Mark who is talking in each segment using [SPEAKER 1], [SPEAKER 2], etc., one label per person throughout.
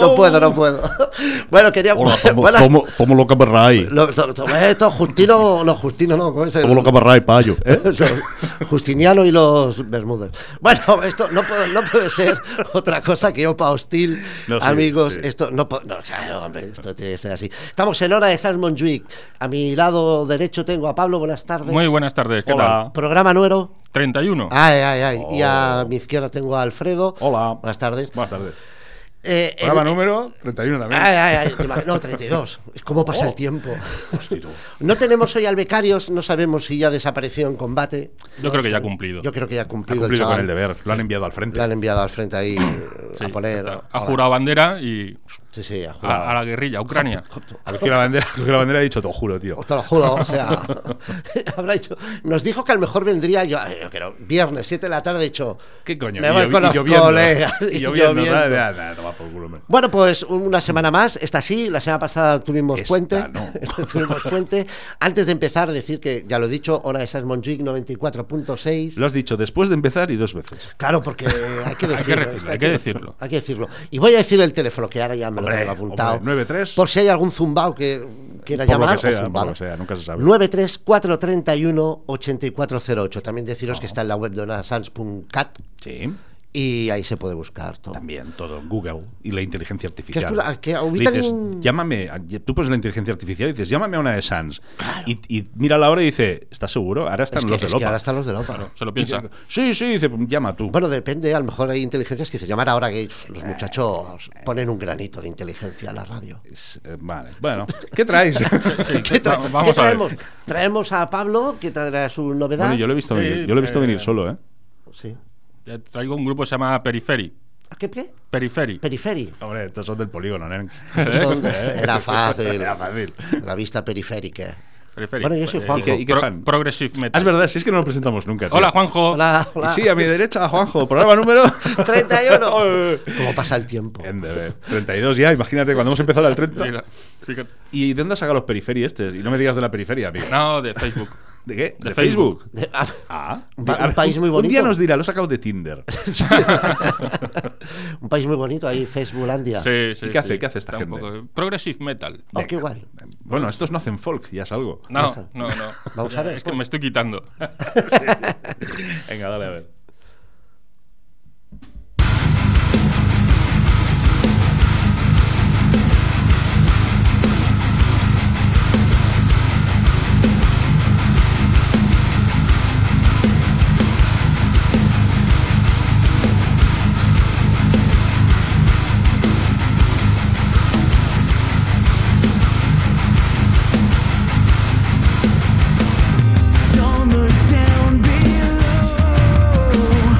[SPEAKER 1] No puedo, no puedo. Bueno, quería.
[SPEAKER 2] Hola, somos,
[SPEAKER 1] buenas-
[SPEAKER 2] somos, somos los camarray.
[SPEAKER 1] Los, so- somos estos Justinos, los Justinos, no, ¿cómo es el-
[SPEAKER 2] Somos los camarray, payo. ¿eh?
[SPEAKER 1] los Justiniano y los Bermúdez. Bueno, esto no puede, no puede ser otra cosa que Opa Hostil,
[SPEAKER 2] No, sí,
[SPEAKER 1] amigos.
[SPEAKER 2] sí.
[SPEAKER 1] Esto no, po- no, claro, hombre, esto tiene que ser así. Estamos en hora de San Monjuic. A mi lado derecho tengo a Pablo, buenas tardes. Ah,
[SPEAKER 3] Muy Oh. buenas tardes, ¿qué
[SPEAKER 2] Hola.
[SPEAKER 1] Programa número.
[SPEAKER 3] tal? 31.
[SPEAKER 1] Ay, ay, ay. Y a mi izquierda tengo a Alfredo.
[SPEAKER 2] Hola.
[SPEAKER 1] Buenas tardes.
[SPEAKER 2] Buenas tardes.
[SPEAKER 1] Eh, el-
[SPEAKER 4] Programa número 31 también.
[SPEAKER 1] Ay, ay, ay, te imag- no, 32. Es como pasa el tiempo. No tenemos hoy al becarios, no sabemos si ya desapareció en combate.
[SPEAKER 3] Yo creo que ya ha cumplido.
[SPEAKER 1] Yo creo que ya ha
[SPEAKER 2] Ha
[SPEAKER 1] cumplido,
[SPEAKER 2] cumplido
[SPEAKER 1] el,
[SPEAKER 2] con
[SPEAKER 1] chaval.
[SPEAKER 2] el deber. Lo han enviado al frente.
[SPEAKER 1] Le han enviado al frente ahí eh,
[SPEAKER 3] Sí,
[SPEAKER 1] a poner.
[SPEAKER 3] ya está. ha jurado bandera y
[SPEAKER 1] Sí, sí, ha jurado.
[SPEAKER 3] a, a la guerrilla, a Ucrania.
[SPEAKER 2] Cogió la bandera, cogió la bandera y ha dicho, te lo juro, tío.
[SPEAKER 1] Te lo juro, o sea, habrá hecho. Nos dijo que a lo mejor vendría, yo, yo creo, viernes, 7 de la tarde, he dicho.
[SPEAKER 2] ¿Qué coño?
[SPEAKER 1] Me
[SPEAKER 2] Y
[SPEAKER 1] voy
[SPEAKER 2] llovi-
[SPEAKER 1] con
[SPEAKER 2] y
[SPEAKER 1] los
[SPEAKER 2] lloviendo.
[SPEAKER 1] colegas.
[SPEAKER 2] Y lloviendo. nada, nada, nada, toma por culo, hombre.
[SPEAKER 1] Bueno, pues una semana más, esta sí, la semana pasada tuvimos
[SPEAKER 2] Esta
[SPEAKER 1] puente.
[SPEAKER 2] no.
[SPEAKER 1] tuvimos puente. Antes de empezar, decir que, ya lo he dicho, hora de San Monjuic 94.6.
[SPEAKER 2] Lo has dicho después de empezar y dos veces.
[SPEAKER 1] Claro, porque hay que decirlo.
[SPEAKER 3] Hay que decirlo,
[SPEAKER 1] esto
[SPEAKER 3] hay que decirlo.
[SPEAKER 1] Hay que decirlo. Y voy a decir el teléfono, que ahora ya me
[SPEAKER 2] Hombre,
[SPEAKER 1] lo tengo apuntado.
[SPEAKER 2] hombre, 93.
[SPEAKER 1] Por si hay algún zumbao que quiera
[SPEAKER 2] Por lo
[SPEAKER 1] llamar.
[SPEAKER 2] que sea,
[SPEAKER 1] o
[SPEAKER 2] por
[SPEAKER 1] zumbado.
[SPEAKER 2] lo que sea, nunca se sabe.
[SPEAKER 1] 93431-8408. También deciros
[SPEAKER 2] Oh.
[SPEAKER 1] que está en la web de onasans.cat
[SPEAKER 2] Sí.
[SPEAKER 1] y ahí se puede buscar todo.
[SPEAKER 2] También todo en Google y la inteligencia artificial.
[SPEAKER 1] Que es la- que ahorita
[SPEAKER 2] dices,
[SPEAKER 1] en-
[SPEAKER 2] llámame, a- tú pones la inteligencia artificial y dices, llámame a una de Sans. Y, y mira la hora y dice, ¿estás seguro? Ahora están
[SPEAKER 1] Es que,
[SPEAKER 2] los de
[SPEAKER 1] es que
[SPEAKER 2] Lopa.
[SPEAKER 1] ahora están los de Lopa.
[SPEAKER 3] Se lo piensa.
[SPEAKER 2] Sí, sí, dice, "Pues llama tú.
[SPEAKER 1] Bueno, depende, a lo mejor hay inteligencias que se llamar ahora que los muchachos ponen un granito de inteligencia a la radio.
[SPEAKER 2] Es- eh, vale. Bueno, ¿qué traes?
[SPEAKER 3] Sí,
[SPEAKER 1] ¿Qué, tra-
[SPEAKER 3] va-
[SPEAKER 1] qué
[SPEAKER 3] vamos a ver.
[SPEAKER 1] traemos? Traemos a Pablo, que traerá su novedad.
[SPEAKER 2] bueno, yo lo he visto
[SPEAKER 3] Sí,
[SPEAKER 2] venir, yo lo he visto
[SPEAKER 3] eh,
[SPEAKER 2] venir solo, ¿eh?
[SPEAKER 1] Sí.
[SPEAKER 3] Ya Traigo un grupo que se llama Periferi.
[SPEAKER 1] ¿A qué pie?
[SPEAKER 3] Periferi.
[SPEAKER 1] Periferi.
[SPEAKER 2] Hombre, estos son del polígono, ¿eh?
[SPEAKER 1] Son- Era fácil.
[SPEAKER 2] Era fácil.
[SPEAKER 1] La vista periférica.
[SPEAKER 3] Periferi.
[SPEAKER 1] Bueno, yo soy
[SPEAKER 3] Eh,
[SPEAKER 1] Juanjo.
[SPEAKER 2] ¿Y qué- y qué fan?
[SPEAKER 3] Progressive
[SPEAKER 2] Ah,
[SPEAKER 3] Metal.
[SPEAKER 2] es verdad, si es que no lo presentamos nunca. tío.
[SPEAKER 3] Hola, Juanjo.
[SPEAKER 1] Hola,
[SPEAKER 2] Y
[SPEAKER 1] hola.
[SPEAKER 2] sí, a Oh, eh, mi derecha, Juanjo, programa número
[SPEAKER 1] 31. ¿Cómo pasa el tiempo?
[SPEAKER 2] Bien, de ver. 32 ya, imagínate, cuando hemos empezado al 30.
[SPEAKER 3] Mira, fíjate.
[SPEAKER 2] ¿Y de dónde has sacado los periferi estos? Y no me digas de la periferia, amigo.
[SPEAKER 3] No, de Facebook.
[SPEAKER 2] ¿De qué?
[SPEAKER 3] De
[SPEAKER 2] ¿De, Facebook?
[SPEAKER 1] Ah,
[SPEAKER 2] Ah,
[SPEAKER 1] Un pa-
[SPEAKER 2] A
[SPEAKER 1] un país muy
[SPEAKER 2] Un día
[SPEAKER 1] bonito.
[SPEAKER 2] nos dirá, lo he sacado de Tinder.
[SPEAKER 1] sí. Un país muy bonito ahí, Faceboolandia.
[SPEAKER 3] Sí, sí,
[SPEAKER 2] ¿Y qué
[SPEAKER 3] sí.
[SPEAKER 2] hace- qué hace esta
[SPEAKER 3] Está un
[SPEAKER 2] gente?
[SPEAKER 3] poco- Progressive Metal.
[SPEAKER 1] Oh, qué guay.
[SPEAKER 2] Bueno, estos no hacen folk, ya salgo.
[SPEAKER 3] No,
[SPEAKER 1] Eso.
[SPEAKER 3] no, no.
[SPEAKER 1] Vamos a ver,
[SPEAKER 3] Es que
[SPEAKER 1] pues.
[SPEAKER 3] me estoy quitando.
[SPEAKER 2] Venga, dale a ver.
[SPEAKER 5] Don't look down below.
[SPEAKER 6] oh,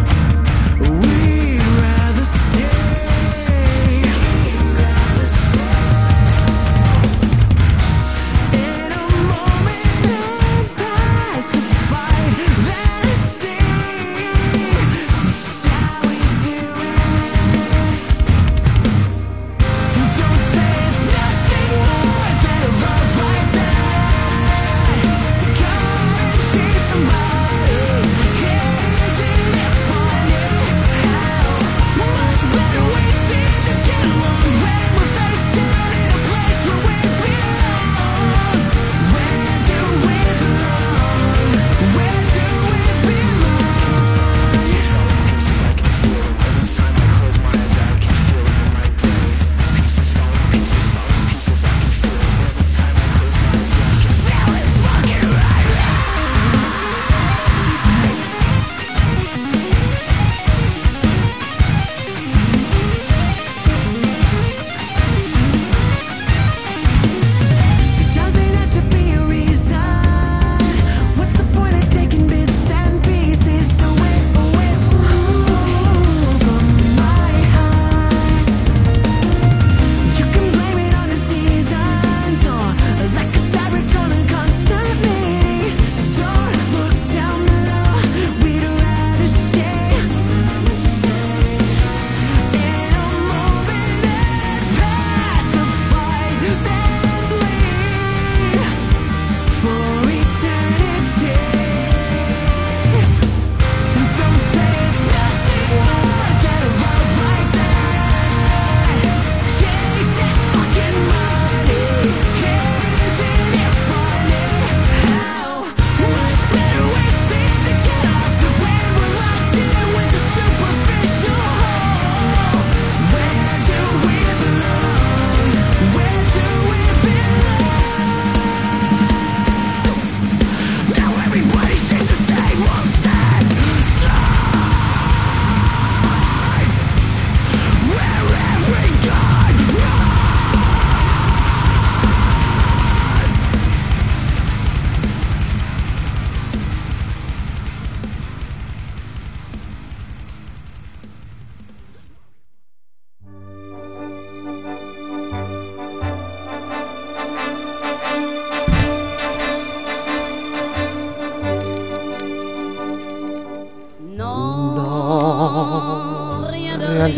[SPEAKER 1] No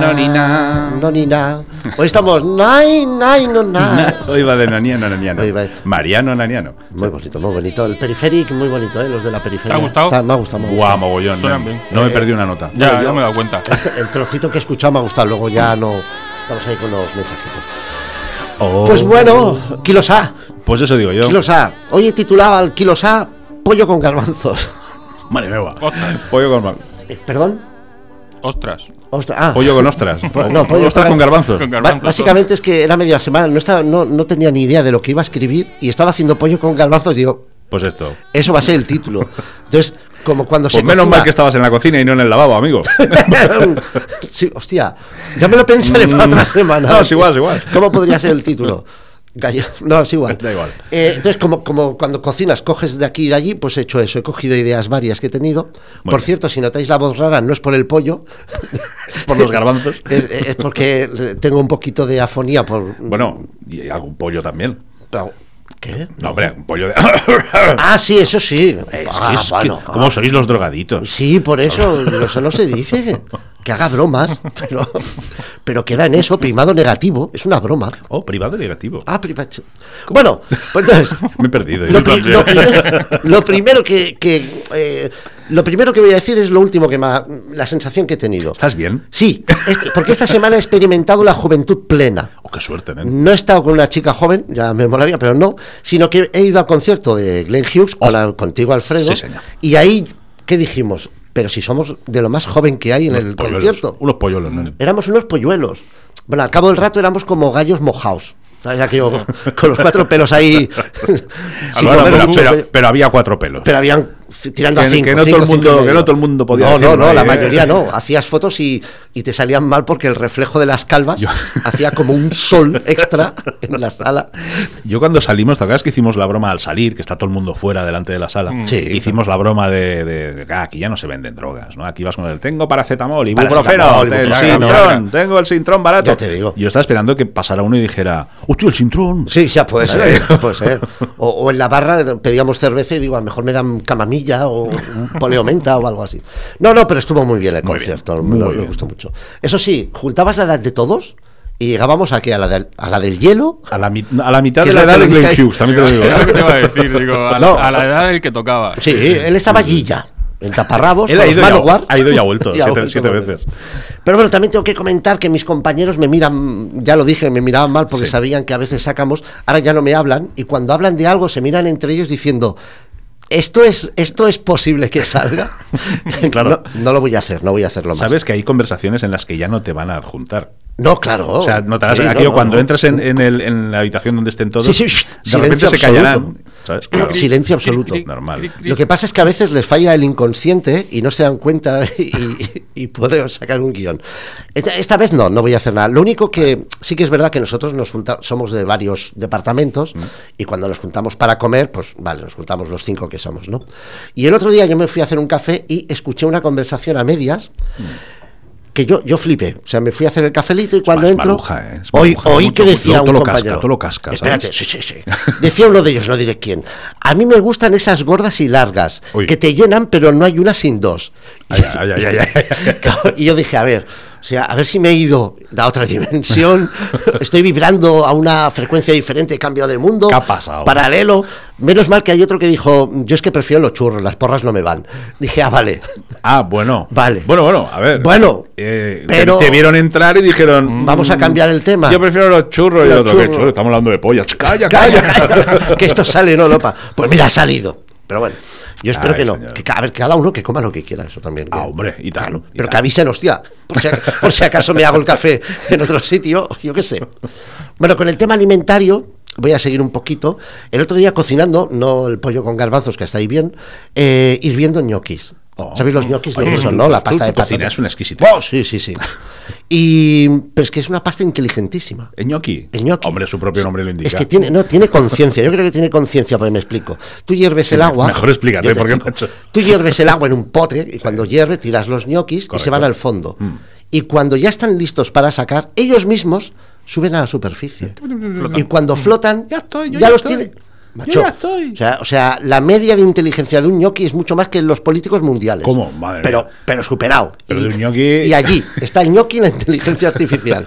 [SPEAKER 2] No, ni na.
[SPEAKER 1] No ni na. Hoy estamos nai, nai, no na.
[SPEAKER 2] Hoy va de Naniano Naniano.
[SPEAKER 1] Hoy va-
[SPEAKER 2] Mariano Naniano.
[SPEAKER 1] Muy bonito, muy bonito. El periférico, muy bonito, ¿eh? Los de la periferia.
[SPEAKER 3] ¿Te ha gustado?
[SPEAKER 1] Está- Me ha gustado, me ha
[SPEAKER 2] Guau,
[SPEAKER 1] gustado.
[SPEAKER 2] mogollón.
[SPEAKER 3] Suenan
[SPEAKER 2] eh.
[SPEAKER 3] bien.
[SPEAKER 2] No me
[SPEAKER 1] Eh,
[SPEAKER 2] perdí una nota.
[SPEAKER 3] Ya,
[SPEAKER 1] yo-
[SPEAKER 3] ya me he dado cuenta.
[SPEAKER 1] El, el trocito que he escuchado me ha gustado, luego ya no. Estamos ahí con los mensajitos.
[SPEAKER 2] Oh.
[SPEAKER 1] Pues bueno, Kilos A,
[SPEAKER 2] Pues eso digo yo.
[SPEAKER 1] Kilos A. Hoy he titulado al Kilos A Pollo con garbanzos.
[SPEAKER 2] Madre mía, guau.
[SPEAKER 3] Ostras.
[SPEAKER 2] Pollo con, ma-
[SPEAKER 1] Eh, ¿Perdón?
[SPEAKER 3] Ostras.
[SPEAKER 1] Ostra- ah,
[SPEAKER 2] pollo con ostras.
[SPEAKER 1] Pues no, pollo
[SPEAKER 2] ostras con
[SPEAKER 1] con-
[SPEAKER 2] garbanzos.
[SPEAKER 3] Con
[SPEAKER 1] Ba-
[SPEAKER 3] garbanzos.
[SPEAKER 1] Básicamente es que era media semana, no, estaba, no, no tenía ni idea de lo que iba a escribir y estaba haciendo pollo con garbanzos y digo,
[SPEAKER 2] Pues esto.
[SPEAKER 1] eso va a ser el título. Entonces, como cuando
[SPEAKER 2] Pues
[SPEAKER 1] se
[SPEAKER 2] menos
[SPEAKER 1] cocina-
[SPEAKER 2] mal que estabas en la cocina y no en el lavabo, amigo.
[SPEAKER 1] sí, hostia, ya me lo pensaré para otra semana.
[SPEAKER 2] Mm. No, es igual, es igual.
[SPEAKER 1] ¿Cómo podría ser el título? Gallo- No, es igual.
[SPEAKER 2] Da igual.
[SPEAKER 1] Eh, entonces, como, como cuando cocinas, coges de aquí y de allí, pues he hecho eso. He cogido ideas varias que he tenido.
[SPEAKER 2] Muy
[SPEAKER 1] por
[SPEAKER 2] bien.
[SPEAKER 1] cierto, si notáis la voz rara, no es por el pollo.
[SPEAKER 2] Por los garbanzos.
[SPEAKER 1] Es, es porque tengo un poquito de afonía por...
[SPEAKER 2] Bueno, y algún pollo también.
[SPEAKER 1] ¿Qué?
[SPEAKER 2] No, hombre, un pollo de.
[SPEAKER 1] Ah, sí, eso sí.
[SPEAKER 2] Es
[SPEAKER 1] Ah,
[SPEAKER 2] que es que-
[SPEAKER 1] bueno,
[SPEAKER 2] ¿Cómo sois los drogaditos?
[SPEAKER 1] Sí, por eso, eso no se dice. Que haga bromas, pero, pero queda en eso, primado negativo, es una broma.
[SPEAKER 2] Oh, privado negativo.
[SPEAKER 1] Ah, primacho. Bueno, pues entonces,
[SPEAKER 2] Me he perdido.
[SPEAKER 1] lo,
[SPEAKER 2] yo
[SPEAKER 1] pri-
[SPEAKER 2] también.
[SPEAKER 1] lo primero, lo primero que, que, eh, lo primero que voy a decir es lo último que me ha- la sensación que he tenido.
[SPEAKER 2] ¿Estás bien?
[SPEAKER 1] Sí, este- porque esta semana he experimentado la juventud plena.
[SPEAKER 2] Oh, qué suerte, ¿eh?
[SPEAKER 1] No he estado con una chica joven, ya me molaría, pero no, sino que he ido al concierto de Glenn Hughes con la- contigo, Alfredo.
[SPEAKER 2] Oh. sí, señor.
[SPEAKER 1] Y ahí, ¿qué dijimos? Pero si somos de lo más joven que hay en el
[SPEAKER 2] Polluelos,
[SPEAKER 1] concierto.
[SPEAKER 2] Unos polluelos, ¿no?
[SPEAKER 1] Éramos unos polluelos. Bueno, al cabo del rato éramos como gallos mojados. ¿Sabes? Aquello con los cuatro pelos ahí. sin
[SPEAKER 2] Álvaro,
[SPEAKER 1] mover
[SPEAKER 2] pero,
[SPEAKER 1] mucho,
[SPEAKER 2] pero- pero había cuatro pelos.
[SPEAKER 1] pero habían f- tirando
[SPEAKER 2] Que-
[SPEAKER 1] a cinco.
[SPEAKER 2] que no todo
[SPEAKER 1] cinco,
[SPEAKER 2] el
[SPEAKER 1] cinco
[SPEAKER 2] mundo-
[SPEAKER 1] y medio.
[SPEAKER 2] que no todo el mundo podía
[SPEAKER 1] No, no,
[SPEAKER 2] decirlo
[SPEAKER 1] no, la
[SPEAKER 2] ahí, ¿eh?
[SPEAKER 1] mayoría no. Hacías fotos y, y te salían mal porque el reflejo de las calvas hacía como un sol extra en la sala.
[SPEAKER 2] Yo cuando salimos, ¿te acuerdas que hicimos la broma al salir, que está todo el mundo fuera delante de la sala?
[SPEAKER 1] Sí,
[SPEAKER 2] hicimos la broma de, de- de, ah, aquí ya no se venden drogas, ¿no? Aquí vas con el tengo paracetamol, ibuprofeno,
[SPEAKER 1] Paracetamol,
[SPEAKER 2] el
[SPEAKER 1] ibuprofeno,
[SPEAKER 2] sintrón, tengo el sintrón barato.
[SPEAKER 1] Ya te digo.
[SPEAKER 2] Yo estaba esperando que pasara uno y dijera, hostia, el sintrón.
[SPEAKER 1] Sí, ya puede ser, puede ser. O, o en la barra pedíamos cerveza y digo, a lo mejor me dan camamilla o un poleomenta o algo así. No, no, pero estuvo muy bien el
[SPEAKER 2] Muy bien,
[SPEAKER 1] concierto,
[SPEAKER 2] muy
[SPEAKER 1] me, lo- me
[SPEAKER 2] bien.
[SPEAKER 1] gustó mucho. Eso sí, juntabas la edad de todos y llegábamos aquí a la del, a la del hielo.
[SPEAKER 2] A la, mi- a la mitad
[SPEAKER 1] Que
[SPEAKER 2] de
[SPEAKER 1] es
[SPEAKER 2] la
[SPEAKER 1] lo que
[SPEAKER 2] edad de
[SPEAKER 1] le
[SPEAKER 2] Glenn
[SPEAKER 1] dije-
[SPEAKER 2] Hughes, también te lo digo.
[SPEAKER 3] Era lo que
[SPEAKER 2] ¿eh?
[SPEAKER 3] te iba a decir, digo, a,
[SPEAKER 1] No.
[SPEAKER 3] la, a la edad del que tocaba.
[SPEAKER 1] Sí, él estaba allí ya. En taparrabos,
[SPEAKER 2] Él
[SPEAKER 1] con
[SPEAKER 2] ha
[SPEAKER 1] los
[SPEAKER 2] ido, y ha-
[SPEAKER 1] Manowar.
[SPEAKER 2] ha ido y ha vuelto
[SPEAKER 1] Y ha
[SPEAKER 2] siete,
[SPEAKER 1] vuelto
[SPEAKER 2] siete
[SPEAKER 1] dos
[SPEAKER 2] veces.
[SPEAKER 1] Pero bueno, también tengo que comentar que mis compañeros me miran, ya lo dije, me miraban mal porque
[SPEAKER 2] Sí.
[SPEAKER 1] sabían que a veces sacamos, ahora ya no me hablan, y cuando hablan de algo se miran entre ellos diciendo, esto es, esto es posible que salga.
[SPEAKER 2] Claro.
[SPEAKER 1] No, no lo voy a hacer, no voy a hacerlo más.
[SPEAKER 2] Sabes que hay conversaciones en las que ya no te van a adjuntar.
[SPEAKER 1] No, claro.
[SPEAKER 2] O sea, notarás
[SPEAKER 1] Oh. Sí, no,
[SPEAKER 2] aquello
[SPEAKER 1] no,
[SPEAKER 2] cuando
[SPEAKER 1] no.
[SPEAKER 2] entras en, en el- en la habitación donde estén todos,
[SPEAKER 1] Sí, sí,
[SPEAKER 2] de
[SPEAKER 1] silencio
[SPEAKER 2] repente se
[SPEAKER 1] absoluto.
[SPEAKER 2] callarán. ¿sabes? Claro.
[SPEAKER 1] Silencio absoluto.
[SPEAKER 2] Normal.
[SPEAKER 1] Lo que pasa es que a veces les falla el inconsciente y no se dan cuenta y, y pueden sacar un guión. Esta, esta vez no, no voy a hacer nada. Lo único que sí que es verdad que nosotros nos junta- somos de varios
[SPEAKER 2] Mm.
[SPEAKER 1] departamentos y cuando nos juntamos para comer, pues vale, nos juntamos los cinco que somos, ¿no? Y el otro día yo me fui a hacer un café y escuché una conversación a medias.
[SPEAKER 2] Mm.
[SPEAKER 1] Que yo, yo flipé, o sea, me fui a hacer el cafelito y cuando
[SPEAKER 2] es
[SPEAKER 1] entro.
[SPEAKER 2] maruja, ¿eh? Es
[SPEAKER 1] oí-
[SPEAKER 2] maruja.
[SPEAKER 1] oí
[SPEAKER 2] Todo-
[SPEAKER 1] que
[SPEAKER 2] todo-
[SPEAKER 1] decía
[SPEAKER 2] todo
[SPEAKER 1] un
[SPEAKER 2] lo casca,
[SPEAKER 1] compañero.
[SPEAKER 2] todo lo casca, ¿sabes?
[SPEAKER 1] Espérate, Sí, sí, sí. Decía uno de ellos, no diré quién. A mí me gustan esas gordas y largas,
[SPEAKER 2] Uy.
[SPEAKER 1] que te llenan, pero no hay una sin dos.
[SPEAKER 2] Ay, ay, ay, ay, ay, ay.
[SPEAKER 1] Y yo dije, a ver, o sea, a ver si me he ido a otra dimensión, estoy vibrando a una frecuencia diferente, he cambiado de mundo,
[SPEAKER 2] ¿Qué ha pasado?
[SPEAKER 1] paralelo. Menos mal que hay otro que dijo, yo es que prefiero los churros, las porras no me van. Dije, ah, vale.
[SPEAKER 2] Ah, bueno.
[SPEAKER 1] Vale.
[SPEAKER 2] Bueno, bueno, a ver.
[SPEAKER 1] Bueno,
[SPEAKER 2] Eh, te-
[SPEAKER 1] pero-
[SPEAKER 2] te, vieron entrar y dijeron.
[SPEAKER 1] Vamos a
[SPEAKER 2] "Mm,
[SPEAKER 1] cambiar el tema.
[SPEAKER 2] Yo prefiero los churros y
[SPEAKER 1] Los
[SPEAKER 2] otro. "¿Qué
[SPEAKER 1] churros?
[SPEAKER 2] churros? Estamos hablando de pollas. Ch, Pues Calla,
[SPEAKER 1] Calla,
[SPEAKER 2] calla.
[SPEAKER 1] calla, que esto sale en Olopa. Pues mira, ha salido. Pero bueno, yo espero
[SPEAKER 2] Ay,
[SPEAKER 1] que no.
[SPEAKER 2] señor.
[SPEAKER 1] Que ca- a ver, que cada uno que coma lo que quiera, eso también.
[SPEAKER 2] Ah,
[SPEAKER 1] que-
[SPEAKER 2] hombre, y tal. y
[SPEAKER 1] Pero que
[SPEAKER 2] tal.
[SPEAKER 1] avisen, hostia, por si, ac- por si acaso me hago el café en otro sitio, yo qué sé. Bueno, con el tema alimentario, voy a seguir un poquito. El otro día cocinando, no el pollo con garbanzos, que está ahí bien, eh, hirviendo ñoquis.
[SPEAKER 2] Oh.
[SPEAKER 1] ¿Sabéis los ñoquis lo
[SPEAKER 2] Oye,
[SPEAKER 1] que son,
[SPEAKER 2] tú-
[SPEAKER 1] no? La
[SPEAKER 2] tú-
[SPEAKER 1] pasta
[SPEAKER 2] tú
[SPEAKER 1] de patata.
[SPEAKER 2] cocinas una exquisitez.
[SPEAKER 1] Oh, sí, sí, sí. Y, pero es que es una pasta inteligentísima.
[SPEAKER 2] ¿El ñoqui?
[SPEAKER 1] El ñoqui.
[SPEAKER 2] Hombre, su propio nombre lo indica.
[SPEAKER 1] Es que tiene, no, tiene conciencia. Yo creo que tiene conciencia, porque me explico. Tú hierves el agua.
[SPEAKER 2] mejor explícate,
[SPEAKER 1] Yo te
[SPEAKER 2] porque,
[SPEAKER 1] explico.
[SPEAKER 2] macho.
[SPEAKER 1] Tú hierves el agua en un pote y cuando hierve tiras los ñoquis y
[SPEAKER 2] Correcto. Mm.
[SPEAKER 1] se van al fondo. Y cuando ya están listos para sacar, ellos mismos suben a la superficie.
[SPEAKER 3] Flotan.
[SPEAKER 1] Y cuando flotan,
[SPEAKER 2] Ya estoy, yo
[SPEAKER 1] ya
[SPEAKER 2] ya
[SPEAKER 1] los
[SPEAKER 2] estoy.
[SPEAKER 1] tiene. macho.
[SPEAKER 2] ya estoy.
[SPEAKER 1] O sea, o sea, la media de inteligencia de un ñoqui es mucho más que los políticos mundiales.
[SPEAKER 2] ¿Cómo? Madre
[SPEAKER 1] pero,
[SPEAKER 2] mía.
[SPEAKER 1] pero superado.
[SPEAKER 2] Pero
[SPEAKER 1] y,
[SPEAKER 2] de un ñoqui-
[SPEAKER 1] y allí está el ñoqui y la inteligencia artificial.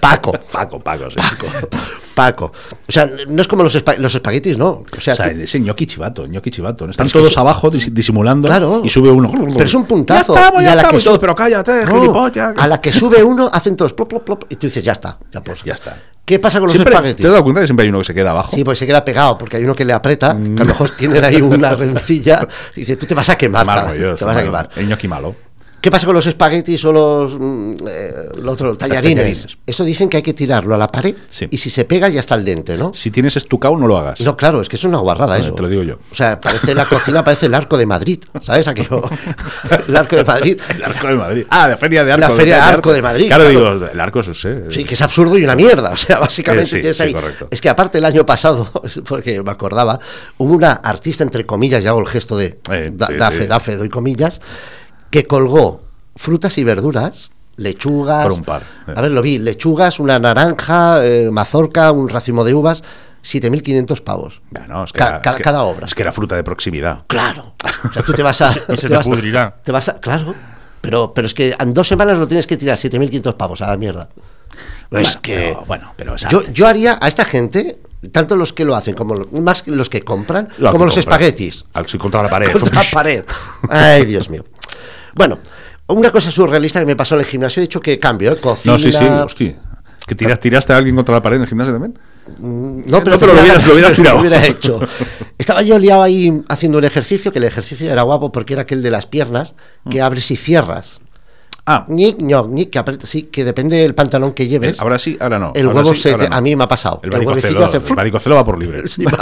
[SPEAKER 1] Paco.
[SPEAKER 2] Paco, Paco, sí.
[SPEAKER 1] Paco. O sea, no es como los, espa- los espaguetis, ¿no? O sea,
[SPEAKER 2] O sea,
[SPEAKER 1] tú-
[SPEAKER 2] ese ñoqui chivato, ñoqui chivato. Están
[SPEAKER 1] es que
[SPEAKER 2] todos
[SPEAKER 1] es-
[SPEAKER 2] abajo disi- disimulando
[SPEAKER 1] Claro.
[SPEAKER 2] y sube uno.
[SPEAKER 1] Pero es un puntazo.
[SPEAKER 2] Ya estamos,
[SPEAKER 1] Y
[SPEAKER 2] ya
[SPEAKER 1] a la
[SPEAKER 2] estamos.
[SPEAKER 1] que
[SPEAKER 2] y todo,
[SPEAKER 1] su-
[SPEAKER 2] pero cállate,
[SPEAKER 1] No,
[SPEAKER 2] gilipollas.
[SPEAKER 1] a la que sube uno, hacen todos plop, plop, plop, y tú dices, ya está, ya pues.
[SPEAKER 2] Ya está.
[SPEAKER 1] ¿Qué pasa con los
[SPEAKER 2] Siempre- ¿Te
[SPEAKER 1] espaguetis?
[SPEAKER 2] has dado cuenta que siempre hay uno que se queda abajo?
[SPEAKER 1] Sí, pues se queda pegado, porque hay uno que le aprieta, que a lo
[SPEAKER 2] Mm.
[SPEAKER 1] mejor tienen ahí una rencilla, y dice, tú te vas a quemar,
[SPEAKER 2] Mal
[SPEAKER 1] cara,
[SPEAKER 2] rollo,
[SPEAKER 1] te vas a
[SPEAKER 2] mal-
[SPEAKER 1] quemar.
[SPEAKER 2] El ñoqui malo.
[SPEAKER 1] ¿Qué pasa con los espaguetis o los, mm, eh, lo otro, tallarines?
[SPEAKER 2] tallarines.
[SPEAKER 1] Eso dicen que hay que tirarlo a la pared,
[SPEAKER 2] Sí.
[SPEAKER 1] y si se pega ya está el dente, ¿no?
[SPEAKER 2] Si tienes estucao, no lo hagas.
[SPEAKER 1] No, claro, es que es una guarrada
[SPEAKER 2] Vale,
[SPEAKER 1] eso.
[SPEAKER 2] te lo digo yo.
[SPEAKER 1] O sea, parece la cocina, parece el arco de Madrid, ¿sabes? Aquello, el arco de Madrid.
[SPEAKER 2] El arco de Madrid. Ah, la feria de arco.
[SPEAKER 1] La feria de arco de Madrid,
[SPEAKER 2] Claro,
[SPEAKER 1] claro.
[SPEAKER 2] digo, el arco eso sé.
[SPEAKER 1] Sí, que es absurdo y una mierda. O sea, básicamente
[SPEAKER 2] Eh, sí,
[SPEAKER 1] tienes
[SPEAKER 2] sí,
[SPEAKER 1] ahí.
[SPEAKER 2] correcto.
[SPEAKER 1] Es que aparte el año pasado, porque me acordaba, hubo una artista, entre comillas, ya hago el gesto de
[SPEAKER 2] Eh,
[SPEAKER 1] da-
[SPEAKER 2] sí,
[SPEAKER 1] dafe,
[SPEAKER 2] sí.
[SPEAKER 1] dafe, doy comillas, que colgó frutas y verduras, lechugas.
[SPEAKER 2] Por un par, eh.
[SPEAKER 1] A ver, lo vi, lechugas, una naranja, eh, mazorca, un racimo de uvas, 7.500 pavos.
[SPEAKER 2] Ya, no, es que
[SPEAKER 1] Ca-
[SPEAKER 2] era-
[SPEAKER 1] cada-
[SPEAKER 2] es que-
[SPEAKER 1] cada obra.
[SPEAKER 2] Es que era fruta de proximidad.
[SPEAKER 1] Claro. O sea, tú te vas a.
[SPEAKER 3] se te
[SPEAKER 1] vas a-
[SPEAKER 3] pudrirá.
[SPEAKER 1] te vas a- claro. Pero, pero es que en dos semanas lo tienes que tirar 7.500 pavos a la mierda. es
[SPEAKER 2] Bueno,
[SPEAKER 1] que.
[SPEAKER 2] pero- bueno, pero es
[SPEAKER 1] yo,
[SPEAKER 2] arte.
[SPEAKER 1] yo haría a esta gente, tanto los que lo hacen como los, más que los que compran,
[SPEAKER 2] Lo que
[SPEAKER 1] como los
[SPEAKER 2] compras.
[SPEAKER 1] espaguetis.
[SPEAKER 2] Al, sí, contra la pared.
[SPEAKER 1] Contra la pared. Ay, Dios mío. Bueno, una cosa surrealista que me pasó en el gimnasio, he dicho que cambio, ¿eh? Cocina.
[SPEAKER 2] No, sí, sí, hostia. ¿Que tiras- tiraste a alguien contra la pared en el gimnasio también?
[SPEAKER 1] No,
[SPEAKER 2] No, pero lo
[SPEAKER 1] tenía
[SPEAKER 2] hubieras-
[SPEAKER 1] ganas,
[SPEAKER 2] lo hubieras
[SPEAKER 1] pero
[SPEAKER 2] tirado.
[SPEAKER 1] hubiera hecho. Estaba yo liado ahí haciendo un ejercicio, que el ejercicio era guapo porque era aquel de las piernas, que
[SPEAKER 2] Mm.
[SPEAKER 1] abres y cierras.
[SPEAKER 2] Ah,
[SPEAKER 1] Ñic, ñoc, ñic, que aprieta, sí, que depende del pantalón que lleves.
[SPEAKER 2] Eh, ahora sí, ahora no.
[SPEAKER 1] el
[SPEAKER 2] Ahora
[SPEAKER 1] huevo
[SPEAKER 2] sí,
[SPEAKER 1] se
[SPEAKER 2] ahora
[SPEAKER 1] te-
[SPEAKER 2] no.
[SPEAKER 1] a mí me ha pasado.
[SPEAKER 2] El
[SPEAKER 1] huevecillo
[SPEAKER 2] varicocelo,
[SPEAKER 1] hace
[SPEAKER 2] el
[SPEAKER 1] fru-
[SPEAKER 2] varicocelo va por libre.
[SPEAKER 1] Sí, va,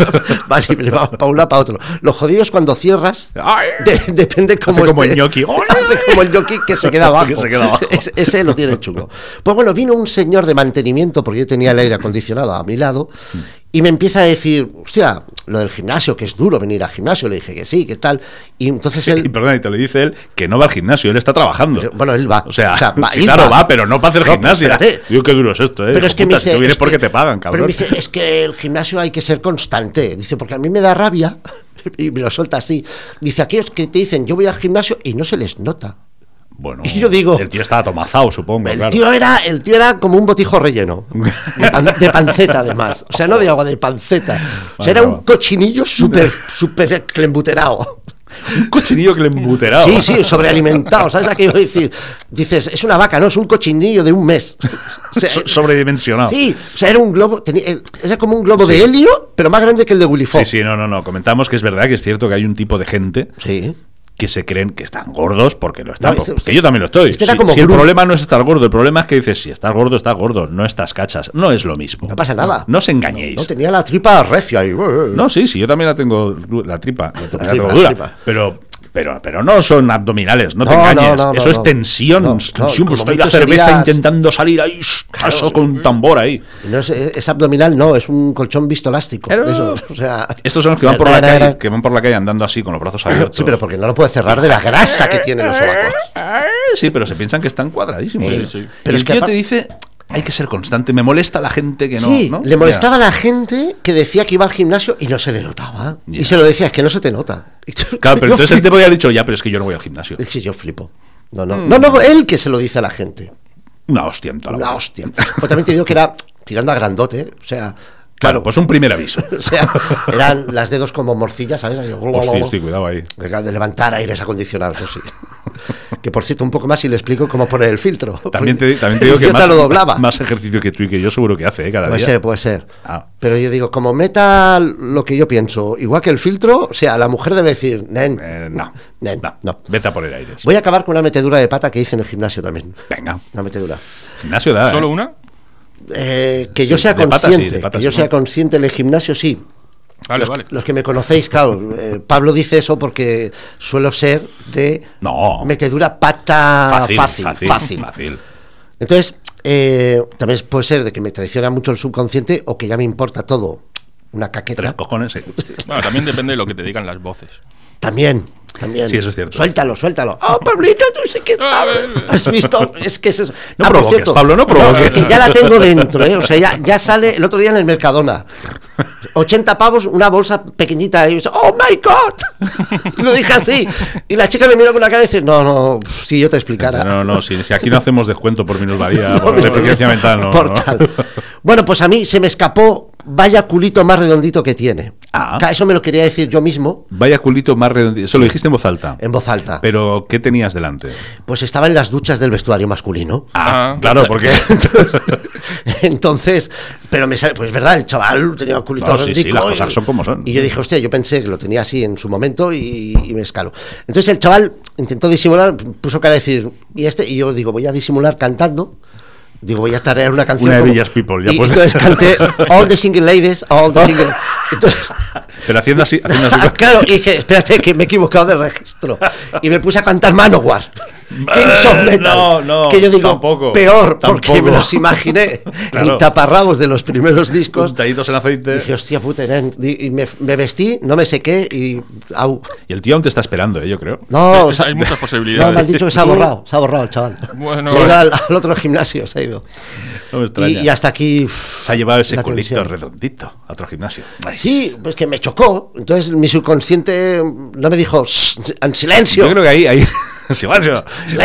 [SPEAKER 1] va libre, va para un lado, para otro. Lo jodido es cuando cierras.
[SPEAKER 2] ¡Ay!
[SPEAKER 1] de- depende cómo
[SPEAKER 2] Hace como
[SPEAKER 1] esté.
[SPEAKER 2] el ñoqui. ¡Ole!
[SPEAKER 1] Hace como el ñoqui que se queda abajo.
[SPEAKER 2] Que se queda abajo.
[SPEAKER 1] Es- ese lo tiene chungo. Pues bueno, vino un señor de mantenimiento, porque yo tenía el aire acondicionado a mi lado,
[SPEAKER 2] Mm.
[SPEAKER 1] y me empieza a decir, hostia, lo del gimnasio, que es duro venir al gimnasio. Le dije que sí, que tal. Y entonces
[SPEAKER 2] Sí, y
[SPEAKER 1] él.
[SPEAKER 2] perdona, y te lo dice él que no va al gimnasio, él está trabajando.
[SPEAKER 1] Bueno, él va.
[SPEAKER 2] O sea,
[SPEAKER 1] O sea, va,
[SPEAKER 2] sí,
[SPEAKER 1] él
[SPEAKER 2] claro,
[SPEAKER 1] va.
[SPEAKER 2] va. pero no para hacer
[SPEAKER 1] No,
[SPEAKER 2] gimnasia.
[SPEAKER 1] espérate.
[SPEAKER 2] Digo, qué duro es esto, ¿eh?
[SPEAKER 1] Pero
[SPEAKER 2] Hijo
[SPEAKER 1] es que me
[SPEAKER 2] puta, si
[SPEAKER 1] dice.
[SPEAKER 2] tú vienes
[SPEAKER 1] es
[SPEAKER 2] porque
[SPEAKER 1] que-
[SPEAKER 2] te pagan, cabrón.
[SPEAKER 1] Pero me dice, es que el gimnasio hay que ser constante. Dice, porque a mí me da rabia. Y me lo suelta así. Dice, aquellos que te dicen, yo voy al gimnasio y no se les nota.
[SPEAKER 2] Bueno,
[SPEAKER 1] y yo digo-
[SPEAKER 2] El tío estaba tomazado, supongo.
[SPEAKER 1] El
[SPEAKER 2] claro.
[SPEAKER 1] tío, era, el tío era como un botijo relleno. De, pan- de panceta, además. O sea, no de agua, de panceta. O sea, era un
[SPEAKER 2] Vale,
[SPEAKER 1] cochinillo súper, súper clembuterado.
[SPEAKER 2] Un cochinillo que le embuteraba.
[SPEAKER 1] Sí, sí, sobrealimentado. ¿Sabes a qué iba a decir? Dices, es una vaca, no, es un cochinillo de un mes. O sea,
[SPEAKER 2] So- sobredimensionado.
[SPEAKER 1] Sí, o sea, era un globo, tenía- el- era como un globo de helio, pero más grande que el de Willy
[SPEAKER 2] Sí,
[SPEAKER 1] Fox.
[SPEAKER 2] sí, no, no, no. Comentamos que es verdad que es cierto que hay un tipo de gente
[SPEAKER 1] Sí.
[SPEAKER 2] que se creen que están gordos porque lo están.
[SPEAKER 1] No, este-
[SPEAKER 2] que yo también lo estoy.
[SPEAKER 1] este
[SPEAKER 2] si
[SPEAKER 1] era como
[SPEAKER 2] si el
[SPEAKER 1] Gru.
[SPEAKER 2] problema no es estar gordo, el problema es que dices, si estás gordo, estás gordo, no estás cachas. No es lo mismo.
[SPEAKER 1] No pasa nada.
[SPEAKER 2] No os engañéis.
[SPEAKER 1] No tenía la tripa recia ahí.
[SPEAKER 2] No, sí, sí, yo también la tengo du- la tripa,
[SPEAKER 1] La
[SPEAKER 2] la, la tengo
[SPEAKER 1] tripa,
[SPEAKER 2] dura,
[SPEAKER 1] la tripa.
[SPEAKER 2] pero pero pero no son abdominales, no, te
[SPEAKER 1] No, no,
[SPEAKER 2] engañes,
[SPEAKER 1] no, no,
[SPEAKER 2] eso es
[SPEAKER 1] no.
[SPEAKER 2] tensión,
[SPEAKER 1] No, no,
[SPEAKER 2] tensión, pues
[SPEAKER 1] como
[SPEAKER 2] estoy la
[SPEAKER 1] mucho
[SPEAKER 2] cerveza
[SPEAKER 1] serías-
[SPEAKER 2] intentando salir ahí, shh, eso con un tambor ahí.
[SPEAKER 1] No es, es abdominal, no, es un colchón vistoelástico.
[SPEAKER 2] Pero-
[SPEAKER 1] de esos, o sea,
[SPEAKER 2] Estos son los que van por
[SPEAKER 1] Era,
[SPEAKER 2] la
[SPEAKER 1] era,
[SPEAKER 2] calle,
[SPEAKER 1] era.
[SPEAKER 2] que van por la calle andando así con los brazos abiertos.
[SPEAKER 1] Sí, pero porque no lo puede cerrar de la grasa que tiene los sobacos.
[SPEAKER 2] Sí, pero se piensan que están cuadradísimos.
[SPEAKER 1] Eh,
[SPEAKER 2] Sí, sí.
[SPEAKER 1] pero
[SPEAKER 2] Y
[SPEAKER 1] es
[SPEAKER 2] el
[SPEAKER 1] que
[SPEAKER 2] tío
[SPEAKER 1] apar-
[SPEAKER 2] te dice, hay que ser constante, me molesta la gente que no,
[SPEAKER 1] sí,
[SPEAKER 2] ¿no?
[SPEAKER 1] le molestaba
[SPEAKER 2] Ya.
[SPEAKER 1] a la gente que decía que iba al gimnasio y no se le notaba.
[SPEAKER 2] Ya.
[SPEAKER 1] Y se lo decía, es que no se te nota. Y yo-
[SPEAKER 2] Claro, pero
[SPEAKER 1] yo
[SPEAKER 2] entonces el
[SPEAKER 1] flipo.
[SPEAKER 2] tipo ya ha dicho, ya, pero es que yo no voy al gimnasio.
[SPEAKER 1] Es que yo flipo. No, no. No, no, él que se lo dice a la gente.
[SPEAKER 2] Una hostia en toda Mm. la
[SPEAKER 1] Una
[SPEAKER 2] boca.
[SPEAKER 1] hostia. Pues también te digo que era tirando a grandote, ¿eh? o sea,
[SPEAKER 2] Claro, pues un primer aviso.
[SPEAKER 1] o sea, eran las dedos como morcillas, ¿sabes? Ahí,
[SPEAKER 2] Hostia, este hostia, cuidado ahí.
[SPEAKER 1] Venga, De levantar aires acondicionados, eso sí. Que por cierto, un poco más y le explico cómo poner el filtro.
[SPEAKER 2] También te, también te
[SPEAKER 1] El
[SPEAKER 2] digo que
[SPEAKER 1] idiota
[SPEAKER 2] más,
[SPEAKER 1] lo doblaba. Pues
[SPEAKER 2] más ejercicio que tú y que yo seguro que hace, ¿eh? cada
[SPEAKER 1] puede
[SPEAKER 2] día.
[SPEAKER 1] ser, puede ser.
[SPEAKER 2] Ah.
[SPEAKER 1] Pero yo digo, como meta lo que yo pienso, igual que el filtro, o sea, la mujer debe decir, nen,
[SPEAKER 2] Eh, no,
[SPEAKER 1] nen,
[SPEAKER 2] no,
[SPEAKER 1] pues, no.
[SPEAKER 2] Vete a por el aire.
[SPEAKER 1] Voy a acabar con una metedura de pata que hice en el gimnasio también.
[SPEAKER 2] Venga.
[SPEAKER 1] Una metedura.
[SPEAKER 2] Gimnasio da. ¿eh?
[SPEAKER 3] ¿Solo una?
[SPEAKER 1] Eh, que yo
[SPEAKER 2] Sí,
[SPEAKER 1] sea
[SPEAKER 2] de pata sí, de
[SPEAKER 1] consciente,
[SPEAKER 2] pata
[SPEAKER 1] que
[SPEAKER 2] sí.
[SPEAKER 1] yo sea consciente en el gimnasio, sí.
[SPEAKER 3] Vale,
[SPEAKER 1] los,
[SPEAKER 3] vale.
[SPEAKER 1] los que me conocéis, claro, eh, Pablo dice eso porque suelo ser de
[SPEAKER 2] No.
[SPEAKER 1] metedura pata
[SPEAKER 2] Fácil,
[SPEAKER 1] fácil,
[SPEAKER 2] fácil,
[SPEAKER 1] fácil.
[SPEAKER 2] fácil.
[SPEAKER 1] Entonces, eh, también puede ser de que me traiciona mucho el subconsciente o que ya me importa todo. Una
[SPEAKER 2] Tres
[SPEAKER 1] caqueta.
[SPEAKER 2] cojones. sí.
[SPEAKER 3] Bueno, también depende de lo que te digan las voces.
[SPEAKER 1] También, También.
[SPEAKER 2] Sí, eso es cierto.
[SPEAKER 1] Suéltalo, suéltalo. ¡Ah, Pablito, tú sí que sabes! ¿Has visto? Es que es eso. Ah,
[SPEAKER 2] No
[SPEAKER 1] por
[SPEAKER 2] provoques,
[SPEAKER 1] cierto,
[SPEAKER 2] Pablo, no provoques.
[SPEAKER 1] Que ya la tengo dentro, ¿eh? O sea, ya, ya sale el otro día en el Mercadona. 80 pavos, una bolsa pequeñita. Y yo, ¡Oh, my God! Y lo dije así. Y la chica me miró con la cara y dice, no, no, si yo te explicara.
[SPEAKER 2] No, no, si, si aquí no hacemos descuento por minusvalía,
[SPEAKER 1] No,
[SPEAKER 2] por
[SPEAKER 1] no,
[SPEAKER 2] deficiencia
[SPEAKER 1] no.
[SPEAKER 2] mental, no.
[SPEAKER 1] Por
[SPEAKER 2] ¿no?
[SPEAKER 1] tal. Bueno, pues a mí se me escapó vaya culito más redondito que tiene.
[SPEAKER 2] Ah.
[SPEAKER 1] Ca- Eso me lo quería decir yo mismo
[SPEAKER 2] Vaya culito más redondito. Eso lo dijiste en voz alta.
[SPEAKER 1] en voz alta.
[SPEAKER 2] Pero, ¿qué tenías delante?
[SPEAKER 1] Pues estaba en las duchas del vestuario masculino.
[SPEAKER 3] Ah,
[SPEAKER 2] claro, porque.
[SPEAKER 1] Entonces, pero me sale, pues es verdad, el chaval tenía un culito
[SPEAKER 2] No, sí, sí,
[SPEAKER 1] redondico
[SPEAKER 2] las cosas
[SPEAKER 1] y-
[SPEAKER 2] son como son.
[SPEAKER 1] Y yo dije, hostia, yo pensé que lo tenía así en su momento y, y me escalo. Entonces el chaval intentó disimular, puso cara a decir, y este, y yo digo, voy a disimular cantando. Digo, voy a tarear una canción.
[SPEAKER 2] Una de
[SPEAKER 1] como-
[SPEAKER 2] Village People, ya
[SPEAKER 1] y,
[SPEAKER 2] pues.
[SPEAKER 1] Entonces canté All the Single Ladies, All the Single. Entonces,
[SPEAKER 2] Pero haciendo así. Haciendo así
[SPEAKER 1] Ah, claro, y dije, espérate, que me he equivocado de registro. Y me puse a cantar Manowar. Kings of
[SPEAKER 2] Eh,
[SPEAKER 1] Metal.
[SPEAKER 2] no, no,
[SPEAKER 1] que yo digo,
[SPEAKER 2] tampoco,
[SPEAKER 1] peor, porque
[SPEAKER 2] tampoco.
[SPEAKER 1] me los imaginé
[SPEAKER 2] Claro.
[SPEAKER 1] en taparrabos de los primeros discos.
[SPEAKER 2] con tallitos en aceite.
[SPEAKER 1] Dije, hostia puta, era en- y y me, me vestí, no me sequé y. au.
[SPEAKER 2] Y el tío aún te está esperando, ¿eh? yo creo.
[SPEAKER 1] No,
[SPEAKER 3] Hay-
[SPEAKER 1] o sea,
[SPEAKER 3] hay muchas
[SPEAKER 1] no,
[SPEAKER 3] posibilidades.
[SPEAKER 1] me han dicho que se ha borrado, se ha borrado el chaval.
[SPEAKER 3] Bueno.
[SPEAKER 1] se ha ido al, al otro gimnasio, se ha ido.
[SPEAKER 2] No me
[SPEAKER 1] Y,
[SPEAKER 2] extraña.
[SPEAKER 1] y hasta aquí. uff,
[SPEAKER 2] Se ha llevado ese
[SPEAKER 1] la
[SPEAKER 2] culito
[SPEAKER 1] tensión.
[SPEAKER 2] redondito a otro gimnasio. Ay.
[SPEAKER 1] Sí, pues que me chocó. Entonces mi subconsciente no me dijo, "Shh, en silencio.
[SPEAKER 2] Yo creo que ahí, ahí. Silencio.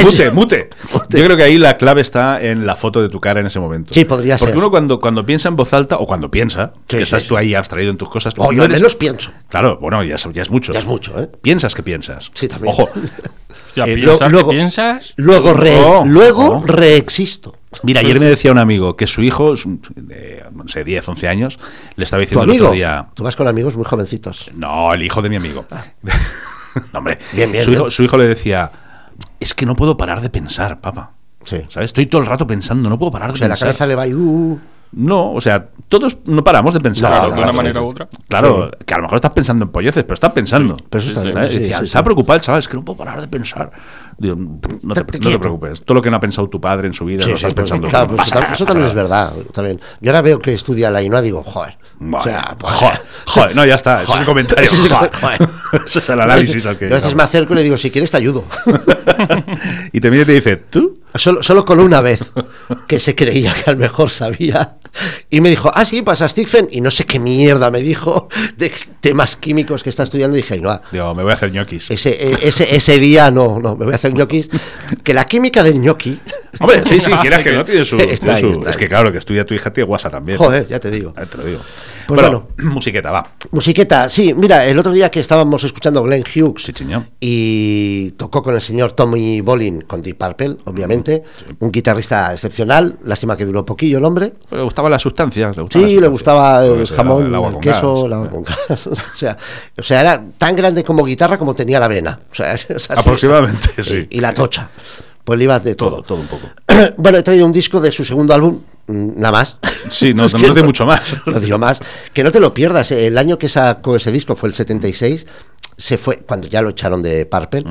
[SPEAKER 2] Mute, mute. Yo creo que ahí la clave está en la foto de tu cara en ese momento.
[SPEAKER 1] Sí, podría
[SPEAKER 2] Porque
[SPEAKER 1] ser.
[SPEAKER 2] uno cuando, cuando piensa en voz alta, o cuando piensa,
[SPEAKER 1] Sí,
[SPEAKER 2] que estás
[SPEAKER 1] sí,
[SPEAKER 2] tú ahí abstraído en tus cosas.
[SPEAKER 1] O
[SPEAKER 2] Pues no
[SPEAKER 1] yo al
[SPEAKER 2] eres-
[SPEAKER 1] menos pienso.
[SPEAKER 2] Claro, bueno, ya es, ya es mucho.
[SPEAKER 1] Ya es mucho, ¿eh?
[SPEAKER 2] Piensas que piensas.
[SPEAKER 1] Sí, también.
[SPEAKER 2] Ojo,
[SPEAKER 3] Hostia,
[SPEAKER 2] Eh,
[SPEAKER 3] piensas,
[SPEAKER 1] lo-
[SPEAKER 3] que
[SPEAKER 1] luego-
[SPEAKER 3] piensas?
[SPEAKER 1] Luego, re-
[SPEAKER 2] No,
[SPEAKER 1] luego
[SPEAKER 2] no.
[SPEAKER 1] reexisto.
[SPEAKER 2] Mira, ayer me decía un amigo que su hijo, es un- de, no sé, 10, 11 años, le estaba
[SPEAKER 1] Tu
[SPEAKER 2] diciendo el
[SPEAKER 1] amigo.
[SPEAKER 2] otro día.
[SPEAKER 1] Tú vas con amigos muy jovencitos.
[SPEAKER 2] No, el hijo de mi amigo. no, hombre.
[SPEAKER 1] Bien, bien,
[SPEAKER 2] su,
[SPEAKER 1] bien.
[SPEAKER 2] Hijo, su hijo le decía: Es que no puedo parar de pensar, papá.
[SPEAKER 1] Sí.
[SPEAKER 2] ¿Sabes? Estoy todo el rato pensando, no puedo parar de
[SPEAKER 1] O sea, la
[SPEAKER 2] pensar.
[SPEAKER 1] cabeza le va y. uh,
[SPEAKER 2] No, o sea, todos no paramos de pensar.
[SPEAKER 1] No,
[SPEAKER 3] Claro,
[SPEAKER 1] no,
[SPEAKER 3] de una
[SPEAKER 1] sí,
[SPEAKER 3] manera
[SPEAKER 1] sí.
[SPEAKER 3] u otra.
[SPEAKER 2] Claro, que a lo mejor estás pensando en polleces, pero estás pensando.
[SPEAKER 1] pero eso está
[SPEAKER 3] Sí,
[SPEAKER 1] bien.
[SPEAKER 2] ¿Sabes?
[SPEAKER 1] sí,
[SPEAKER 2] Decía,
[SPEAKER 1] sí, sí.
[SPEAKER 2] estaba preocupado el chaval, es que no puedo parar de pensar. Digo, no, te, no te
[SPEAKER 1] quieto.
[SPEAKER 2] preocupes, todo lo que no ha pensado tu padre en su vida
[SPEAKER 1] Sí,
[SPEAKER 2] lo
[SPEAKER 1] sí,
[SPEAKER 2] estás
[SPEAKER 1] pues,
[SPEAKER 2] pensando.
[SPEAKER 1] claro,
[SPEAKER 2] tú.
[SPEAKER 1] pues, eso, tam- eso también es verdad. También. Yo ahora veo que estudia la INOA digo, joder.
[SPEAKER 2] Vale.
[SPEAKER 1] O sea, pues,
[SPEAKER 2] joder, joder, no, ya está, ese es
[SPEAKER 1] Joder.
[SPEAKER 2] el comentario.
[SPEAKER 1] Ese es el-
[SPEAKER 2] joder.
[SPEAKER 1] joder.
[SPEAKER 2] Ese es el análisis al que.
[SPEAKER 1] Yo a veces me acerco y le digo, si quieres te ayudo.
[SPEAKER 2] Y te mira y te dice, ¿tú?
[SPEAKER 1] Solo, solo con una vez que se creía que a lo mejor sabía. Y me dijo, ah, sí, pasa Stephen. Y no sé qué mierda me dijo de temas químicos que está estudiando. Y dije, no, ah,
[SPEAKER 2] Digo, me voy a hacer ñoquis.
[SPEAKER 1] ese, eh, ese, ese día no, no, me voy a hacer ñoquis. Que la química del ñoqui,
[SPEAKER 2] Hombre, sí, sí, quieras que no, tiene su.
[SPEAKER 1] Está
[SPEAKER 2] tiene
[SPEAKER 1] ahí,
[SPEAKER 2] su-
[SPEAKER 1] está
[SPEAKER 2] es
[SPEAKER 1] ahí.
[SPEAKER 2] que claro, que estudia tu hija, tiene guasa también.
[SPEAKER 1] joder, ya te digo.
[SPEAKER 2] Eh, Te lo digo.
[SPEAKER 1] Pues
[SPEAKER 2] Bueno, musiqueta, va.
[SPEAKER 1] Musiqueta, sí, mira, el otro día que estábamos escuchando Glenn Hughes
[SPEAKER 2] Sí, señor.
[SPEAKER 1] y tocó con el señor Tommy Bolin con Deep Purple, obviamente, un guitarrista excepcional, lástima que duró poquillo el hombre,
[SPEAKER 2] Pues Le gustaban las sustancias. Le gustaban
[SPEAKER 1] Sí,
[SPEAKER 2] las
[SPEAKER 1] le
[SPEAKER 2] sustancias.
[SPEAKER 1] gustaba
[SPEAKER 2] Lo que
[SPEAKER 1] el
[SPEAKER 2] sea,
[SPEAKER 1] jamón,
[SPEAKER 2] agua
[SPEAKER 1] el
[SPEAKER 2] con
[SPEAKER 1] queso,
[SPEAKER 2] gas. eh,
[SPEAKER 1] el agua con gas. O sea, o sea, era tan grande como guitarra como tenía la vena. O sea, es así.
[SPEAKER 2] Aproximadamente, sí.
[SPEAKER 1] Y, y la tocha. Pues le iba de todo.
[SPEAKER 2] Todo, todo un poco.
[SPEAKER 1] bueno, he traído un disco de su segundo álbum, mm, nada más.
[SPEAKER 2] Sí, no,
[SPEAKER 1] Es
[SPEAKER 2] no
[SPEAKER 1] que
[SPEAKER 2] tiene mucho más.
[SPEAKER 1] No digo más. Que no te lo pierdas. eh, El año que sacó ese disco fue el 76. Se fue, cuando ya lo echaron de Purple,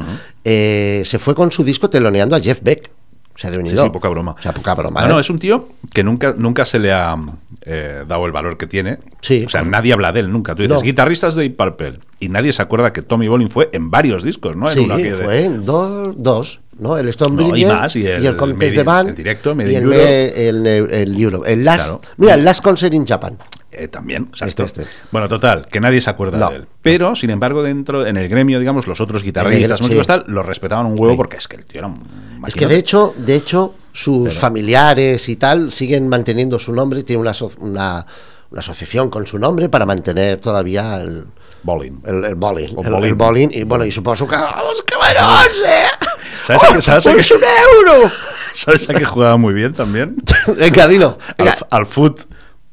[SPEAKER 1] eh, se fue con su disco teloneando a Jeff Beck. O sea, de
[SPEAKER 2] Sí,
[SPEAKER 1] venido.
[SPEAKER 2] sí, poca broma.
[SPEAKER 1] O sea, poca broma.
[SPEAKER 2] No,
[SPEAKER 1] ¿eh?
[SPEAKER 2] no, es un tío que nunca, nunca se le ha eh, dado el valor que tiene.
[SPEAKER 1] Sí.
[SPEAKER 2] o sea, nadie habla de él nunca. Tú dices,
[SPEAKER 1] No.
[SPEAKER 2] guitarristas de Deep Purple. Y nadie se acuerda que Tommy Bolin fue en varios discos, ¿no? En
[SPEAKER 1] Sí,
[SPEAKER 2] uno aquello de-
[SPEAKER 1] fue en dos, dos, ¿no? El Stone
[SPEAKER 2] No, y
[SPEAKER 1] Bridge
[SPEAKER 2] más, y el
[SPEAKER 1] Contest
[SPEAKER 2] Made
[SPEAKER 1] de
[SPEAKER 2] in-
[SPEAKER 1] Van.
[SPEAKER 2] el directo, Made
[SPEAKER 1] y
[SPEAKER 2] in
[SPEAKER 1] el,
[SPEAKER 2] Europe.
[SPEAKER 1] me- el, el- el Europe. El last,
[SPEAKER 2] Claro.
[SPEAKER 1] Mira, el Last Concert in Japan.
[SPEAKER 2] Eh, también, exacto.
[SPEAKER 1] Este, este.
[SPEAKER 2] Bueno, total, que nadie se acuerda
[SPEAKER 1] No.
[SPEAKER 2] de él. Pero, sin embargo, dentro, en el gremio, digamos, los otros guitarristas,
[SPEAKER 1] sí.
[SPEAKER 2] músicos tal, lo respetaban un huevo
[SPEAKER 1] Sí.
[SPEAKER 2] porque es que el tío era un
[SPEAKER 1] Es que de hecho, de hecho sus familiares y tal siguen manteniendo su nombre, tiene una, aso- una, una asociación con su nombre para mantener todavía el,
[SPEAKER 2] Bolin.
[SPEAKER 1] el, el bowling.
[SPEAKER 2] O
[SPEAKER 1] el, el
[SPEAKER 2] bowling.
[SPEAKER 1] bowling, Y bueno, y supongo su ca- ¡Vamos, cabrón! eh!
[SPEAKER 2] ¿Sabes a qué- sabes a
[SPEAKER 1] ¡Oh,
[SPEAKER 2] qué-
[SPEAKER 1] ¡Es un euro!
[SPEAKER 2] ¿Sabes a qué jugaba muy bien también?
[SPEAKER 1] Venga, dilo.
[SPEAKER 2] al,
[SPEAKER 1] Venga.
[SPEAKER 2] al foot.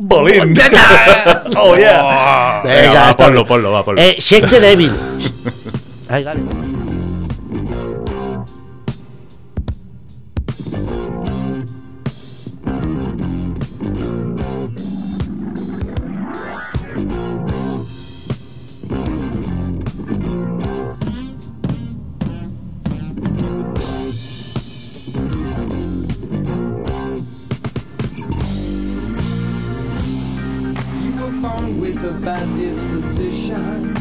[SPEAKER 2] Bolin.
[SPEAKER 1] Venga.
[SPEAKER 2] oh, yeah.
[SPEAKER 1] Venga,
[SPEAKER 2] Venga, va,
[SPEAKER 1] está
[SPEAKER 2] ponlo,
[SPEAKER 1] bien.
[SPEAKER 2] ponlo, va, ponlo.
[SPEAKER 1] Eh, shake the Devil. Ay, dale.
[SPEAKER 4] You were born with a bad disposition.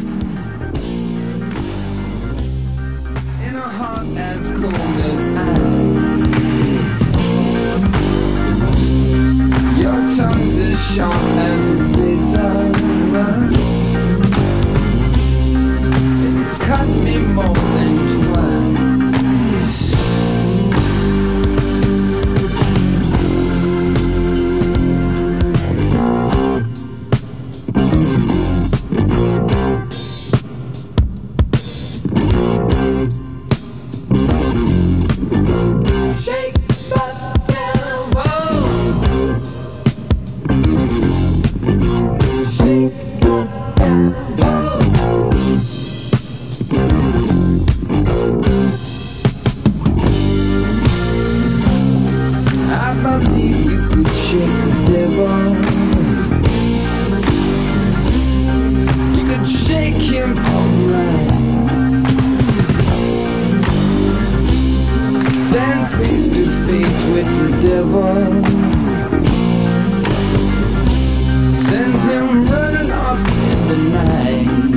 [SPEAKER 4] shone as a razor. And it's cut me more than twice. Shake, but down, roll. Shake, but down, roll. I believe you could shake the devil. You could shake him alright. Stand face to face with the devil. Send him running off in the night.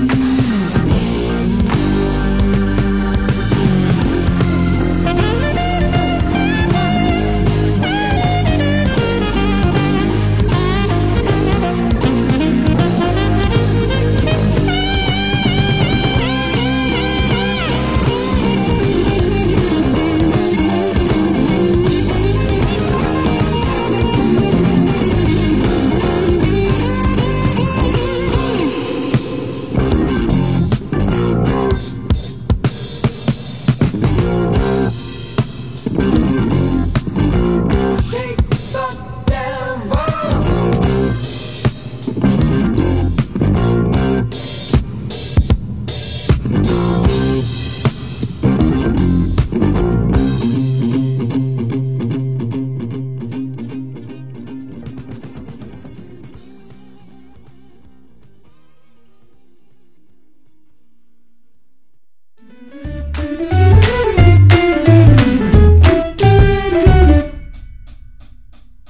[SPEAKER 4] Shake the devil.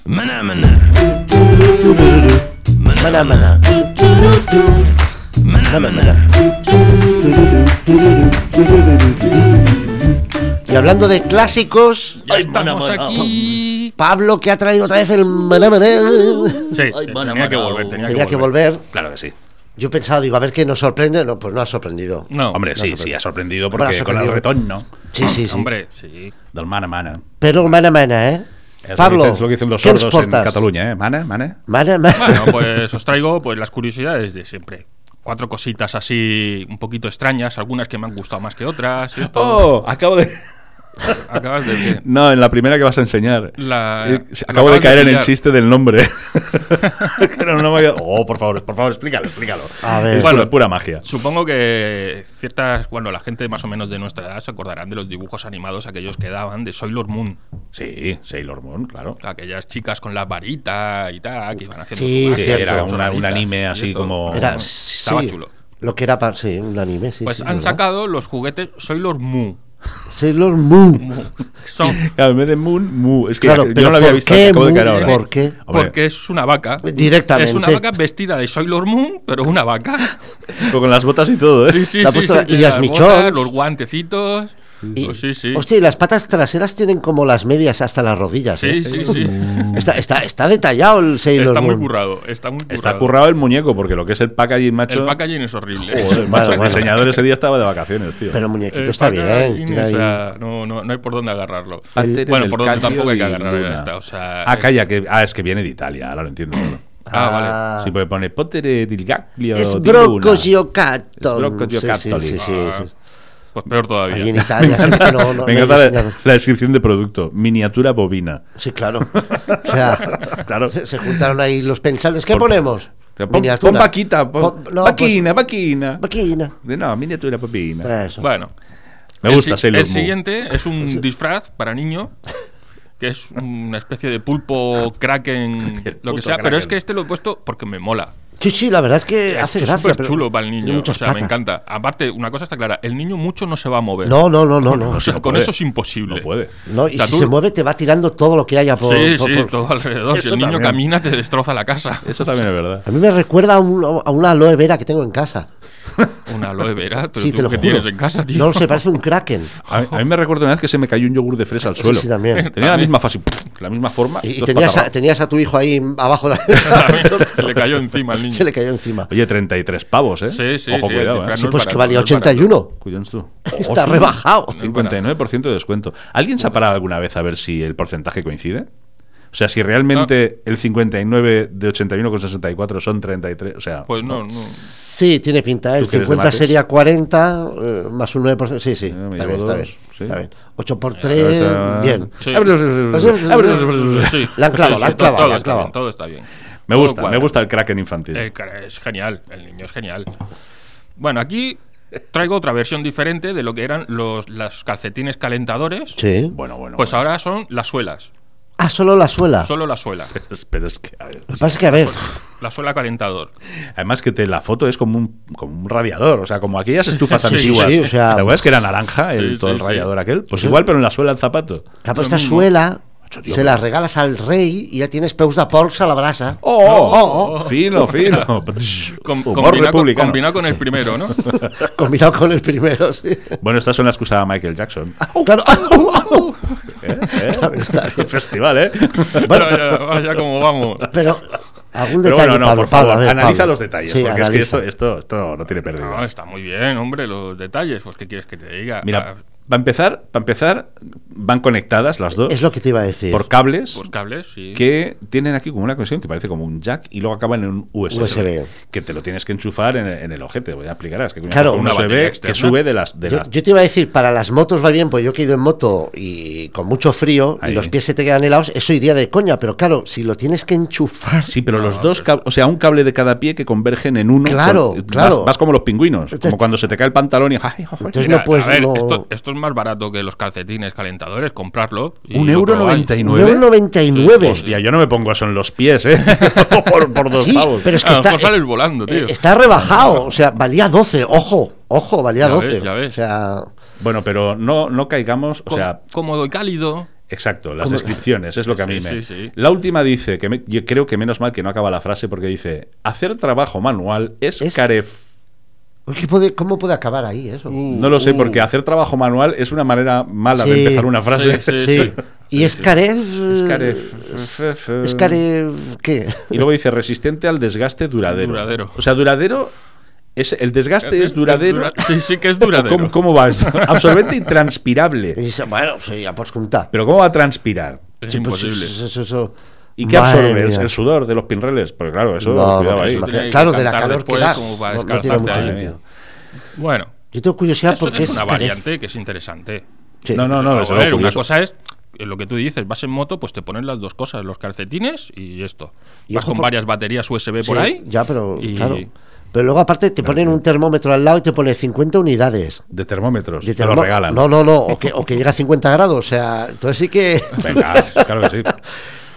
[SPEAKER 5] Maná, maná,
[SPEAKER 1] Maná, maná.
[SPEAKER 5] maná,
[SPEAKER 1] Maná,
[SPEAKER 5] maná.
[SPEAKER 1] maná. Y hablando de clásicos,
[SPEAKER 3] Ya
[SPEAKER 5] Ay,
[SPEAKER 3] estamos
[SPEAKER 5] maná, maná.
[SPEAKER 3] aquí.
[SPEAKER 1] Pablo que ha traído otra vez el maná, maná.
[SPEAKER 3] Sí,
[SPEAKER 5] Ay, maná,
[SPEAKER 3] tenía que
[SPEAKER 5] maná.
[SPEAKER 3] volver, tenía,
[SPEAKER 1] Tenía que volver.
[SPEAKER 2] Claro que sí.
[SPEAKER 1] Yo pensaba, digo, a ver qué nos sorprende. No, pues no ha sorprendido.
[SPEAKER 3] No,
[SPEAKER 2] Hombre,
[SPEAKER 3] no
[SPEAKER 2] sí,
[SPEAKER 3] se
[SPEAKER 2] sí,
[SPEAKER 3] preocupe.
[SPEAKER 2] ha sorprendido
[SPEAKER 1] Hombre, ha
[SPEAKER 2] porque con el
[SPEAKER 1] sorprendido.
[SPEAKER 2] retorno
[SPEAKER 1] Sí, sí, sí.
[SPEAKER 3] Hombre, sí.
[SPEAKER 2] del mana, mana.
[SPEAKER 1] Pero mana, mana, ¿eh?
[SPEAKER 2] Es
[SPEAKER 1] Pablo,
[SPEAKER 2] lo que dicen, es lo que dicen los
[SPEAKER 1] ¿qué nos
[SPEAKER 2] sordos en
[SPEAKER 1] portas?
[SPEAKER 2] Cataluña, ¿eh? Mana, mana.
[SPEAKER 1] Mana, mana.
[SPEAKER 3] Bueno, pues os traigo pues las curiosidades de siempre. Cuatro cositas así un poquito extrañas, algunas que me han gustado más que otras. y esto-
[SPEAKER 2] Oh, acabo de.
[SPEAKER 3] Acabas de que-
[SPEAKER 2] No, en la primera que vas a enseñar.
[SPEAKER 3] La-
[SPEAKER 2] Eh,
[SPEAKER 3] lo
[SPEAKER 2] Acabo de
[SPEAKER 3] acabas de
[SPEAKER 2] caer en el
[SPEAKER 3] pillar.
[SPEAKER 2] chiste del nombre. Que no- no me ha quedado- Oh, por favor, por favor, explícalo, explícalo.
[SPEAKER 1] A ver.
[SPEAKER 2] Es
[SPEAKER 3] Bueno.
[SPEAKER 2] pura, pura magia.
[SPEAKER 3] Supongo que ciertas, bueno, la gente más o menos de nuestra edad se acordarán de los dibujos animados aquellos que daban de Sailor Moon,
[SPEAKER 2] Sí, Sailor Moon, claro.
[SPEAKER 3] aquellas chicas con la varita y tal, que iban haciendo
[SPEAKER 1] Sí,
[SPEAKER 3] su-
[SPEAKER 2] Sí,
[SPEAKER 1] cierto.
[SPEAKER 2] era una- un
[SPEAKER 3] varita y
[SPEAKER 2] anime así
[SPEAKER 3] esto.
[SPEAKER 2] como.
[SPEAKER 1] Era,
[SPEAKER 3] Estaba
[SPEAKER 1] sí,
[SPEAKER 3] chulo.
[SPEAKER 1] Lo que era para, sí, un anime, sí.
[SPEAKER 3] Pues
[SPEAKER 1] sí,
[SPEAKER 3] han
[SPEAKER 1] ¿verdad?
[SPEAKER 3] sacado los juguetes Sailor Moon.
[SPEAKER 1] Sailor Moon.
[SPEAKER 3] Son
[SPEAKER 2] Claro, en vez de Moon, Mu. Es que
[SPEAKER 1] Claro,
[SPEAKER 2] yo
[SPEAKER 1] pero
[SPEAKER 2] no lo había
[SPEAKER 1] ¿por
[SPEAKER 2] visto.
[SPEAKER 1] qué
[SPEAKER 2] acabo de caer
[SPEAKER 1] Mu?
[SPEAKER 2] ahora.
[SPEAKER 1] ¿Por qué?
[SPEAKER 2] Hombre,
[SPEAKER 3] porque es una vaca.
[SPEAKER 1] Directamente.
[SPEAKER 3] Es una vaca vestida de Sailor Moon, pero una vaca.
[SPEAKER 2] Con las botas y todo, ¿eh?
[SPEAKER 3] Sí, sí,
[SPEAKER 1] Le ha
[SPEAKER 3] sí,
[SPEAKER 1] puesto
[SPEAKER 3] sí,
[SPEAKER 1] la-
[SPEAKER 3] sí,
[SPEAKER 1] y las michons.
[SPEAKER 3] los guantecitos.
[SPEAKER 1] Y-
[SPEAKER 3] Pues sí, sí.
[SPEAKER 1] Hostia, y las patas traseras tienen como las medias hasta las rodillas. ¿eh?
[SPEAKER 3] sí, sí, sí.
[SPEAKER 1] Está, está, está detallado el Sailor
[SPEAKER 3] Está muy
[SPEAKER 1] Moon.
[SPEAKER 3] currado, está muy currado.
[SPEAKER 2] Está currado el muñeco, porque lo que es el packaging, macho.
[SPEAKER 3] El packaging es horrible.
[SPEAKER 2] Joder, macho, el
[SPEAKER 1] Bueno, bueno.
[SPEAKER 2] diseñador ese día estaba de vacaciones, tío.
[SPEAKER 1] Pero el
[SPEAKER 3] El
[SPEAKER 1] muñequito está
[SPEAKER 3] packaging,
[SPEAKER 1] bien. tira
[SPEAKER 3] o
[SPEAKER 1] ahí.
[SPEAKER 3] sea, no, no, no hay por dónde agarrarlo.
[SPEAKER 2] Antes
[SPEAKER 3] bueno,
[SPEAKER 2] del
[SPEAKER 3] por dónde
[SPEAKER 2] Casio
[SPEAKER 3] tampoco hay que
[SPEAKER 2] y
[SPEAKER 3] agarrar
[SPEAKER 2] Luna.
[SPEAKER 3] esta, o sea,
[SPEAKER 2] ah,
[SPEAKER 3] eh,
[SPEAKER 2] calla, que. Ah, es que viene de Italia, ahora lo entiendo. claro.
[SPEAKER 3] Ah, vale.
[SPEAKER 1] Ah.
[SPEAKER 2] Sí, porque pone Potere del Gaglio.
[SPEAKER 1] Es
[SPEAKER 2] di
[SPEAKER 1] Brocco
[SPEAKER 2] Luna".
[SPEAKER 1] Giocatto.
[SPEAKER 2] Es Brocco
[SPEAKER 1] Sí, sí,
[SPEAKER 2] Giocattoli.
[SPEAKER 1] sí, sí, sí.
[SPEAKER 3] Pues peor todavía.
[SPEAKER 1] Ahí en Italia. sí, no, no,
[SPEAKER 2] Me
[SPEAKER 1] no hay
[SPEAKER 2] encanta la,
[SPEAKER 1] diseñador.
[SPEAKER 2] la descripción de producto. Miniatura bovina.
[SPEAKER 1] Sí, claro. O sea,
[SPEAKER 2] Claro.
[SPEAKER 1] se, se juntaron ahí los pensantes. ¿Qué
[SPEAKER 2] Por-
[SPEAKER 1] ponemos?
[SPEAKER 2] Pon,
[SPEAKER 1] Miniatura.
[SPEAKER 2] pon vaquita, pon,
[SPEAKER 1] Pon- no,
[SPEAKER 2] vaquina, vaquina.
[SPEAKER 1] pues, Eh. vaquina.
[SPEAKER 2] No, miniatura bovina.
[SPEAKER 1] Eso.
[SPEAKER 3] Bueno.
[SPEAKER 2] Me
[SPEAKER 3] el
[SPEAKER 2] gusta
[SPEAKER 3] si-
[SPEAKER 2] Sailor
[SPEAKER 3] El
[SPEAKER 2] Moon.
[SPEAKER 3] siguiente es un disfraz para niño, que es una especie de pulpo,
[SPEAKER 2] El
[SPEAKER 3] kraken, lo
[SPEAKER 2] puto
[SPEAKER 3] que sea. Pero es
[SPEAKER 2] kraken.
[SPEAKER 3] que este lo he puesto porque me mola.
[SPEAKER 1] Sí, sí, la verdad es que hace
[SPEAKER 3] es
[SPEAKER 1] gracia.
[SPEAKER 3] súper
[SPEAKER 1] pero
[SPEAKER 3] chulo para el
[SPEAKER 1] tiene
[SPEAKER 3] niño, o
[SPEAKER 1] muchas
[SPEAKER 3] sea, me
[SPEAKER 1] patas.
[SPEAKER 3] encanta. Aparte, una cosa está clara, el niño mucho no se va a mover.
[SPEAKER 1] No, no, no, no. no.
[SPEAKER 3] o sea,
[SPEAKER 2] no
[SPEAKER 3] con
[SPEAKER 2] puede.
[SPEAKER 3] eso es imposible.
[SPEAKER 2] No puede.
[SPEAKER 1] No, y
[SPEAKER 3] O sea,
[SPEAKER 1] si
[SPEAKER 3] tú-
[SPEAKER 1] se mueve te va tirando todo lo que haya por...
[SPEAKER 3] sí,
[SPEAKER 1] por-
[SPEAKER 3] sí,
[SPEAKER 1] por-
[SPEAKER 3] todo alrededor. Si
[SPEAKER 2] Eso
[SPEAKER 3] el niño
[SPEAKER 2] también.
[SPEAKER 3] camina, te destroza la casa.
[SPEAKER 2] Eso también es verdad.
[SPEAKER 1] A mí me recuerda a, un- a una aloe vera que tengo en casa.
[SPEAKER 3] una aloe vera, pero
[SPEAKER 1] sí,
[SPEAKER 3] tú
[SPEAKER 1] te lo
[SPEAKER 3] que
[SPEAKER 1] juro.
[SPEAKER 3] tienes en casa, tío.
[SPEAKER 1] No se parece un kraken.
[SPEAKER 2] A, a mí me recuerda una vez que se me cayó un yogur de fresa al suelo.
[SPEAKER 1] sí, también.
[SPEAKER 2] Tenía la misma fase, la misma forma.
[SPEAKER 1] Y, y
[SPEAKER 2] dos
[SPEAKER 1] tenías,
[SPEAKER 2] patas
[SPEAKER 1] a, tenías a tu hijo ahí abajo de
[SPEAKER 3] Se le cayó encima al niño.
[SPEAKER 1] Se le cayó encima.
[SPEAKER 2] Oye, 33 pavos, ¿eh?
[SPEAKER 3] Sí, sí,
[SPEAKER 2] Ojo,
[SPEAKER 3] sí, el
[SPEAKER 2] cuidado, ¿eh?
[SPEAKER 3] disfraz
[SPEAKER 1] Sí,
[SPEAKER 3] es
[SPEAKER 1] pues
[SPEAKER 3] barato,
[SPEAKER 1] que valía
[SPEAKER 3] no es barato.
[SPEAKER 1] 81.
[SPEAKER 2] Cuidaos tú.
[SPEAKER 1] Está
[SPEAKER 2] Ojo,
[SPEAKER 1] rebajado.
[SPEAKER 2] 59% de descuento. ¿Alguien se ha parado alguna vez a ver si el porcentaje coincide? O sea, si realmente el 59 de 81,64 son 33, o sea...
[SPEAKER 3] Pues no, no.
[SPEAKER 1] Sí, tiene pinta. ¿eh? El
[SPEAKER 2] ¿Tú que eres de
[SPEAKER 1] 50
[SPEAKER 2] mates?
[SPEAKER 1] sería 40 eh, más un 9%. Sí, sí.
[SPEAKER 2] Eh, me
[SPEAKER 1] Está
[SPEAKER 2] llevo
[SPEAKER 1] bien, está
[SPEAKER 2] dos,
[SPEAKER 1] bien,
[SPEAKER 2] sí.
[SPEAKER 1] está bien. 8 por
[SPEAKER 2] o
[SPEAKER 1] 3,
[SPEAKER 2] sea,
[SPEAKER 1] Eh, bien.
[SPEAKER 3] Sí.
[SPEAKER 1] Sí. La han clavado, la han clavado,
[SPEAKER 3] todo- todo
[SPEAKER 1] la han
[SPEAKER 3] está bien,
[SPEAKER 1] clavado.
[SPEAKER 3] Todo está bien.
[SPEAKER 2] Me
[SPEAKER 3] Todo
[SPEAKER 2] gusta, me
[SPEAKER 3] cuadra.
[SPEAKER 2] gusta el Kraken infantil.
[SPEAKER 3] Eh, cara, es genial, el niño es genial. Bueno, aquí traigo otra versión diferente de lo que eran los las calcetines calentadores.
[SPEAKER 1] Sí.
[SPEAKER 2] Bueno, bueno.
[SPEAKER 3] Pues
[SPEAKER 2] bueno.
[SPEAKER 3] ahora son las suelas,
[SPEAKER 1] Ah, solo la suela.
[SPEAKER 3] solo la suela,
[SPEAKER 2] Pero es que, a ver,
[SPEAKER 1] Lo que pasa es que, a ver,
[SPEAKER 3] la suela calentador.
[SPEAKER 2] Además que te, la foto es como un, como un radiador, o sea, como aquellas estufas
[SPEAKER 3] Sí,
[SPEAKER 2] antiguas.
[SPEAKER 1] sí, o sea-
[SPEAKER 2] ¿Te acuerdas que era naranja el,
[SPEAKER 3] Sí,
[SPEAKER 2] todo el
[SPEAKER 3] sí,
[SPEAKER 2] radiador
[SPEAKER 3] sí.
[SPEAKER 2] aquel? Pues
[SPEAKER 1] Sí.
[SPEAKER 2] igual, pero en la suela del zapato.
[SPEAKER 1] claro,
[SPEAKER 3] Lo
[SPEAKER 1] esta
[SPEAKER 3] mismo.
[SPEAKER 1] suela
[SPEAKER 2] Macho, tío,
[SPEAKER 1] se la regalas al rey y ya tienes peus de porcs a la brasa.
[SPEAKER 2] ¡Oh! oh,
[SPEAKER 1] Oh,
[SPEAKER 2] oh. fino, fino!
[SPEAKER 3] Com-
[SPEAKER 2] Humor
[SPEAKER 3] combinado, con,
[SPEAKER 2] republicano.
[SPEAKER 3] combinado con el primero, ¿no?
[SPEAKER 1] Combinado con el primero, sí.
[SPEAKER 2] Bueno, estas son las que usaba Michael Jackson.
[SPEAKER 1] Claro.
[SPEAKER 2] ¿Eh? ¿Eh? Festival, ¿eh?
[SPEAKER 3] Vaya, vaya como vamos.
[SPEAKER 1] Pero algún
[SPEAKER 2] Pero
[SPEAKER 1] detalle,
[SPEAKER 2] bueno, no,
[SPEAKER 1] Pablo,
[SPEAKER 2] por favor,
[SPEAKER 1] Pablo, a ver,
[SPEAKER 2] analiza
[SPEAKER 1] Pablo.
[SPEAKER 2] los detalles,
[SPEAKER 1] Sí,
[SPEAKER 2] porque es que
[SPEAKER 1] analiza.
[SPEAKER 2] esto, esto, esto no tiene pérdida.
[SPEAKER 3] No, está muy bien, hombre, los detalles, pues qué quieres que te diga.
[SPEAKER 2] Mira,
[SPEAKER 3] Ah,
[SPEAKER 2] para empezar, para empezar, van conectadas las dos
[SPEAKER 1] Es lo que te iba a decir.
[SPEAKER 2] por cables.
[SPEAKER 3] pues cables, sí.
[SPEAKER 2] que tienen aquí como una conexión que parece como un jack y luego acaban en un USB.
[SPEAKER 1] USB.
[SPEAKER 2] Que te lo tienes que enchufar en, en el ojete, voy a aplicarás. Que coño,
[SPEAKER 1] Claro.
[SPEAKER 2] con un
[SPEAKER 1] Una
[SPEAKER 3] batería
[SPEAKER 2] USB que
[SPEAKER 3] externa.
[SPEAKER 2] sube de las. De
[SPEAKER 1] Yo,
[SPEAKER 2] las-
[SPEAKER 1] yo te iba a decir, para las motos va bien, pues yo que he ido en moto y con mucho frío
[SPEAKER 2] Ahí.
[SPEAKER 1] y los pies se te quedan helados, eso iría de coña, pero claro, si lo tienes que enchufar,
[SPEAKER 2] Sí, pero los dos, cab- o sea, un cable de cada pie que convergen en uno.
[SPEAKER 1] Claro,
[SPEAKER 2] vas-
[SPEAKER 1] claro.
[SPEAKER 2] Vas, como los pingüinos,
[SPEAKER 1] Entonces-
[SPEAKER 2] como cuando se te cae el pantalón y. ¡ay, joder!
[SPEAKER 1] entonces
[SPEAKER 3] Mira,
[SPEAKER 1] no puedes...
[SPEAKER 3] a ver,
[SPEAKER 1] no-
[SPEAKER 3] esto, esto es más barato que los calcetines calentadores, comprarlo. y
[SPEAKER 2] Un
[SPEAKER 3] lo
[SPEAKER 2] euro
[SPEAKER 3] probáis.
[SPEAKER 2] noventa y
[SPEAKER 1] Un
[SPEAKER 2] nueve.
[SPEAKER 1] euro 99.
[SPEAKER 2] Hostia, yo no me pongo eso en los pies, ¿eh? por, por dos
[SPEAKER 1] Sí,
[SPEAKER 2] pavos.
[SPEAKER 1] pero es que
[SPEAKER 3] A lo
[SPEAKER 1] está,
[SPEAKER 3] mejor
[SPEAKER 1] es-
[SPEAKER 3] sales volando, tío.
[SPEAKER 1] eh, está rebajado, o sea, valía 12, ojo, ojo, valía
[SPEAKER 3] Ya
[SPEAKER 1] 12.
[SPEAKER 3] ves, ya ves.
[SPEAKER 1] O sea,
[SPEAKER 2] Bueno, pero no, no caigamos, o
[SPEAKER 3] Com-
[SPEAKER 2] sea.
[SPEAKER 3] cómodo y cálido.
[SPEAKER 2] Exacto, las
[SPEAKER 1] Como-
[SPEAKER 2] descripciones, es lo que a mí
[SPEAKER 3] Sí,
[SPEAKER 2] me...
[SPEAKER 3] sí, sí.
[SPEAKER 2] La última dice, que me- yo creo que menos mal que no acaba la frase porque dice, hacer trabajo manual es,
[SPEAKER 1] Es-
[SPEAKER 2] caref...
[SPEAKER 1] uy, ¿qué puede- ¿cómo puede acabar ahí eso?
[SPEAKER 2] No lo sé,
[SPEAKER 3] uh.
[SPEAKER 2] porque hacer trabajo manual es una manera mala de
[SPEAKER 1] Sí.
[SPEAKER 2] empezar una frase.
[SPEAKER 3] Sí, sí.
[SPEAKER 1] sí. Y es carez...
[SPEAKER 2] Es
[SPEAKER 1] Es
[SPEAKER 2] caref...
[SPEAKER 1] Es carez... ¿Qué?
[SPEAKER 2] Y luego dice, resistente al desgaste duradero.
[SPEAKER 3] Duradero.
[SPEAKER 2] O sea, duradero... Es, el desgaste es duradero.
[SPEAKER 3] dura- sí, sí que es duradero.
[SPEAKER 2] ¿Cómo, cómo va esto? Absorbente y transpirable.
[SPEAKER 1] Y dice, bueno, pues, sí, ya pots contar.
[SPEAKER 2] Pero ¿cómo va a transpirar?
[SPEAKER 3] Es
[SPEAKER 1] Sí, pues,
[SPEAKER 3] imposible.
[SPEAKER 1] eso- eso- eso-
[SPEAKER 2] ¿Y qué
[SPEAKER 1] Madre
[SPEAKER 2] absorbe? ¿El,
[SPEAKER 1] mía.
[SPEAKER 2] el sudor de los pinreles? Porque claro, eso...
[SPEAKER 1] No,
[SPEAKER 2] cuidado
[SPEAKER 1] porque
[SPEAKER 2] ahí.
[SPEAKER 1] eso
[SPEAKER 3] Tiene que
[SPEAKER 1] Claro, de la
[SPEAKER 3] cantar
[SPEAKER 1] calor que
[SPEAKER 3] después
[SPEAKER 1] da.
[SPEAKER 3] como para
[SPEAKER 1] No, no tiene
[SPEAKER 3] escalfarte
[SPEAKER 1] mucho
[SPEAKER 3] ahí.
[SPEAKER 1] sentido.
[SPEAKER 3] Bueno,
[SPEAKER 1] Yo tengo curiosidad
[SPEAKER 3] eso
[SPEAKER 1] porque
[SPEAKER 3] es una
[SPEAKER 1] carez.
[SPEAKER 3] variante que es interesante.
[SPEAKER 1] Sí.
[SPEAKER 2] No, no, no,
[SPEAKER 3] a
[SPEAKER 2] desde
[SPEAKER 3] ver,
[SPEAKER 2] luego,
[SPEAKER 3] una
[SPEAKER 2] curioso.
[SPEAKER 3] cosa es eh, lo que tú dices, vas en moto, pues te ponen las dos cosas, los calcetines y esto.
[SPEAKER 1] Y
[SPEAKER 3] vas
[SPEAKER 1] ojo
[SPEAKER 3] con
[SPEAKER 1] por-
[SPEAKER 3] varias baterías USB
[SPEAKER 1] Sí,
[SPEAKER 3] por ahí.
[SPEAKER 1] Ya, pero
[SPEAKER 3] y-
[SPEAKER 1] claro. Pero luego aparte te ponen un termómetro al lado y te pone 50 unidades.
[SPEAKER 2] De termómetros.
[SPEAKER 1] De
[SPEAKER 2] Pues Te lo
[SPEAKER 1] termó-
[SPEAKER 2] regalan.
[SPEAKER 1] No, no, no. O que, o que llega a 50 grados. O sea, entonces sí que...
[SPEAKER 2] Venga, claro que sí.
[SPEAKER 1] Ay,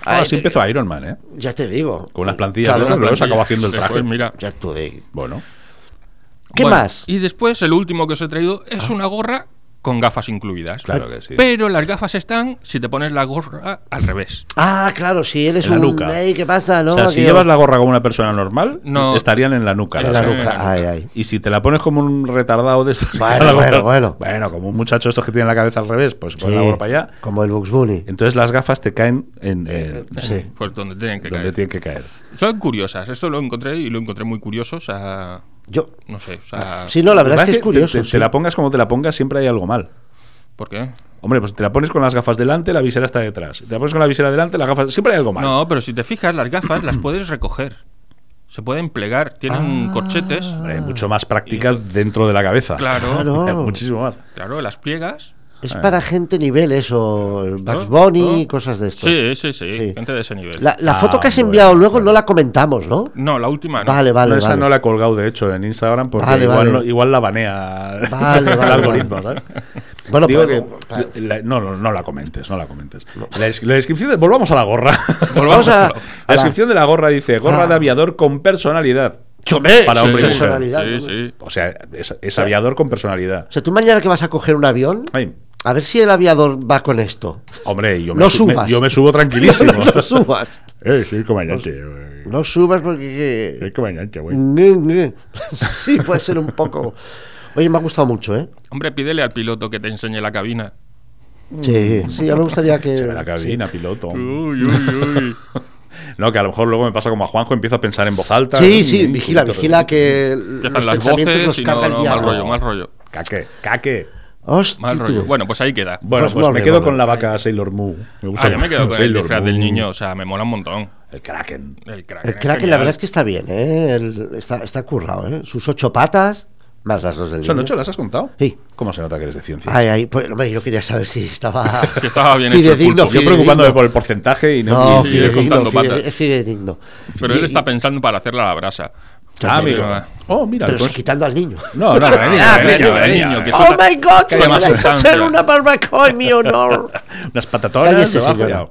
[SPEAKER 2] Ah, así
[SPEAKER 1] te-
[SPEAKER 2] empezó Iron Man, ¿eh?
[SPEAKER 1] ya te digo.
[SPEAKER 2] Con las plantillas
[SPEAKER 1] Claro.
[SPEAKER 2] de esas, luego se
[SPEAKER 3] plantilla.
[SPEAKER 2] acabó haciendo el
[SPEAKER 3] Después,
[SPEAKER 2] traje.
[SPEAKER 3] mira.
[SPEAKER 1] Ya tú de-
[SPEAKER 2] Bueno.
[SPEAKER 1] ¿Qué
[SPEAKER 3] Bueno,
[SPEAKER 1] más? Ah.
[SPEAKER 3] Y después, el último que os he traído es una gorra con gafas incluidas.
[SPEAKER 2] Claro que sí.
[SPEAKER 3] Pero las gafas están si te pones la gorra al revés.
[SPEAKER 1] Ah, claro, si eres
[SPEAKER 2] En la
[SPEAKER 1] un...
[SPEAKER 2] nuca.
[SPEAKER 1] Ey, ¿Qué pasa? No,
[SPEAKER 2] o sea, si
[SPEAKER 1] Tío.
[SPEAKER 2] llevas la gorra como una persona normal,
[SPEAKER 3] No.
[SPEAKER 2] estarían en la nuca.
[SPEAKER 1] En
[SPEAKER 2] las
[SPEAKER 1] la
[SPEAKER 3] Sí,
[SPEAKER 2] gafas.
[SPEAKER 3] en
[SPEAKER 1] nuca.
[SPEAKER 3] la
[SPEAKER 1] Ay, ay.
[SPEAKER 2] Y si te la pones como un retardado de estos. que
[SPEAKER 1] Bueno,
[SPEAKER 2] llevan la gorra-
[SPEAKER 1] bueno, bueno.
[SPEAKER 2] Bueno, como un muchacho estos que tienen la cabeza al revés, pues se pone la
[SPEAKER 1] Sí,
[SPEAKER 2] gorra para allá.
[SPEAKER 1] Como el Bugs Bunny.
[SPEAKER 2] Entonces las gafas te caen en, en-
[SPEAKER 1] Sí.
[SPEAKER 3] Pues donde tienen que
[SPEAKER 2] donde
[SPEAKER 3] caer.
[SPEAKER 2] tienen que caer.
[SPEAKER 3] Son curiosas. Esto lo encontré y lo encontré muy curioso. O sea,
[SPEAKER 1] Yo...
[SPEAKER 3] no sé. O sea,
[SPEAKER 1] Ah, Sí, no, la verdad es que es
[SPEAKER 2] te-
[SPEAKER 1] curioso.
[SPEAKER 2] Te, te
[SPEAKER 1] sí.
[SPEAKER 2] la pongas como te la pongas, siempre hay algo mal.
[SPEAKER 3] ¿Por qué?
[SPEAKER 2] Hombre, pues te la pones con las gafas delante, la visera está detrás. Te la pones con la visera delante, las gafas. Siempre hay algo mal.
[SPEAKER 3] No, pero si te fijas, las gafas las puedes recoger. Se pueden plegar.
[SPEAKER 1] Ah.
[SPEAKER 3] Tienen corchetes.
[SPEAKER 2] Hombre, mucho más prácticas dentro de la cabeza.
[SPEAKER 3] Claro.
[SPEAKER 1] Claro. No.
[SPEAKER 2] Muchísimo más.
[SPEAKER 3] Claro, las pliegas.
[SPEAKER 1] Es para gente nivel eso, el Bugs
[SPEAKER 3] ¿No?
[SPEAKER 1] Bunny,
[SPEAKER 3] ¿No?
[SPEAKER 1] cosas de estos.
[SPEAKER 3] Sí, sí, sí,
[SPEAKER 1] Sí.
[SPEAKER 3] Gente de ese nivel.
[SPEAKER 1] La, la
[SPEAKER 2] Ah,
[SPEAKER 1] foto que has
[SPEAKER 2] bueno,
[SPEAKER 1] enviado luego
[SPEAKER 2] bueno.
[SPEAKER 1] no la comentamos, ¿no?
[SPEAKER 3] No, la última no.
[SPEAKER 1] Vale, vale,
[SPEAKER 2] No, esa
[SPEAKER 1] vale.
[SPEAKER 2] no la he colgado, de hecho, en Instagram, porque
[SPEAKER 1] Vale,
[SPEAKER 2] igual,
[SPEAKER 1] vale.
[SPEAKER 2] no- igual la banea
[SPEAKER 1] Vale,
[SPEAKER 2] el
[SPEAKER 1] vale,
[SPEAKER 2] algoritmo,
[SPEAKER 1] vale.
[SPEAKER 2] ¿sabes?
[SPEAKER 1] Bueno,
[SPEAKER 2] Digo
[SPEAKER 1] pero-
[SPEAKER 2] que la- no, no, no la comentes, no la comentes. La, des- la descripción de- volvamos a la gorra.
[SPEAKER 1] Volvamos a-
[SPEAKER 2] la descripción de la gorra dice gorra
[SPEAKER 1] Ah.
[SPEAKER 2] de aviador con personalidad.
[SPEAKER 1] Chomé,
[SPEAKER 2] Para
[SPEAKER 1] sí,
[SPEAKER 2] hombre y mujer.
[SPEAKER 1] personalidad,
[SPEAKER 3] Sí,
[SPEAKER 1] ¿no?
[SPEAKER 3] sí.
[SPEAKER 2] O sea, es, es aviador con personalidad.
[SPEAKER 1] O sea, tú mañana que vas a coger un avión,
[SPEAKER 2] Ay,
[SPEAKER 1] A ver si el aviador va con esto.
[SPEAKER 2] Hombre, yo me,
[SPEAKER 1] No
[SPEAKER 2] su- me-
[SPEAKER 1] subas.
[SPEAKER 2] yo me subo tranquilísimo.
[SPEAKER 1] No, no subas.
[SPEAKER 2] Eh, soy comandante. eh,
[SPEAKER 1] No subas porque...
[SPEAKER 2] Soy comandante, güey.
[SPEAKER 1] Ngue, ngue. Sí, puede ser un poco. Oye, me ha gustado mucho, ¿eh?
[SPEAKER 3] Hombre, pídele al piloto que te enseñe la cabina.
[SPEAKER 1] Sí, sí, ya me gustaría que.
[SPEAKER 2] Mm. Se ve la cabina, piloto.
[SPEAKER 3] Uy, uy, uy.
[SPEAKER 2] No, que a lo mejor luego me pasa como a Juanjo, empiezo a pensar en voz alta.
[SPEAKER 1] Sí,
[SPEAKER 2] Mm,
[SPEAKER 1] sí,
[SPEAKER 2] mm,
[SPEAKER 1] vigila,
[SPEAKER 2] poquito,
[SPEAKER 1] vigila
[SPEAKER 2] pero-
[SPEAKER 1] que
[SPEAKER 3] Ya
[SPEAKER 1] los
[SPEAKER 3] están las
[SPEAKER 1] pensamientos
[SPEAKER 3] voces
[SPEAKER 1] los
[SPEAKER 3] y no,
[SPEAKER 1] carga el
[SPEAKER 3] no, mal rollo,
[SPEAKER 1] diablo.
[SPEAKER 3] mal rollo.
[SPEAKER 2] Caque, caque.
[SPEAKER 1] Hostia,
[SPEAKER 3] Mal rollo.
[SPEAKER 1] tú.
[SPEAKER 3] Bueno, pues ahí queda.
[SPEAKER 2] Bueno,
[SPEAKER 1] Pues
[SPEAKER 2] pues,
[SPEAKER 1] vuelve,
[SPEAKER 2] me quedo
[SPEAKER 1] vuelve.
[SPEAKER 2] con la vaca Sailor Moon. Me gusta
[SPEAKER 3] Ah, yo me quedo con el
[SPEAKER 2] Sailor
[SPEAKER 3] disfraz del
[SPEAKER 2] Moon.
[SPEAKER 3] niño, o sea, me mola un montón.
[SPEAKER 2] El Kraken.
[SPEAKER 3] El crack.
[SPEAKER 1] el
[SPEAKER 3] es
[SPEAKER 1] Eh, crack, la
[SPEAKER 3] genial.
[SPEAKER 1] verdad es que está bien, ¿eh? El- está, está currado, ¿eh? Sus ocho patas, más las dos del
[SPEAKER 2] ¿Son
[SPEAKER 1] niño.
[SPEAKER 2] ocho? ¿Las has contado?
[SPEAKER 1] Sí.
[SPEAKER 2] ¿Cómo se nota que eres de ciencia?
[SPEAKER 1] Ay, ay, pues, hombre, yo quería saber si estaba.
[SPEAKER 3] Si estaba bien hecho el
[SPEAKER 1] fidedigno,
[SPEAKER 3] pulpo.
[SPEAKER 2] Yo
[SPEAKER 1] fidedigno.
[SPEAKER 2] preocupándome por el porcentaje y no.
[SPEAKER 1] No,
[SPEAKER 2] y-
[SPEAKER 3] Sí, fide-
[SPEAKER 1] fidedigno,
[SPEAKER 3] contando
[SPEAKER 1] fide-
[SPEAKER 3] patas.
[SPEAKER 1] es fidedigno.
[SPEAKER 3] Pero
[SPEAKER 1] Y-
[SPEAKER 3] él
[SPEAKER 1] y-
[SPEAKER 3] está pensando para hacerla a la brasa.
[SPEAKER 2] Ah,
[SPEAKER 1] Pero
[SPEAKER 2] mira. Oh, mira.
[SPEAKER 1] Pero sí,
[SPEAKER 2] cons-
[SPEAKER 1] quitando al niño.
[SPEAKER 2] No, no, la niña,
[SPEAKER 3] Ah,
[SPEAKER 2] la niña,
[SPEAKER 3] pero
[SPEAKER 2] la
[SPEAKER 3] el
[SPEAKER 2] niña.
[SPEAKER 3] niño, que-
[SPEAKER 1] ¡Oh, my God!
[SPEAKER 3] que
[SPEAKER 1] ¡Que me
[SPEAKER 3] más
[SPEAKER 1] van a
[SPEAKER 3] sustancia.
[SPEAKER 1] hacer una barbacoa en mi honor!
[SPEAKER 2] Unas patatonas
[SPEAKER 1] Cállese,
[SPEAKER 2] debajo,
[SPEAKER 1] señora.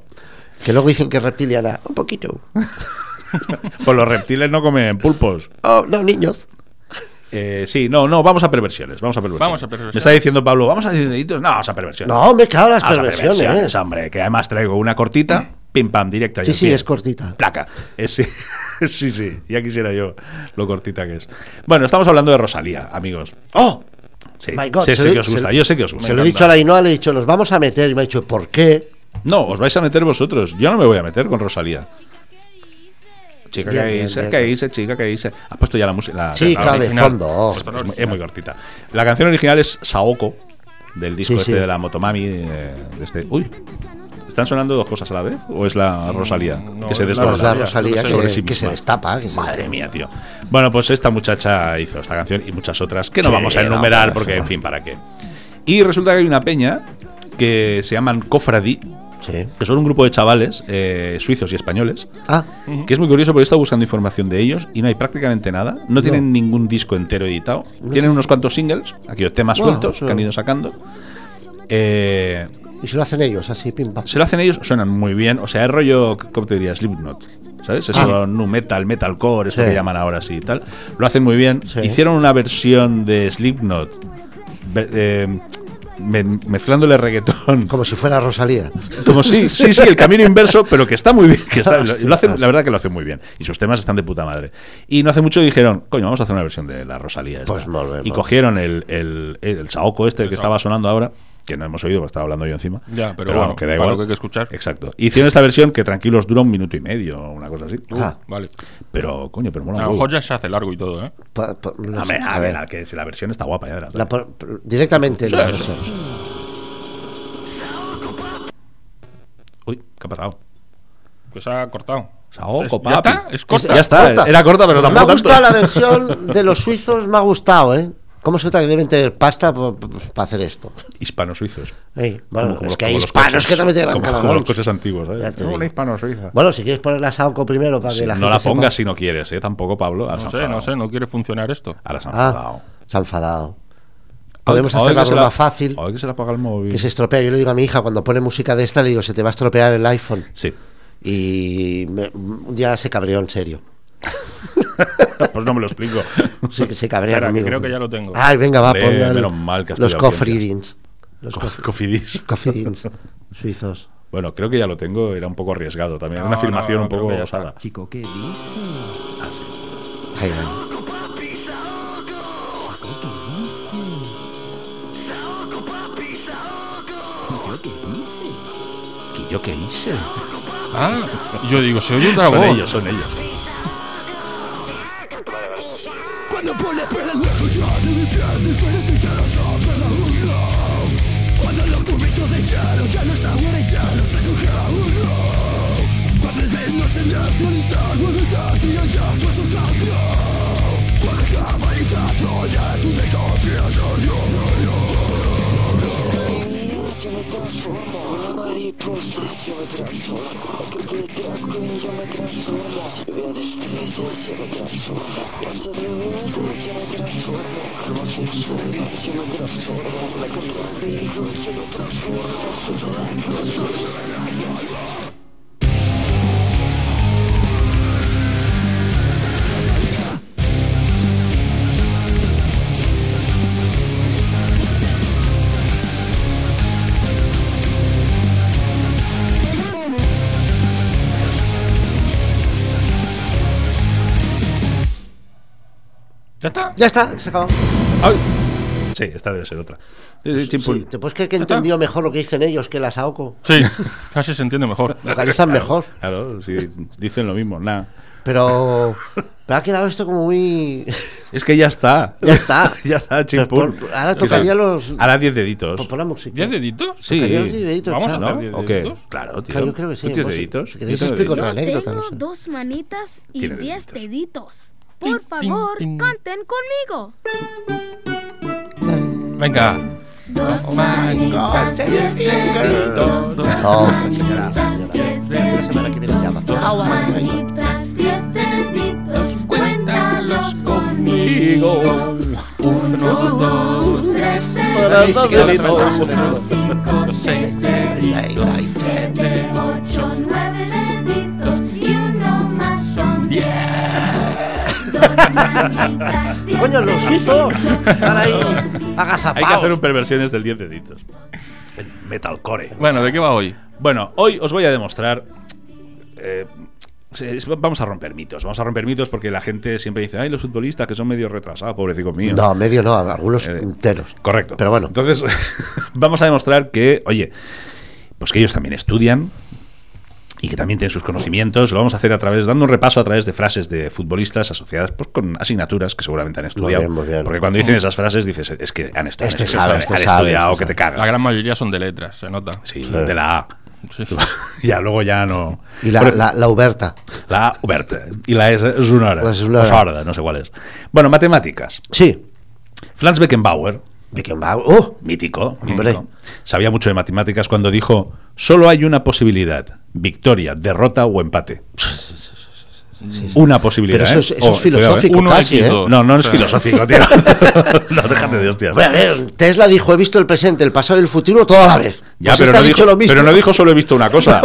[SPEAKER 1] Que luego dicen que es reptiliana. Un poquito.
[SPEAKER 2] ya. Pues los reptiles no comen pulpos.
[SPEAKER 1] Oh, no, niños.
[SPEAKER 2] Eh, sí, no, no, vamos a perversiones. Vamos a perversiones.
[SPEAKER 3] Vamos a perversiones.
[SPEAKER 2] Me está diciendo Pablo, vamos a deditos. No, vamos a perversiones.
[SPEAKER 1] No, me cago en las
[SPEAKER 2] Vamos a
[SPEAKER 1] perversiones.
[SPEAKER 2] perversiones, hombre. Que además traigo una cortita, pim pam, directa. y
[SPEAKER 1] Sí,
[SPEAKER 2] al
[SPEAKER 1] sí,
[SPEAKER 2] pie.
[SPEAKER 1] es cortita.
[SPEAKER 2] Placa. Eh, sí. sí, sí, ya quisiera yo lo cortita que es. Bueno, estamos hablando de Rosalía, amigos.
[SPEAKER 1] ¡Oh!
[SPEAKER 2] Sí,
[SPEAKER 1] My God,
[SPEAKER 2] sé,
[SPEAKER 1] se
[SPEAKER 2] sé
[SPEAKER 1] lo-
[SPEAKER 2] que os
[SPEAKER 1] se
[SPEAKER 2] gusta,
[SPEAKER 1] lo-
[SPEAKER 2] yo sé que os gusta.
[SPEAKER 1] Se lo he dicho a la Ainhoa, le he dicho, nos vamos a meter. Y me ha dicho, ¿por qué?
[SPEAKER 2] No, os vais a meter vosotros. Yo no me voy a meter con Rosalía. Chica
[SPEAKER 1] Bien,
[SPEAKER 2] que
[SPEAKER 1] bien,
[SPEAKER 2] dice,
[SPEAKER 1] bien.
[SPEAKER 2] que dice, chica que dice. Has puesto ya Ah, la música.
[SPEAKER 1] Sí, claro, de fondo.
[SPEAKER 2] Oh, Es, muy- es muy cortita. La canción original es Saoko, del disco
[SPEAKER 1] Sí,
[SPEAKER 2] este
[SPEAKER 1] sí.
[SPEAKER 2] de la Motomami. eh, de este. Uy, ¿están sonando dos cosas a la vez? ¿O es la Rosalía
[SPEAKER 3] no,
[SPEAKER 2] que se
[SPEAKER 3] no,
[SPEAKER 1] Pues
[SPEAKER 2] desborda?
[SPEAKER 1] la
[SPEAKER 3] Rosalía,
[SPEAKER 1] Rosalía
[SPEAKER 2] sobre
[SPEAKER 1] que,
[SPEAKER 2] sí
[SPEAKER 1] que se
[SPEAKER 2] misma.
[SPEAKER 1] destapa. que se
[SPEAKER 2] Madre
[SPEAKER 1] destapa.
[SPEAKER 2] mía, tío. Bueno, pues esta muchacha hizo esta canción y muchas otras que no
[SPEAKER 1] Sí,
[SPEAKER 2] vamos a
[SPEAKER 1] no,
[SPEAKER 2] enumerar
[SPEAKER 1] no,
[SPEAKER 2] porque,
[SPEAKER 1] no.
[SPEAKER 2] en fin, ¿para qué? Y resulta que hay una peña que se llaman Cofradí,
[SPEAKER 1] Sí.
[SPEAKER 2] que son un grupo de chavales eh, suizos y españoles,
[SPEAKER 1] Ah,
[SPEAKER 2] que es muy curioso porque he estado buscando información de ellos y no hay prácticamente nada. No, tienen ningún disco entero editado. Tienen unos cuantos singles, aquellos temas
[SPEAKER 1] Bueno,
[SPEAKER 2] sueltos
[SPEAKER 1] sí.
[SPEAKER 2] que han ido sacando. Eh,
[SPEAKER 1] y se lo hacen ellos, así, pim, pam.
[SPEAKER 2] se lo hacen ellos, suenan muy bien. O sea, es rollo, ¿cómo te diría? Slipknot. ¿Sabes? Eso,
[SPEAKER 1] Ah.
[SPEAKER 2] nu metal, metalcore, eso
[SPEAKER 1] Sí.
[SPEAKER 2] que llaman ahora sí y tal. Lo hacen muy bien.
[SPEAKER 1] Sí.
[SPEAKER 2] Hicieron una versión de Slipknot ve- eh, me- mezclándole reggaetón.
[SPEAKER 1] Como si fuera Rosalía.
[SPEAKER 2] Como sí, sí, sí, el camino inverso, pero que está muy bien. Que está- lo,
[SPEAKER 1] Ostras.
[SPEAKER 2] lo hacen, la verdad que lo hacen muy bien. Y sus temas están de puta madre. Y no hace mucho dijeron, coño, vamos a hacer una versión de la Rosalía. esta".
[SPEAKER 1] Pues muy bien,
[SPEAKER 2] Y
[SPEAKER 1] muy
[SPEAKER 2] cogieron el, el, el saoco este que estaba sonando ahora, que no hemos oído porque estaba hablando yo encima.
[SPEAKER 3] Ya, pero bueno, para lo que hay que escuchar.
[SPEAKER 2] Exacto. Hicieron esta versión que tranquilos dura un minuto y medio, una cosa así.
[SPEAKER 1] Ah,
[SPEAKER 3] Vale.
[SPEAKER 2] Pero, coño, pero mola
[SPEAKER 3] A
[SPEAKER 2] un
[SPEAKER 3] lo
[SPEAKER 2] huevo.
[SPEAKER 3] mejor ya se hace largo y todo, ¿eh?
[SPEAKER 1] pa- pa- no
[SPEAKER 2] A
[SPEAKER 1] sé,
[SPEAKER 2] ver, a ver, la, que, la versión está guapa, ya verás.
[SPEAKER 1] la por- por- directamente. la
[SPEAKER 2] eso,
[SPEAKER 1] versión.
[SPEAKER 2] Uy, ¿qué ha pasado?
[SPEAKER 3] Que se ha cortado.
[SPEAKER 2] Saoco,
[SPEAKER 3] ¿Ya
[SPEAKER 2] papi.
[SPEAKER 3] está? ¿Es corta?
[SPEAKER 2] Ya está, era corta, pero
[SPEAKER 1] Me ha
[SPEAKER 2] tampoco tanto.
[SPEAKER 1] gustado la versión de los suizos, me ha gustado, ¿eh? ¿Cómo se nota que deben tener pasta para hacer esto?
[SPEAKER 2] Hispano-suizos.
[SPEAKER 1] Ey, bueno,
[SPEAKER 2] Como-
[SPEAKER 1] es
[SPEAKER 2] como los-
[SPEAKER 1] que hay
[SPEAKER 2] como los
[SPEAKER 1] hispanos
[SPEAKER 2] coches.
[SPEAKER 1] que también tienen
[SPEAKER 2] como,
[SPEAKER 1] cara,
[SPEAKER 2] como
[SPEAKER 1] ¿no?
[SPEAKER 2] los coches antiguos, ¿eh?
[SPEAKER 1] Ya te
[SPEAKER 2] No,
[SPEAKER 1] digo.
[SPEAKER 2] una hispano-suiza.
[SPEAKER 1] Bueno, si quieres poner la Saoco primero para
[SPEAKER 2] Sí,
[SPEAKER 1] que la gente
[SPEAKER 2] no la
[SPEAKER 1] sepa.
[SPEAKER 2] pongas si no quieres, ¿eh? Tampoco, Pablo. Ahora se
[SPEAKER 3] No
[SPEAKER 2] ha
[SPEAKER 3] sé, no
[SPEAKER 2] enfadado.
[SPEAKER 3] sé, no quiere funcionar esto.
[SPEAKER 2] Ahora se ha enfadado.
[SPEAKER 1] Ah, se ha enfadado. Podemos
[SPEAKER 2] Ahora
[SPEAKER 1] hacer
[SPEAKER 2] que
[SPEAKER 1] la
[SPEAKER 2] se
[SPEAKER 1] broma fácil,
[SPEAKER 2] Ahora que se la apaga el móvil.
[SPEAKER 1] que se estropea. Yo le digo a mi hija, cuando pone música de esta, le digo, se te va a estropear el iPhone.
[SPEAKER 2] Sí.
[SPEAKER 1] Y me- un día se cabreó en serio.
[SPEAKER 2] pues no me lo explico.
[SPEAKER 1] Se, se cabrea
[SPEAKER 3] Espera, que
[SPEAKER 1] conmigo.
[SPEAKER 3] creo que ya lo tengo.
[SPEAKER 1] Ay, venga, va,
[SPEAKER 2] Hombre,
[SPEAKER 1] ponle el-
[SPEAKER 2] menos mal que has
[SPEAKER 1] los
[SPEAKER 2] estudiado
[SPEAKER 1] cofridins. Los
[SPEAKER 2] Co-
[SPEAKER 1] cof-
[SPEAKER 2] Cofidis.
[SPEAKER 1] cofridins suizos.
[SPEAKER 2] Bueno, creo que ya lo tengo. Era un poco arriesgado también.
[SPEAKER 3] No,
[SPEAKER 2] una afirmación
[SPEAKER 3] no,
[SPEAKER 2] un
[SPEAKER 3] creo
[SPEAKER 2] poco
[SPEAKER 3] que ya está.
[SPEAKER 2] osada.
[SPEAKER 5] Chico, ¿qué dice?
[SPEAKER 2] Ah, sí.
[SPEAKER 1] Ay, ay.
[SPEAKER 5] Chico, ¿qué dice? Yo, ¿qué dice?
[SPEAKER 2] ¿Y yo qué hice?
[SPEAKER 3] Ah, yo digo, se oye un
[SPEAKER 2] Son
[SPEAKER 3] dragón.
[SPEAKER 2] ellos, son ellos.
[SPEAKER 5] Cuando pone para la tuya de mi piel diferente y te lo rompe la burla. Cuando los cubitos de hielo ya no es agua y ya no se coge uno. Cuando el vino se nace al agua de taza y allá tu es un cambio. Cuando acaba y trato ya tú te confías en yo.
[SPEAKER 7] Yo me transformo, una mariposa yo me transformo, porque de drag queen yo me transformo, veo de estrellas yo me transformo, paso de vuelta yo me transformo, como sexual yo me transformo, me contradigo yo me transformo, soy drag queen, soy
[SPEAKER 5] Cuando
[SPEAKER 2] ¿Ya está?
[SPEAKER 1] Ya está, se acabó.
[SPEAKER 2] Ay. Sí, esta debe ser otra. Eh, chimpún.
[SPEAKER 1] Sí, ¿Te puedes creer que entendió mejor lo que dicen ellos que las AOCO?
[SPEAKER 3] Sí, casi se entiende mejor.
[SPEAKER 1] Localizan mejor.
[SPEAKER 2] Claro, sí, dicen lo mismo, nada.
[SPEAKER 1] Pero, pero ha quedado esto como muy.
[SPEAKER 2] Es que ya está.
[SPEAKER 1] Ya está.
[SPEAKER 2] ya está,
[SPEAKER 1] Pero
[SPEAKER 2] chimpún.
[SPEAKER 1] por- ahora tocaría los-
[SPEAKER 2] Ahora 10 deditos.
[SPEAKER 1] Por la música.
[SPEAKER 3] ¿Diez deditos?
[SPEAKER 2] Sí.
[SPEAKER 1] tocaría los deditos,
[SPEAKER 3] Vamos a
[SPEAKER 1] claro.
[SPEAKER 2] ¿No?
[SPEAKER 3] hacer diez
[SPEAKER 2] ¿O qué?
[SPEAKER 3] deditos.
[SPEAKER 2] Claro, tío.
[SPEAKER 1] Claro, yo creo que sí.
[SPEAKER 2] ¿Tú tienes
[SPEAKER 1] Vos,
[SPEAKER 2] deditos?
[SPEAKER 1] si queréis
[SPEAKER 2] ¿Yo tengo
[SPEAKER 1] explico
[SPEAKER 2] deditos?
[SPEAKER 1] otra anécdota,
[SPEAKER 6] Tengo
[SPEAKER 1] no sé.
[SPEAKER 6] dos manitas y
[SPEAKER 2] Tiene
[SPEAKER 6] diez
[SPEAKER 2] deditos.
[SPEAKER 6] deditos.
[SPEAKER 3] Tin,
[SPEAKER 6] Por
[SPEAKER 3] tin,
[SPEAKER 6] favor,
[SPEAKER 3] tin.
[SPEAKER 6] canten conmigo.
[SPEAKER 3] Venga.
[SPEAKER 6] Dos manitas, diez deditos.
[SPEAKER 1] No, señora,
[SPEAKER 6] manitas, diez
[SPEAKER 1] La semana que viene llama. Agua, venga.
[SPEAKER 6] manitas, diez deditos. Cuéntalos conmigo. Uno, dos, tres,
[SPEAKER 1] Ahí sí que la
[SPEAKER 6] deditos.
[SPEAKER 1] transajo, pero-
[SPEAKER 6] Cinco, seis deditos.
[SPEAKER 1] Ahí, ahí.
[SPEAKER 6] 7, 8, 9 deditos y uno más son 10.
[SPEAKER 1] Coño, los hizo. Están ahí agazapados.
[SPEAKER 2] Hay que hacer un perversiones del 10 deditos. Metalcore.
[SPEAKER 3] Bueno, ¿de qué va hoy?
[SPEAKER 2] Bueno, hoy os voy a demostrar. eh, es- vamos a romper mitos. Vamos a romper mitos porque la gente siempre dice: Ay, los futbolistas que son medio retrasados, pobrecitos míos.
[SPEAKER 1] No, medio no, algunos
[SPEAKER 2] Eh,
[SPEAKER 1] enteros.
[SPEAKER 2] Correcto.
[SPEAKER 1] Pero bueno.
[SPEAKER 2] Entonces, vamos a demostrar que, oye, pues que ellos también estudian y que también tienen sus conocimientos. Lo vamos a hacer a través, dando un repaso a través de frases de futbolistas asociadas pues, con asignaturas que seguramente han estudiado.
[SPEAKER 1] bien, muy bien.
[SPEAKER 2] Porque cuando dicen esas frases dices, es que han estudiado.
[SPEAKER 1] Este
[SPEAKER 2] es que
[SPEAKER 1] sabe,
[SPEAKER 2] han
[SPEAKER 1] este
[SPEAKER 2] han
[SPEAKER 1] sabe,
[SPEAKER 2] estudiado
[SPEAKER 1] este
[SPEAKER 2] que te
[SPEAKER 1] sabe.
[SPEAKER 2] cagas.
[SPEAKER 3] La gran mayoría son de letras, se nota.
[SPEAKER 2] Sí,
[SPEAKER 1] Sí.
[SPEAKER 2] de la A.
[SPEAKER 3] Sí, sí.
[SPEAKER 2] ya luego ya no.
[SPEAKER 1] Y la,
[SPEAKER 2] Por-
[SPEAKER 1] la, la Uberta.
[SPEAKER 2] la A, Oberta. Y la S es una hora.
[SPEAKER 1] Pues es una hora.
[SPEAKER 2] no sé cuál es. Bueno, matemáticas.
[SPEAKER 1] Sí.
[SPEAKER 2] Franz Beckenbauer,
[SPEAKER 1] Beckenbauer. ¡Oh!
[SPEAKER 2] mítico,
[SPEAKER 1] Hombre.
[SPEAKER 2] mítico, sabía mucho de matemáticas cuando dijo: solo hay una posibilidad, victoria, derrota o empate. Una posibilidad.
[SPEAKER 1] Pero eso es,
[SPEAKER 2] ¿eh?
[SPEAKER 1] eso es
[SPEAKER 2] Oh,
[SPEAKER 1] filosófico
[SPEAKER 3] uno
[SPEAKER 1] casi,
[SPEAKER 3] X
[SPEAKER 1] ¿eh?
[SPEAKER 3] dos.
[SPEAKER 2] cuidado, ¿eh? No, no
[SPEAKER 3] O
[SPEAKER 2] es
[SPEAKER 3] sea.
[SPEAKER 2] filosófico, tío. no, déjate de hostias.
[SPEAKER 1] Hombre, a ver, Tesla dijo, he visto el presente, el pasado y el futuro toda la vez.
[SPEAKER 2] Ya,
[SPEAKER 1] Pues
[SPEAKER 2] pero,
[SPEAKER 1] este
[SPEAKER 2] no
[SPEAKER 1] ha dicho
[SPEAKER 2] dijo,
[SPEAKER 1] lo mismo.
[SPEAKER 2] pero no dijo solo he visto una cosa.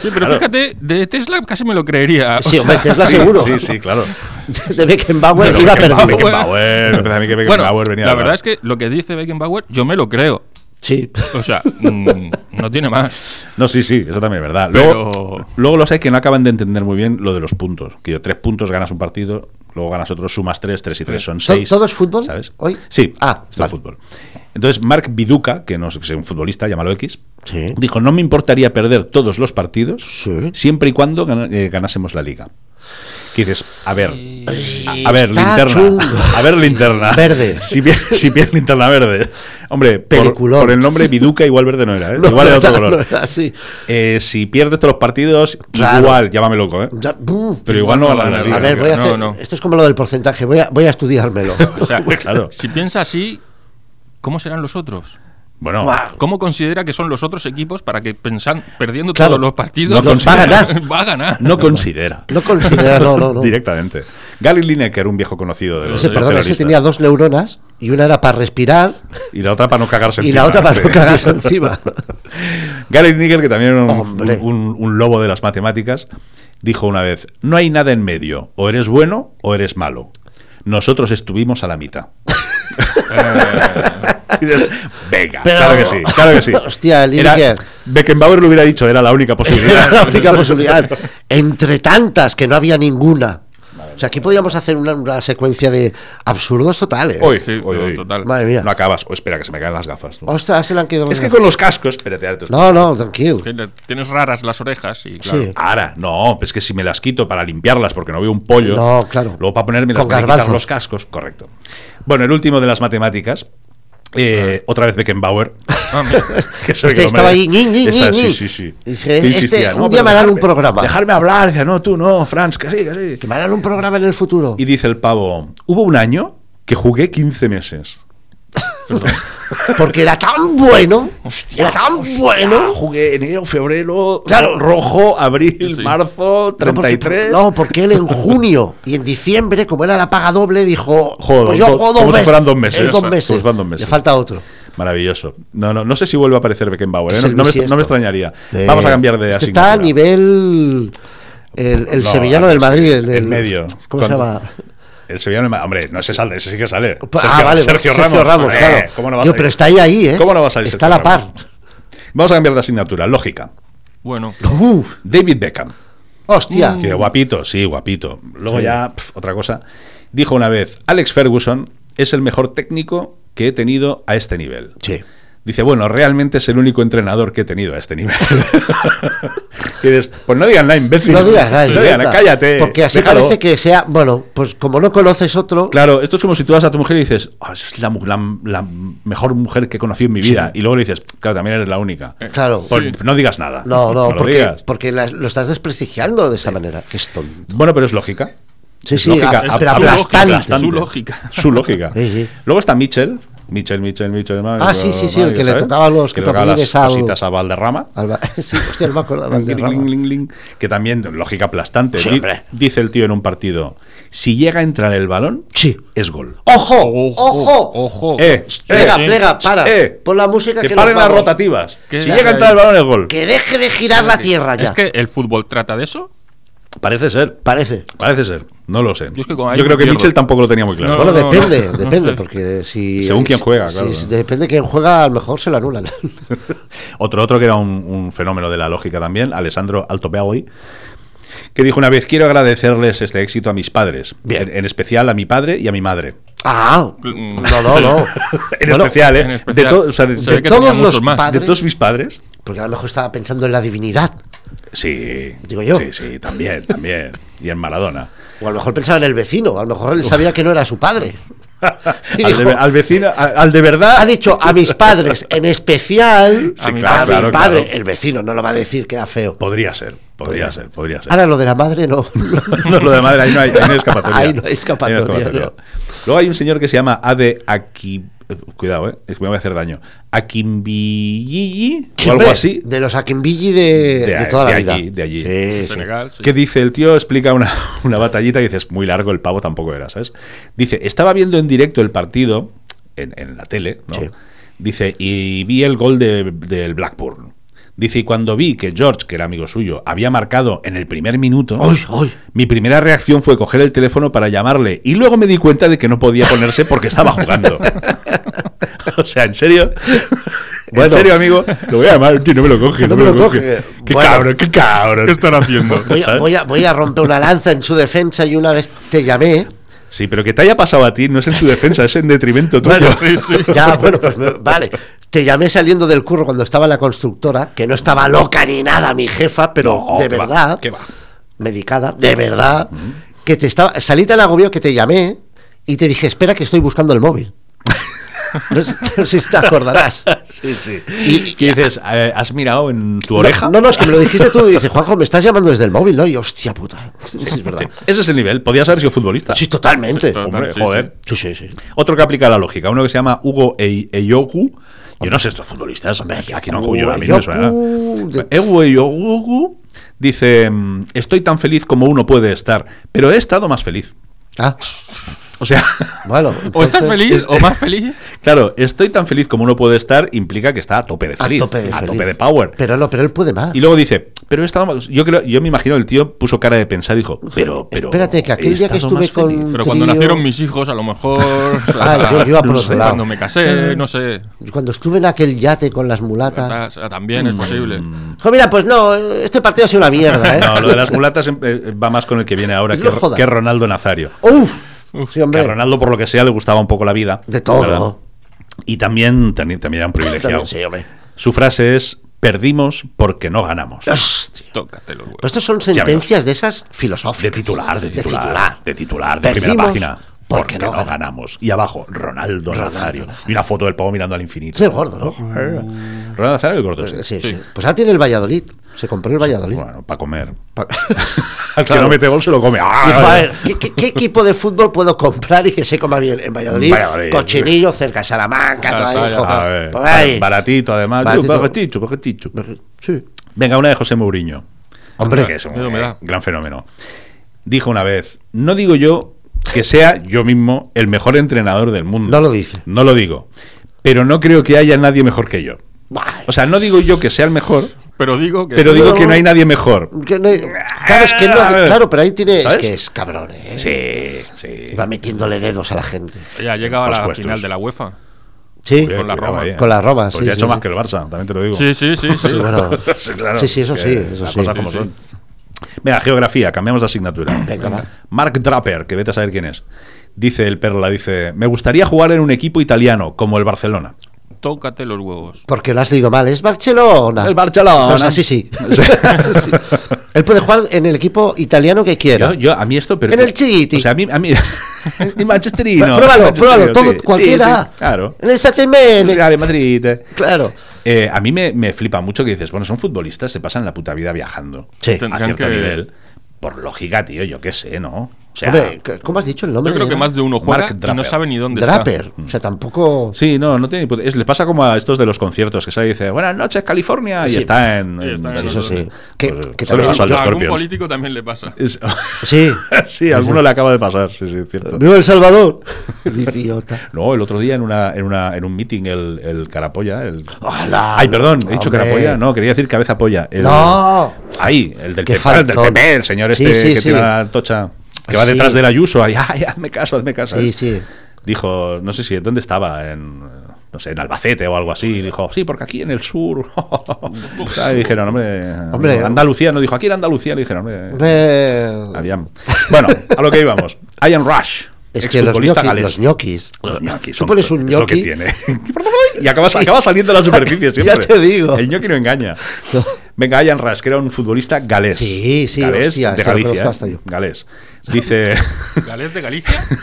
[SPEAKER 3] Sí, pero fíjate, de Tesla casi me lo creería. o
[SPEAKER 1] Sí,
[SPEAKER 3] sea,
[SPEAKER 1] hombre, Tesla
[SPEAKER 2] Sí,
[SPEAKER 1] seguro.
[SPEAKER 2] Sí, sí, claro.
[SPEAKER 1] De Beckenbauer
[SPEAKER 2] Pero
[SPEAKER 1] iba
[SPEAKER 2] Beckenbauer,
[SPEAKER 1] perdido.
[SPEAKER 2] Beckenbauer, me parece a mí que
[SPEAKER 3] bueno,
[SPEAKER 2] Beckenbauer venía
[SPEAKER 3] la
[SPEAKER 2] de
[SPEAKER 3] verdad es que lo que dice Beckenbauer yo me lo creo.
[SPEAKER 1] Sí.
[SPEAKER 3] O sea, mm, no tiene más.
[SPEAKER 2] No, sí, sí, eso también es verdad.
[SPEAKER 3] Pero-
[SPEAKER 2] Luego, luego los hay que no acaban de entender muy bien lo de los puntos. Que yo, tres puntos ganas un partido, luego ganas otro, sumas tres, tres y tres son
[SPEAKER 1] ¿To-
[SPEAKER 2] seis.
[SPEAKER 1] todo es fútbol
[SPEAKER 2] ¿Sabes?
[SPEAKER 1] hoy?
[SPEAKER 2] Sí,
[SPEAKER 1] Ah,
[SPEAKER 2] es todo
[SPEAKER 1] vale.
[SPEAKER 2] fútbol. Entonces, Mark Viduca, que no sé, es un futbolista, llámalo X,
[SPEAKER 1] Sí.
[SPEAKER 2] dijo: No me importaría perder todos los partidos
[SPEAKER 1] Sí.
[SPEAKER 2] siempre y cuando gana- eh, ganásemos la liga. Que dices, a ver, a, a ver,
[SPEAKER 1] Está
[SPEAKER 2] linterna.
[SPEAKER 1] chungo.
[SPEAKER 2] A ver, linterna.
[SPEAKER 1] Verde.
[SPEAKER 2] Si bien, si bien linterna verde. Hombre, por,
[SPEAKER 1] Peliculón.
[SPEAKER 2] por el nombre Viduca, igual verde no era, ¿eh? igual era otro color.
[SPEAKER 1] Sí.
[SPEAKER 2] Eh, si pierdes todos los partidos,
[SPEAKER 1] Claro.
[SPEAKER 2] igual, llámame loco, ¿eh?
[SPEAKER 1] Ya, buh.
[SPEAKER 2] Pero igual no
[SPEAKER 3] Igual no
[SPEAKER 2] ganas la
[SPEAKER 3] ganas.
[SPEAKER 2] liga.
[SPEAKER 1] a ver, voy a
[SPEAKER 3] no,
[SPEAKER 1] hacer.
[SPEAKER 3] no.
[SPEAKER 1] Esto es como lo del porcentaje. Voy a, voy a estudiármelo.
[SPEAKER 3] O sea,
[SPEAKER 2] Pues claro.
[SPEAKER 3] si piensa así, ¿cómo serán los otros?
[SPEAKER 2] Bueno,
[SPEAKER 1] Buah.
[SPEAKER 3] ¿Cómo considera que son los otros equipos para que pensan, perdiendo
[SPEAKER 1] Claro,
[SPEAKER 3] todos los partidos
[SPEAKER 2] no
[SPEAKER 1] considera. Va a
[SPEAKER 3] ganar? va a ganar?
[SPEAKER 2] no considera.
[SPEAKER 1] No considero. No, no, no.
[SPEAKER 2] Directamente. Gary Lineker, un viejo conocido de los
[SPEAKER 1] Ese, perdón, ese
[SPEAKER 2] terroristas.
[SPEAKER 1] tenía dos neuronas y una era para respirar
[SPEAKER 2] Y la otra para no cagarse
[SPEAKER 1] y la
[SPEAKER 2] encima.
[SPEAKER 1] otra para no
[SPEAKER 2] Sí.
[SPEAKER 1] cagarse encima.
[SPEAKER 2] Gary Lineker, que también era un,
[SPEAKER 1] Hombre.
[SPEAKER 2] un- un lobo de las matemáticas, dijo una vez: No hay nada en medio. O eres bueno o eres malo. Nosotros estuvimos a la mitad.
[SPEAKER 3] Eh,
[SPEAKER 2] Y dices, Venga,
[SPEAKER 1] Pero-
[SPEAKER 2] claro que sí, claro que sí.
[SPEAKER 1] Hostia,
[SPEAKER 2] Era-
[SPEAKER 1] Lineker.
[SPEAKER 2] Beckenbauer lo hubiera dicho, era la única posibilidad.
[SPEAKER 1] Era la única posibilidad. Entre tantas que no había ninguna. O sea, aquí podíamos hacer una, una secuencia de absurdos totales.
[SPEAKER 2] Hoy,
[SPEAKER 3] Sí,
[SPEAKER 2] hoy,
[SPEAKER 3] pero
[SPEAKER 2] hoy.
[SPEAKER 3] total.
[SPEAKER 1] Madre mía.
[SPEAKER 2] No acabas. Oh, espera, que se me caen las gafas. tú.
[SPEAKER 1] Ostras, se le han quedado.
[SPEAKER 2] Es que
[SPEAKER 1] las-
[SPEAKER 2] con los cascos. Espérate, ahora te explico.
[SPEAKER 1] No, no, tranquilo.
[SPEAKER 3] Que le- Tienes raras las orejas y claro.
[SPEAKER 1] Sí.
[SPEAKER 2] Ahora, no, pues es que si me las quito para limpiarlas porque no veo un pollo.
[SPEAKER 1] No, claro.
[SPEAKER 2] Luego para ponerme las
[SPEAKER 1] Con
[SPEAKER 2] para quitar
[SPEAKER 1] garbanzo.
[SPEAKER 2] los cascos, correcto. Bueno, el último de las matemáticas. eh, Otra vez Beckenbauer.
[SPEAKER 3] Ah, mira.
[SPEAKER 2] que soy
[SPEAKER 1] Este
[SPEAKER 2] el hombre-
[SPEAKER 1] estaba ahí, ñi, ñi,
[SPEAKER 2] Esta-
[SPEAKER 1] ñi,
[SPEAKER 2] sí,
[SPEAKER 1] ñi.
[SPEAKER 2] sí, sí.
[SPEAKER 1] Dice,
[SPEAKER 2] Yo
[SPEAKER 1] este,
[SPEAKER 2] insistía,
[SPEAKER 1] un
[SPEAKER 2] no,
[SPEAKER 1] día
[SPEAKER 2] pero
[SPEAKER 1] me harán un
[SPEAKER 2] dejarme-
[SPEAKER 1] programa.
[SPEAKER 2] Dejarme hablar, decía, no, tú no, Franz, que sí, que sí.
[SPEAKER 1] Que me harán un programa en el futuro.
[SPEAKER 2] Y dice el pavo, hubo un año que jugué 15 meses.
[SPEAKER 1] Porque era tan bueno. era tan
[SPEAKER 2] Ah,
[SPEAKER 1] bueno.
[SPEAKER 2] jugué enero, febrero,
[SPEAKER 1] Claro.
[SPEAKER 2] ro- rojo, abril,
[SPEAKER 3] Sí.
[SPEAKER 2] marzo,
[SPEAKER 1] No, porque-
[SPEAKER 2] 33.
[SPEAKER 1] No, porque, él en junio y en diciembre, como era la paga doble, dijo:
[SPEAKER 2] Joder,
[SPEAKER 1] Pues yo
[SPEAKER 2] co-
[SPEAKER 1] juego dos
[SPEAKER 2] como si
[SPEAKER 1] veces.
[SPEAKER 2] fueran dos meses.
[SPEAKER 1] Es dos
[SPEAKER 2] Como si
[SPEAKER 1] meses.
[SPEAKER 2] fueran dos meses.
[SPEAKER 1] Le falta otro.
[SPEAKER 2] Maravilloso. No, no, no sé si vuelve a aparecer Beckenbauer. ¿eh?
[SPEAKER 1] Es
[SPEAKER 2] No,
[SPEAKER 1] el
[SPEAKER 2] no me,
[SPEAKER 1] bisiesto.
[SPEAKER 2] no me extrañaría.
[SPEAKER 1] Eh,
[SPEAKER 2] Vamos a cambiar de
[SPEAKER 1] este Está a
[SPEAKER 2] asignatura.
[SPEAKER 1] nivel. El, el
[SPEAKER 2] No,
[SPEAKER 1] sevillano del
[SPEAKER 2] sí,
[SPEAKER 1] Madrid. El,
[SPEAKER 2] en
[SPEAKER 1] del-
[SPEAKER 2] medio.
[SPEAKER 1] ¿Cómo se
[SPEAKER 2] Cuando-
[SPEAKER 1] llama?
[SPEAKER 2] El sevillano, del Ma- hombre, no se sale, ese sí que sale.
[SPEAKER 1] Pa- ah, vale,
[SPEAKER 2] Sergio Ramos. hombre,
[SPEAKER 1] claro.
[SPEAKER 2] ¿cómo no va a
[SPEAKER 1] Yo,
[SPEAKER 2] salir?
[SPEAKER 1] pero está ahí, ahí, ¿eh?
[SPEAKER 2] ¿Cómo no va a salir
[SPEAKER 1] Está a la
[SPEAKER 2] Sergio
[SPEAKER 1] par.
[SPEAKER 2] Ramos? Vamos a cambiar de asignatura. Lógica.
[SPEAKER 3] Bueno,
[SPEAKER 1] Uf,
[SPEAKER 2] David Beckham.
[SPEAKER 1] hostia.
[SPEAKER 2] Mm. Que guapito, sí, guapito. Luego
[SPEAKER 1] Ah. Sí.
[SPEAKER 2] ya, pf, otra cosa. Dijo una vez, Alex Ferguson es el mejor técnico que he tenido a este nivel.
[SPEAKER 1] Sí.
[SPEAKER 2] Dice, bueno, realmente es el único entrenador que he tenido a este nivel. y dices, pues no digas nada, imbécil.
[SPEAKER 1] No digas nada,
[SPEAKER 2] No digas nada,
[SPEAKER 1] idiota.
[SPEAKER 2] cállate.
[SPEAKER 1] Porque así
[SPEAKER 2] déjalo.
[SPEAKER 1] parece que sea. Bueno, pues como no conoces otro.
[SPEAKER 2] Claro, esto es como si tú vas a tu mujer y dices, "Ah, es la, mu- la- la mejor mujer que he conocido en mi vida. Y luego le dices, claro, también eres la única.
[SPEAKER 1] Claro.
[SPEAKER 2] Pues No digas nada.
[SPEAKER 1] No, no,
[SPEAKER 2] lo
[SPEAKER 1] porque,
[SPEAKER 2] digas.
[SPEAKER 1] porque la- lo estás desprestigiando de esa manera. Que es tonto.
[SPEAKER 2] Bueno, pero es lógica.
[SPEAKER 1] Sí,
[SPEAKER 2] Es
[SPEAKER 1] sí,
[SPEAKER 2] lógica,
[SPEAKER 1] a-
[SPEAKER 2] ab-
[SPEAKER 1] pero
[SPEAKER 2] ab-
[SPEAKER 1] aplastante.
[SPEAKER 2] aplastante.
[SPEAKER 3] Su lógica.
[SPEAKER 2] Su lógica.
[SPEAKER 1] Sí, sí.
[SPEAKER 2] Luego está Mitchell. Mitchell, Mitchell, Mitchell.
[SPEAKER 1] Ah, sí, sí, sí, el que le
[SPEAKER 2] ¿sabes?
[SPEAKER 1] tocaba los
[SPEAKER 2] Que le tocaba
[SPEAKER 1] catapulines
[SPEAKER 2] las
[SPEAKER 1] al-
[SPEAKER 2] cositas a Valderrama.
[SPEAKER 1] Alba- Sí, hostia, no me acordaba del de
[SPEAKER 2] Ling,
[SPEAKER 1] Rama.
[SPEAKER 2] ling, ling, ling, que también, lógica aplastante.
[SPEAKER 1] Sí,
[SPEAKER 2] Di-
[SPEAKER 1] hombre.
[SPEAKER 2] dice el tío en un partido: si llega a entrar el balón,
[SPEAKER 1] Sí.
[SPEAKER 2] es gol.
[SPEAKER 1] ¡Ojo! ¡Ojo!
[SPEAKER 3] ¡Ojo!
[SPEAKER 2] Eh,
[SPEAKER 1] Plega,
[SPEAKER 3] sí.
[SPEAKER 1] plega, para.
[SPEAKER 2] Eh,
[SPEAKER 1] Pon la música que,
[SPEAKER 2] que
[SPEAKER 1] nos
[SPEAKER 2] paren las
[SPEAKER 1] vamos.
[SPEAKER 2] rotativas.
[SPEAKER 3] Que
[SPEAKER 2] si
[SPEAKER 3] la-
[SPEAKER 2] llega a entrar el balón, es gol.
[SPEAKER 1] Que deje de girar la tierra ya.
[SPEAKER 3] Es que el fútbol trata de eso.
[SPEAKER 2] Parece ser.
[SPEAKER 1] Parece.
[SPEAKER 2] Parece ser. No lo sé. Yo,
[SPEAKER 3] es que con ahí
[SPEAKER 2] creo
[SPEAKER 3] me
[SPEAKER 2] que
[SPEAKER 3] pierdo.
[SPEAKER 2] Mitchell tampoco lo tenía muy claro.
[SPEAKER 3] No,
[SPEAKER 1] Bueno,
[SPEAKER 3] no, no,
[SPEAKER 1] depende,
[SPEAKER 3] no, no
[SPEAKER 1] depende,
[SPEAKER 3] sé.
[SPEAKER 1] porque si.
[SPEAKER 2] Según quién juega,
[SPEAKER 1] si-
[SPEAKER 2] claro.
[SPEAKER 1] si- depende de quién juega, a lo mejor se lo anulan.
[SPEAKER 2] Otro, otro que era un, un fenómeno de la lógica también, Alessandro Altobelli, que dijo una vez, quiero agradecerles este éxito a mis padres,
[SPEAKER 1] Bien.
[SPEAKER 2] En, en especial a mi padre y a mi madre.
[SPEAKER 1] ah,
[SPEAKER 3] Mm.
[SPEAKER 1] no, no, no.
[SPEAKER 2] En
[SPEAKER 1] Bueno,
[SPEAKER 2] especial, ¿eh?
[SPEAKER 3] en especial.
[SPEAKER 2] De, to- o sea, de-
[SPEAKER 3] Se
[SPEAKER 1] de
[SPEAKER 3] ve que
[SPEAKER 1] todos
[SPEAKER 3] tenía muchos
[SPEAKER 1] los
[SPEAKER 3] más. De
[SPEAKER 2] de
[SPEAKER 1] padres.
[SPEAKER 2] todos mis padres,
[SPEAKER 1] Porque a lo mejor estaba pensando en la divinidad.
[SPEAKER 2] sí.
[SPEAKER 1] Digo yo.
[SPEAKER 2] Sí, sí, también, también. Y en Maradona.
[SPEAKER 1] O a lo mejor pensaba en el vecino. A lo mejor él sabía que no era su padre. Y
[SPEAKER 2] al,
[SPEAKER 1] dijo-
[SPEAKER 2] de, al vecino, al, al de verdad.
[SPEAKER 1] Ha dicho a mis padres, en especial
[SPEAKER 2] Sí,
[SPEAKER 1] a mi,
[SPEAKER 2] claro,
[SPEAKER 1] a mi
[SPEAKER 2] claro,
[SPEAKER 1] padre.
[SPEAKER 2] claro.
[SPEAKER 1] El vecino no lo va a decir, queda feo.
[SPEAKER 2] Podría ser, podría, ser, podría ser.
[SPEAKER 1] Ahora lo de la madre no.
[SPEAKER 2] No, lo de madre, ahí no hay, ahí no hay escapatoria.
[SPEAKER 1] Ahí no hay escapatoria, no.
[SPEAKER 2] Luego hay un señor que se llama Ade Aki. eh, Cuidado, eh, es que me voy a hacer daño. Akimbiyi o algo
[SPEAKER 1] Hombre,
[SPEAKER 2] así.
[SPEAKER 1] De los Akinbilli de,
[SPEAKER 2] De-
[SPEAKER 1] de toda
[SPEAKER 2] de
[SPEAKER 1] la
[SPEAKER 2] allí,
[SPEAKER 1] vida.
[SPEAKER 2] de allí.
[SPEAKER 1] Sí, sí.
[SPEAKER 3] Senegal, sí.
[SPEAKER 2] Que dice, el tío explica una, una batallita y dices, muy largo el pavo tampoco era, ¿sabes? Dice, estaba viendo en directo el partido en, en la tele, ¿no?
[SPEAKER 1] Sí.
[SPEAKER 2] Dice, y vi el gol de- del Blackburn. Dice, y cuando vi que George, que era amigo suyo, había marcado en el primer minuto,
[SPEAKER 1] Ay, ay.
[SPEAKER 2] mi primera reacción fue coger el teléfono para llamarle y luego me di cuenta de que no podía ponerse porque estaba jugando. o sea, ¿en serio?
[SPEAKER 1] Bueno.
[SPEAKER 2] ¿En serio, amigo? Lo voy a llamar, el tío, no me lo coge, no, me lo coge. Qué
[SPEAKER 1] Bueno.
[SPEAKER 2] cabrón, qué cabrón.
[SPEAKER 3] ¿Qué están haciendo?
[SPEAKER 1] Voy a,
[SPEAKER 2] ¿Sabes?
[SPEAKER 1] voy a- voy a romper una lanza en su defensa y una vez te llamé.
[SPEAKER 2] Sí, pero que te haya pasado a ti no es en su defensa, es en detrimento tuyo.
[SPEAKER 1] Bueno,
[SPEAKER 3] sí, sí.
[SPEAKER 1] ya, bueno, pues me- vale. Te llamé saliendo del curro cuando estaba en la constructora, que no estaba loca ni nada mi jefa, pero
[SPEAKER 2] No,
[SPEAKER 1] de
[SPEAKER 2] qué va,
[SPEAKER 1] verdad,
[SPEAKER 2] qué va.
[SPEAKER 1] medicada, de verdad, que te estaba, salí tan agobio que te llamé y te dije, espera que estoy buscando el móvil. No sé, no sé si te acordarás.
[SPEAKER 2] Sí, sí.
[SPEAKER 1] Y-
[SPEAKER 2] ¿Qué dices? eh, ¿Has mirado en tu
[SPEAKER 1] No,
[SPEAKER 2] oreja?
[SPEAKER 1] No, no, es que me lo dijiste tú y dices, Juanjo, me estás llamando desde el móvil, ¿no? Y yo, hostia puta. Sí, es verdad.
[SPEAKER 2] Sí, Ese es el nivel. Podías haber sido futbolista.
[SPEAKER 1] Sí, totalmente.
[SPEAKER 2] Hombre,
[SPEAKER 3] Sí, sí.
[SPEAKER 2] joder.
[SPEAKER 1] Sí, sí, sí.
[SPEAKER 2] Otro que aplica la lógica, uno que se llama Hugo E- Eyogu. Yo no sé estos futbolistas, hombre, aquí aquí no
[SPEAKER 1] Hugo
[SPEAKER 2] juego yo, a mí no me suena.
[SPEAKER 1] Eyogu, de-
[SPEAKER 2] Hugo Eyogu dice, mm, estoy tan feliz como uno puede estar, pero he estado más feliz.
[SPEAKER 1] Ah,
[SPEAKER 2] O sea,
[SPEAKER 1] bueno.
[SPEAKER 3] O estás
[SPEAKER 1] entonces-
[SPEAKER 3] feliz o más feliz.
[SPEAKER 2] claro, estoy tan feliz como uno puede estar implica que está a tope de
[SPEAKER 1] A
[SPEAKER 2] feliz,
[SPEAKER 1] tope de feliz.
[SPEAKER 2] power.
[SPEAKER 1] Pero no, pero él puede más.
[SPEAKER 2] y luego dice, pero he estado más... Yo, creo, yo me imagino el tío puso cara de pensar y dijo, pero... pero
[SPEAKER 1] Espérate, que
[SPEAKER 2] he
[SPEAKER 1] aquel día que
[SPEAKER 2] estado más
[SPEAKER 1] estuve con-
[SPEAKER 2] feliz".
[SPEAKER 3] Pero cuando
[SPEAKER 1] Trío.
[SPEAKER 3] nacieron mis hijos, a lo mejor. o sea,
[SPEAKER 1] Ah, yo- yo iba por
[SPEAKER 2] otro lado.
[SPEAKER 3] Cuando me casé, no sé.
[SPEAKER 1] Cuando estuve en aquel yate con las mulatas.
[SPEAKER 3] Ah, También es posible.
[SPEAKER 1] Dijo, mira, pues no, este partido ha sido una mierda, ¿eh?
[SPEAKER 2] No, lo de las mulatas eh, va más con el que viene ahora,
[SPEAKER 1] No
[SPEAKER 2] que, es-
[SPEAKER 1] jodas.
[SPEAKER 2] que es Ronaldo Nazario.
[SPEAKER 1] ¡Uf! Sí,
[SPEAKER 2] Que
[SPEAKER 1] hombre.
[SPEAKER 2] a Ronaldo, por lo que sea, le gustaba un poco la vida.
[SPEAKER 1] De todo.
[SPEAKER 2] ¿verdad? Y también, también, también era un privilegiado.
[SPEAKER 1] También, sí, hombre.
[SPEAKER 2] Su frase es: perdimos porque no ganamos.
[SPEAKER 1] Hostia.
[SPEAKER 3] Tócate los huevos.
[SPEAKER 1] Pues estas son
[SPEAKER 2] Ya
[SPEAKER 1] sentencias de esas
[SPEAKER 2] De
[SPEAKER 1] filosóficas.
[SPEAKER 2] titular, de
[SPEAKER 1] De
[SPEAKER 2] titular. De titular,
[SPEAKER 1] titular.
[SPEAKER 2] de, primera
[SPEAKER 1] Perdimos
[SPEAKER 2] página.
[SPEAKER 1] porque no ganamos.
[SPEAKER 2] Y abajo, Ronaldo,
[SPEAKER 1] Ronaldo
[SPEAKER 2] Nazario.
[SPEAKER 1] Nazario.
[SPEAKER 2] Y una foto del pavo mirando al infinito.
[SPEAKER 1] Es el gordo, ¿no?
[SPEAKER 2] Ronaldo Nazario, el gordo. ese.
[SPEAKER 1] Sí, sí. Pues ahora tiene el Valladolid. Se compró el Valladolid.
[SPEAKER 2] Bueno, para comer.
[SPEAKER 1] Pa-
[SPEAKER 2] Al que
[SPEAKER 1] Claro.
[SPEAKER 2] no mete gol se lo come. ¡Ah!
[SPEAKER 1] Dijo, a ver, ¿qué, qué, qué equipo de fútbol puedo comprar y que se coma bien? En Valladolid,
[SPEAKER 2] Valladolid. Ah,
[SPEAKER 1] cochinillo, cerca de Salamanca, todo ahí, dijo,
[SPEAKER 2] A ver,
[SPEAKER 1] por ahí.
[SPEAKER 2] Baratito, además.
[SPEAKER 1] Baratito.
[SPEAKER 2] Yo, baratito, baratito.
[SPEAKER 1] Sí.
[SPEAKER 2] Venga, una de José Mourinho.
[SPEAKER 1] Hombre.
[SPEAKER 2] que es un
[SPEAKER 3] Miedo
[SPEAKER 2] eh,
[SPEAKER 3] me da.
[SPEAKER 2] gran fenómeno. Dijo una vez, no digo yo que sea yo mismo el mejor entrenador del mundo.
[SPEAKER 1] No lo dice.
[SPEAKER 2] No lo digo. Pero no creo que haya nadie mejor que yo.
[SPEAKER 1] Buah,
[SPEAKER 2] O sea, no digo yo que sea el mejor,
[SPEAKER 3] Pero digo que.
[SPEAKER 2] pero digo que no hay nadie mejor.
[SPEAKER 1] que no hay- claro, es que no,
[SPEAKER 2] Ah, A ver.
[SPEAKER 1] claro, pero ahí tiene.
[SPEAKER 2] ¿Sabes?
[SPEAKER 1] Es que es cabrón, ¿eh?
[SPEAKER 2] Sí, sí.
[SPEAKER 1] Va metiéndole dedos a la gente.
[SPEAKER 3] Ya llegaba a
[SPEAKER 2] Los
[SPEAKER 3] la
[SPEAKER 2] puestos.
[SPEAKER 3] final de la UEFA.
[SPEAKER 1] Sí.
[SPEAKER 2] Cuidado,
[SPEAKER 3] Con la
[SPEAKER 2] cuidado
[SPEAKER 3] Roma.
[SPEAKER 2] ahí, eh.
[SPEAKER 1] Con la Roma,
[SPEAKER 2] Pues
[SPEAKER 1] sí,
[SPEAKER 2] ya ha
[SPEAKER 1] sí,
[SPEAKER 2] hecho
[SPEAKER 1] sí.
[SPEAKER 2] más que el Barça, también te lo digo.
[SPEAKER 3] Sí, sí, sí. sí.
[SPEAKER 1] Sí, bueno,
[SPEAKER 2] Claro,
[SPEAKER 1] sí, sí, eso
[SPEAKER 2] que
[SPEAKER 1] sí. Eso
[SPEAKER 2] las
[SPEAKER 1] sí.
[SPEAKER 2] cosas como son. Venga, geografía, cambiamos de asignatura.
[SPEAKER 1] Venga, va.
[SPEAKER 2] Mark Draper, que vete a saber quién es. Dice el Perla, dice, me gustaría jugar en un equipo italiano, como el Barcelona.
[SPEAKER 3] Tócate los huevos.
[SPEAKER 1] Porque lo has leído mal, es Barcelona.
[SPEAKER 2] El Barcelona.
[SPEAKER 1] Entonces, así sí. Sí. Él puede jugar en el equipo italiano que quiera.
[SPEAKER 2] Yo, yo- a mí esto, pero...
[SPEAKER 1] En el City.
[SPEAKER 2] O sea, a mí... A mí en Manchesterino.
[SPEAKER 1] Va, pruébalo,
[SPEAKER 2] Manchesterino,
[SPEAKER 1] pruébalo, todo,
[SPEAKER 2] sí.
[SPEAKER 1] cualquiera.
[SPEAKER 2] Sí, sí, claro.
[SPEAKER 1] En el Sachemen.
[SPEAKER 2] Real Madrid. eh.
[SPEAKER 1] Claro.
[SPEAKER 2] Eh, a mí me, me flipa mucho que dices, bueno, son futbolistas, se pasan la puta vida viajando.
[SPEAKER 1] Sí.
[SPEAKER 2] A
[SPEAKER 3] Tendrían
[SPEAKER 2] cierto
[SPEAKER 3] que-
[SPEAKER 2] nivel. Por lógica, tío, yo qué sé, ¿no? O sea,
[SPEAKER 1] Hombre, ¿cómo has dicho el nombre?
[SPEAKER 3] Yo creo que
[SPEAKER 1] Era
[SPEAKER 3] más de uno
[SPEAKER 2] Mark
[SPEAKER 3] juega y no
[SPEAKER 2] Draper.
[SPEAKER 3] sabe ni dónde
[SPEAKER 1] Draper.
[SPEAKER 3] está.
[SPEAKER 1] O sea, tampoco.
[SPEAKER 2] Sí, no, no tiene ni puta- es, Le pasa como a estos de los conciertos que sale y dice, buenas noches, California, y
[SPEAKER 1] Sí.
[SPEAKER 2] está en.
[SPEAKER 3] Sí, está en
[SPEAKER 2] en-
[SPEAKER 3] Sí, eso sí.
[SPEAKER 1] Que-
[SPEAKER 2] Pues,
[SPEAKER 1] que
[SPEAKER 2] eso le
[SPEAKER 1] también-
[SPEAKER 2] pasó al de
[SPEAKER 3] A algún
[SPEAKER 2] Scorpions.
[SPEAKER 3] político también le pasa.
[SPEAKER 2] Es-
[SPEAKER 1] Sí.
[SPEAKER 2] sí, a alguno le acaba de pasar, sí, sí, cierto.
[SPEAKER 1] Vivo El Salvador. El Idiota.
[SPEAKER 2] No, el otro día en una, en una, en un meeting el, el carapolla, el.
[SPEAKER 1] Ojalá.
[SPEAKER 2] Ay, perdón, he dicho
[SPEAKER 1] Hombre.
[SPEAKER 2] carapolla, no, quería decir cabeza polla. El-
[SPEAKER 1] No.
[SPEAKER 2] Ahí, el del
[SPEAKER 1] Qué
[SPEAKER 2] PP, el del
[SPEAKER 1] faltón.
[SPEAKER 2] PP, el señor
[SPEAKER 1] Sí,
[SPEAKER 2] este
[SPEAKER 1] sí,
[SPEAKER 2] que
[SPEAKER 1] sí.
[SPEAKER 2] tiene la tocha, que va
[SPEAKER 1] Sí.
[SPEAKER 2] detrás del Ayuso, ahí, ay, hazme caso, hazme caso.
[SPEAKER 1] Sí, sí.
[SPEAKER 2] Dijo, no sé si, ¿dónde estaba? En, no sé, en Albacete o algo así. Dijo, sí, porque aquí en el sur. y dijeron, hombre,
[SPEAKER 1] Hombre.
[SPEAKER 2] Andalucía, no dijo, aquí en Andalucía, le dijeron, hombre.
[SPEAKER 1] Ve-
[SPEAKER 2] habían- Bueno, a lo que íbamos. Ian Rush,
[SPEAKER 1] Es que los
[SPEAKER 2] exfutbolista
[SPEAKER 1] ñoquis,
[SPEAKER 2] galés.
[SPEAKER 1] los ñoquis.
[SPEAKER 2] Los ñoquis
[SPEAKER 1] Tú
[SPEAKER 2] son-
[SPEAKER 1] pones un
[SPEAKER 2] es lo que
[SPEAKER 1] ñoqui.
[SPEAKER 2] tiene. y acabas, acaba saliendo a la superficie siempre.
[SPEAKER 1] Ya te digo.
[SPEAKER 2] El ñoqui no engaña.
[SPEAKER 1] No.
[SPEAKER 2] Venga, Ian Rush, que era un futbolista galés.
[SPEAKER 1] Sí, sí,
[SPEAKER 2] galés
[SPEAKER 1] hostia,
[SPEAKER 2] de
[SPEAKER 1] este lo
[SPEAKER 2] Galicia. ¿eh?
[SPEAKER 1] conozco hasta yo.
[SPEAKER 2] Galés. Dice.
[SPEAKER 3] ¿Gales de Galicia?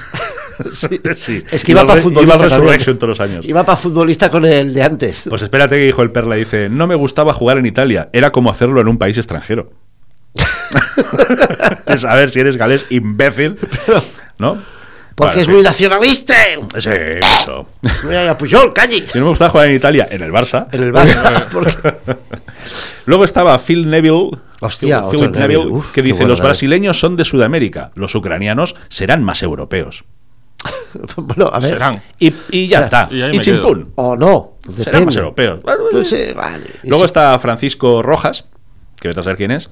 [SPEAKER 1] Sí.
[SPEAKER 2] sí,
[SPEAKER 1] Es que iba
[SPEAKER 2] al
[SPEAKER 1] para
[SPEAKER 2] re-
[SPEAKER 1] futbolista.
[SPEAKER 2] Iba al
[SPEAKER 1] también.
[SPEAKER 2] Resurrection todos los años.
[SPEAKER 1] Iba para futbolista con el de antes.
[SPEAKER 2] Pues espérate que dijo el Perla. Dice: No me gustaba jugar en Italia. Era como hacerlo en un país extranjero. es a ver si eres galés, imbécil. ¿No?
[SPEAKER 1] Porque
[SPEAKER 2] Vale,
[SPEAKER 1] es
[SPEAKER 2] sí.
[SPEAKER 1] muy nacionalista.
[SPEAKER 2] Sí, eso.
[SPEAKER 1] Mira, Puyol, calle.
[SPEAKER 2] Y no me gustaba jugar en Italia, en el Barça.
[SPEAKER 1] En el Barça. porque-
[SPEAKER 2] Luego estaba Phil Neville.
[SPEAKER 1] Hostia,
[SPEAKER 2] Phil-
[SPEAKER 1] otro
[SPEAKER 2] Phil Neville,
[SPEAKER 1] Neville. Uf,
[SPEAKER 2] que
[SPEAKER 1] qué
[SPEAKER 2] dice,
[SPEAKER 1] bueno,
[SPEAKER 2] los
[SPEAKER 1] Neville".
[SPEAKER 2] brasileños son de Sudamérica, los ucranianos serán más europeos.
[SPEAKER 1] bueno, a ver.
[SPEAKER 3] Serán.
[SPEAKER 2] Y, y ya
[SPEAKER 1] O sea,
[SPEAKER 2] está.
[SPEAKER 3] y ahí
[SPEAKER 2] Y
[SPEAKER 3] me
[SPEAKER 2] chimpún.
[SPEAKER 1] O no.
[SPEAKER 2] Serán más
[SPEAKER 1] Depende.
[SPEAKER 2] europeos. Bueno,
[SPEAKER 1] Pues sí, vale.
[SPEAKER 2] Luego
[SPEAKER 1] Sí.
[SPEAKER 2] está Francisco Rojas, que vete a saber quién es,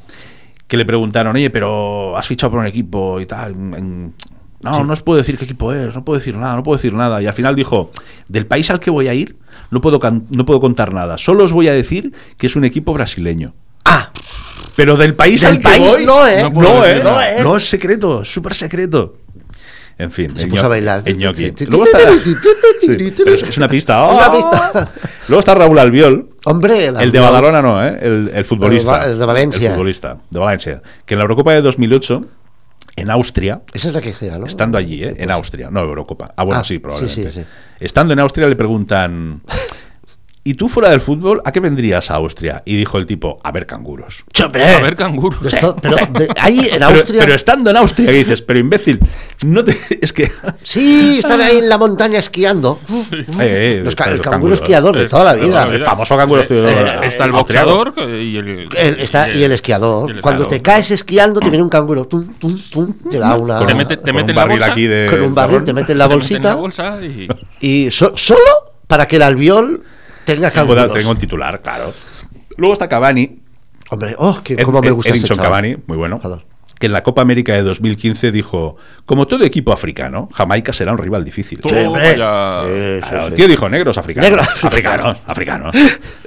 [SPEAKER 2] que le preguntaron, oye, pero has fichado por un equipo y tal. en- en- No, no os puedo decir qué equipo es, no puedo decir nada, no puedo decir nada. Y al final dijo, del país al que voy a ir, no puedo, can- no puedo contar nada. Solo os voy a decir que es un equipo brasileño.
[SPEAKER 1] Ah,
[SPEAKER 2] Pero del país
[SPEAKER 1] Del
[SPEAKER 2] al que
[SPEAKER 1] país
[SPEAKER 2] voy,
[SPEAKER 1] no, ¿eh? No
[SPEAKER 2] No,
[SPEAKER 1] puedo
[SPEAKER 2] ¿eh?
[SPEAKER 1] decir
[SPEAKER 2] No,
[SPEAKER 1] nada.
[SPEAKER 2] es secreto, es súper secreto. En fin,
[SPEAKER 1] Se
[SPEAKER 2] el
[SPEAKER 1] puso
[SPEAKER 2] ño-
[SPEAKER 1] a bailar.
[SPEAKER 2] el
[SPEAKER 1] Ti,
[SPEAKER 2] ñoqui.
[SPEAKER 1] ti, ti,
[SPEAKER 2] Luego está-
[SPEAKER 1] ti, ti, ti, ti,
[SPEAKER 2] Sí,
[SPEAKER 1] ti, ti,
[SPEAKER 2] pero
[SPEAKER 1] ti.
[SPEAKER 2] es- Es una pista.
[SPEAKER 1] Es una
[SPEAKER 2] ¡Ah!
[SPEAKER 1] pista.
[SPEAKER 2] Luego está Raúl Albiol.
[SPEAKER 1] hombre.
[SPEAKER 2] El de Badalona no, ¿eh? el, el
[SPEAKER 1] El de
[SPEAKER 2] futbolista.
[SPEAKER 1] Va- el de Valencia.
[SPEAKER 2] El futbolista, de Valencia. Que en la Eurocopa de 2008, en Austria,
[SPEAKER 1] Esa es la que sea, ¿no?
[SPEAKER 2] estando allí, ¿eh? en Austria, no Eurocopa. Ah,
[SPEAKER 1] pues
[SPEAKER 2] bueno,
[SPEAKER 1] Ah,
[SPEAKER 2] sí,
[SPEAKER 1] sí,
[SPEAKER 2] probablemente.
[SPEAKER 1] sí, sí.
[SPEAKER 2] Estando en Austria le preguntan, ¿y tú fuera del fútbol, a qué vendrías a Austria? Y dijo el tipo, a ver canguros.
[SPEAKER 1] Che, hombre.
[SPEAKER 3] A ver, canguro.
[SPEAKER 1] De esto- pero de- ahí en
[SPEAKER 2] Pero-
[SPEAKER 1] Austria.
[SPEAKER 2] Pero, estando en Austria, que dices, pero imbécil, no te, es que...
[SPEAKER 1] Sí, están ahí en la montaña esquiando.
[SPEAKER 2] Eh, eh,
[SPEAKER 1] Los ca-
[SPEAKER 2] los
[SPEAKER 1] el canguro
[SPEAKER 2] canguros.
[SPEAKER 1] esquiador de toda la vida.
[SPEAKER 2] El famoso canguro
[SPEAKER 1] Eh,
[SPEAKER 2] esquiador.
[SPEAKER 3] Eh, Está el
[SPEAKER 2] austriaco.
[SPEAKER 3] boxeador eh, y el,
[SPEAKER 1] El- está- y el esquiador.
[SPEAKER 3] y el
[SPEAKER 1] Cuando te
[SPEAKER 3] esquiador.
[SPEAKER 1] caes esquiando, te viene un canguro. tum, tum, tum, te da una.
[SPEAKER 3] Te mete-
[SPEAKER 2] Con eh,
[SPEAKER 3] mete
[SPEAKER 2] un
[SPEAKER 3] en la
[SPEAKER 2] barril
[SPEAKER 3] bolsa.
[SPEAKER 2] aquí de...
[SPEAKER 1] con un barril, te mete en la
[SPEAKER 3] te meten en
[SPEAKER 1] bolsita.
[SPEAKER 3] la bolsa y
[SPEAKER 1] Y so- solo para que el albiol tenga
[SPEAKER 2] Tengo,
[SPEAKER 1] canguros.
[SPEAKER 2] tengo un titular, claro. Luego está Cavani.
[SPEAKER 1] Hombre, oh, que,
[SPEAKER 2] Ed-
[SPEAKER 1] cómo me
[SPEAKER 2] Ed-
[SPEAKER 1] gusta ese
[SPEAKER 2] Edinson
[SPEAKER 1] chaval.
[SPEAKER 2] Cavani, muy bueno.
[SPEAKER 1] Joder.
[SPEAKER 2] Que en la Copa América de 2015 dijo, como todo equipo africano, Jamaica será un rival difícil.
[SPEAKER 3] Tú-
[SPEAKER 1] Sí,
[SPEAKER 3] Oh,
[SPEAKER 1] hombre.
[SPEAKER 3] vaya.
[SPEAKER 1] Sí, sí,
[SPEAKER 2] Claro,
[SPEAKER 1] sí.
[SPEAKER 2] el tío dijo negros africanos.
[SPEAKER 1] Negros
[SPEAKER 2] africanos, africanos.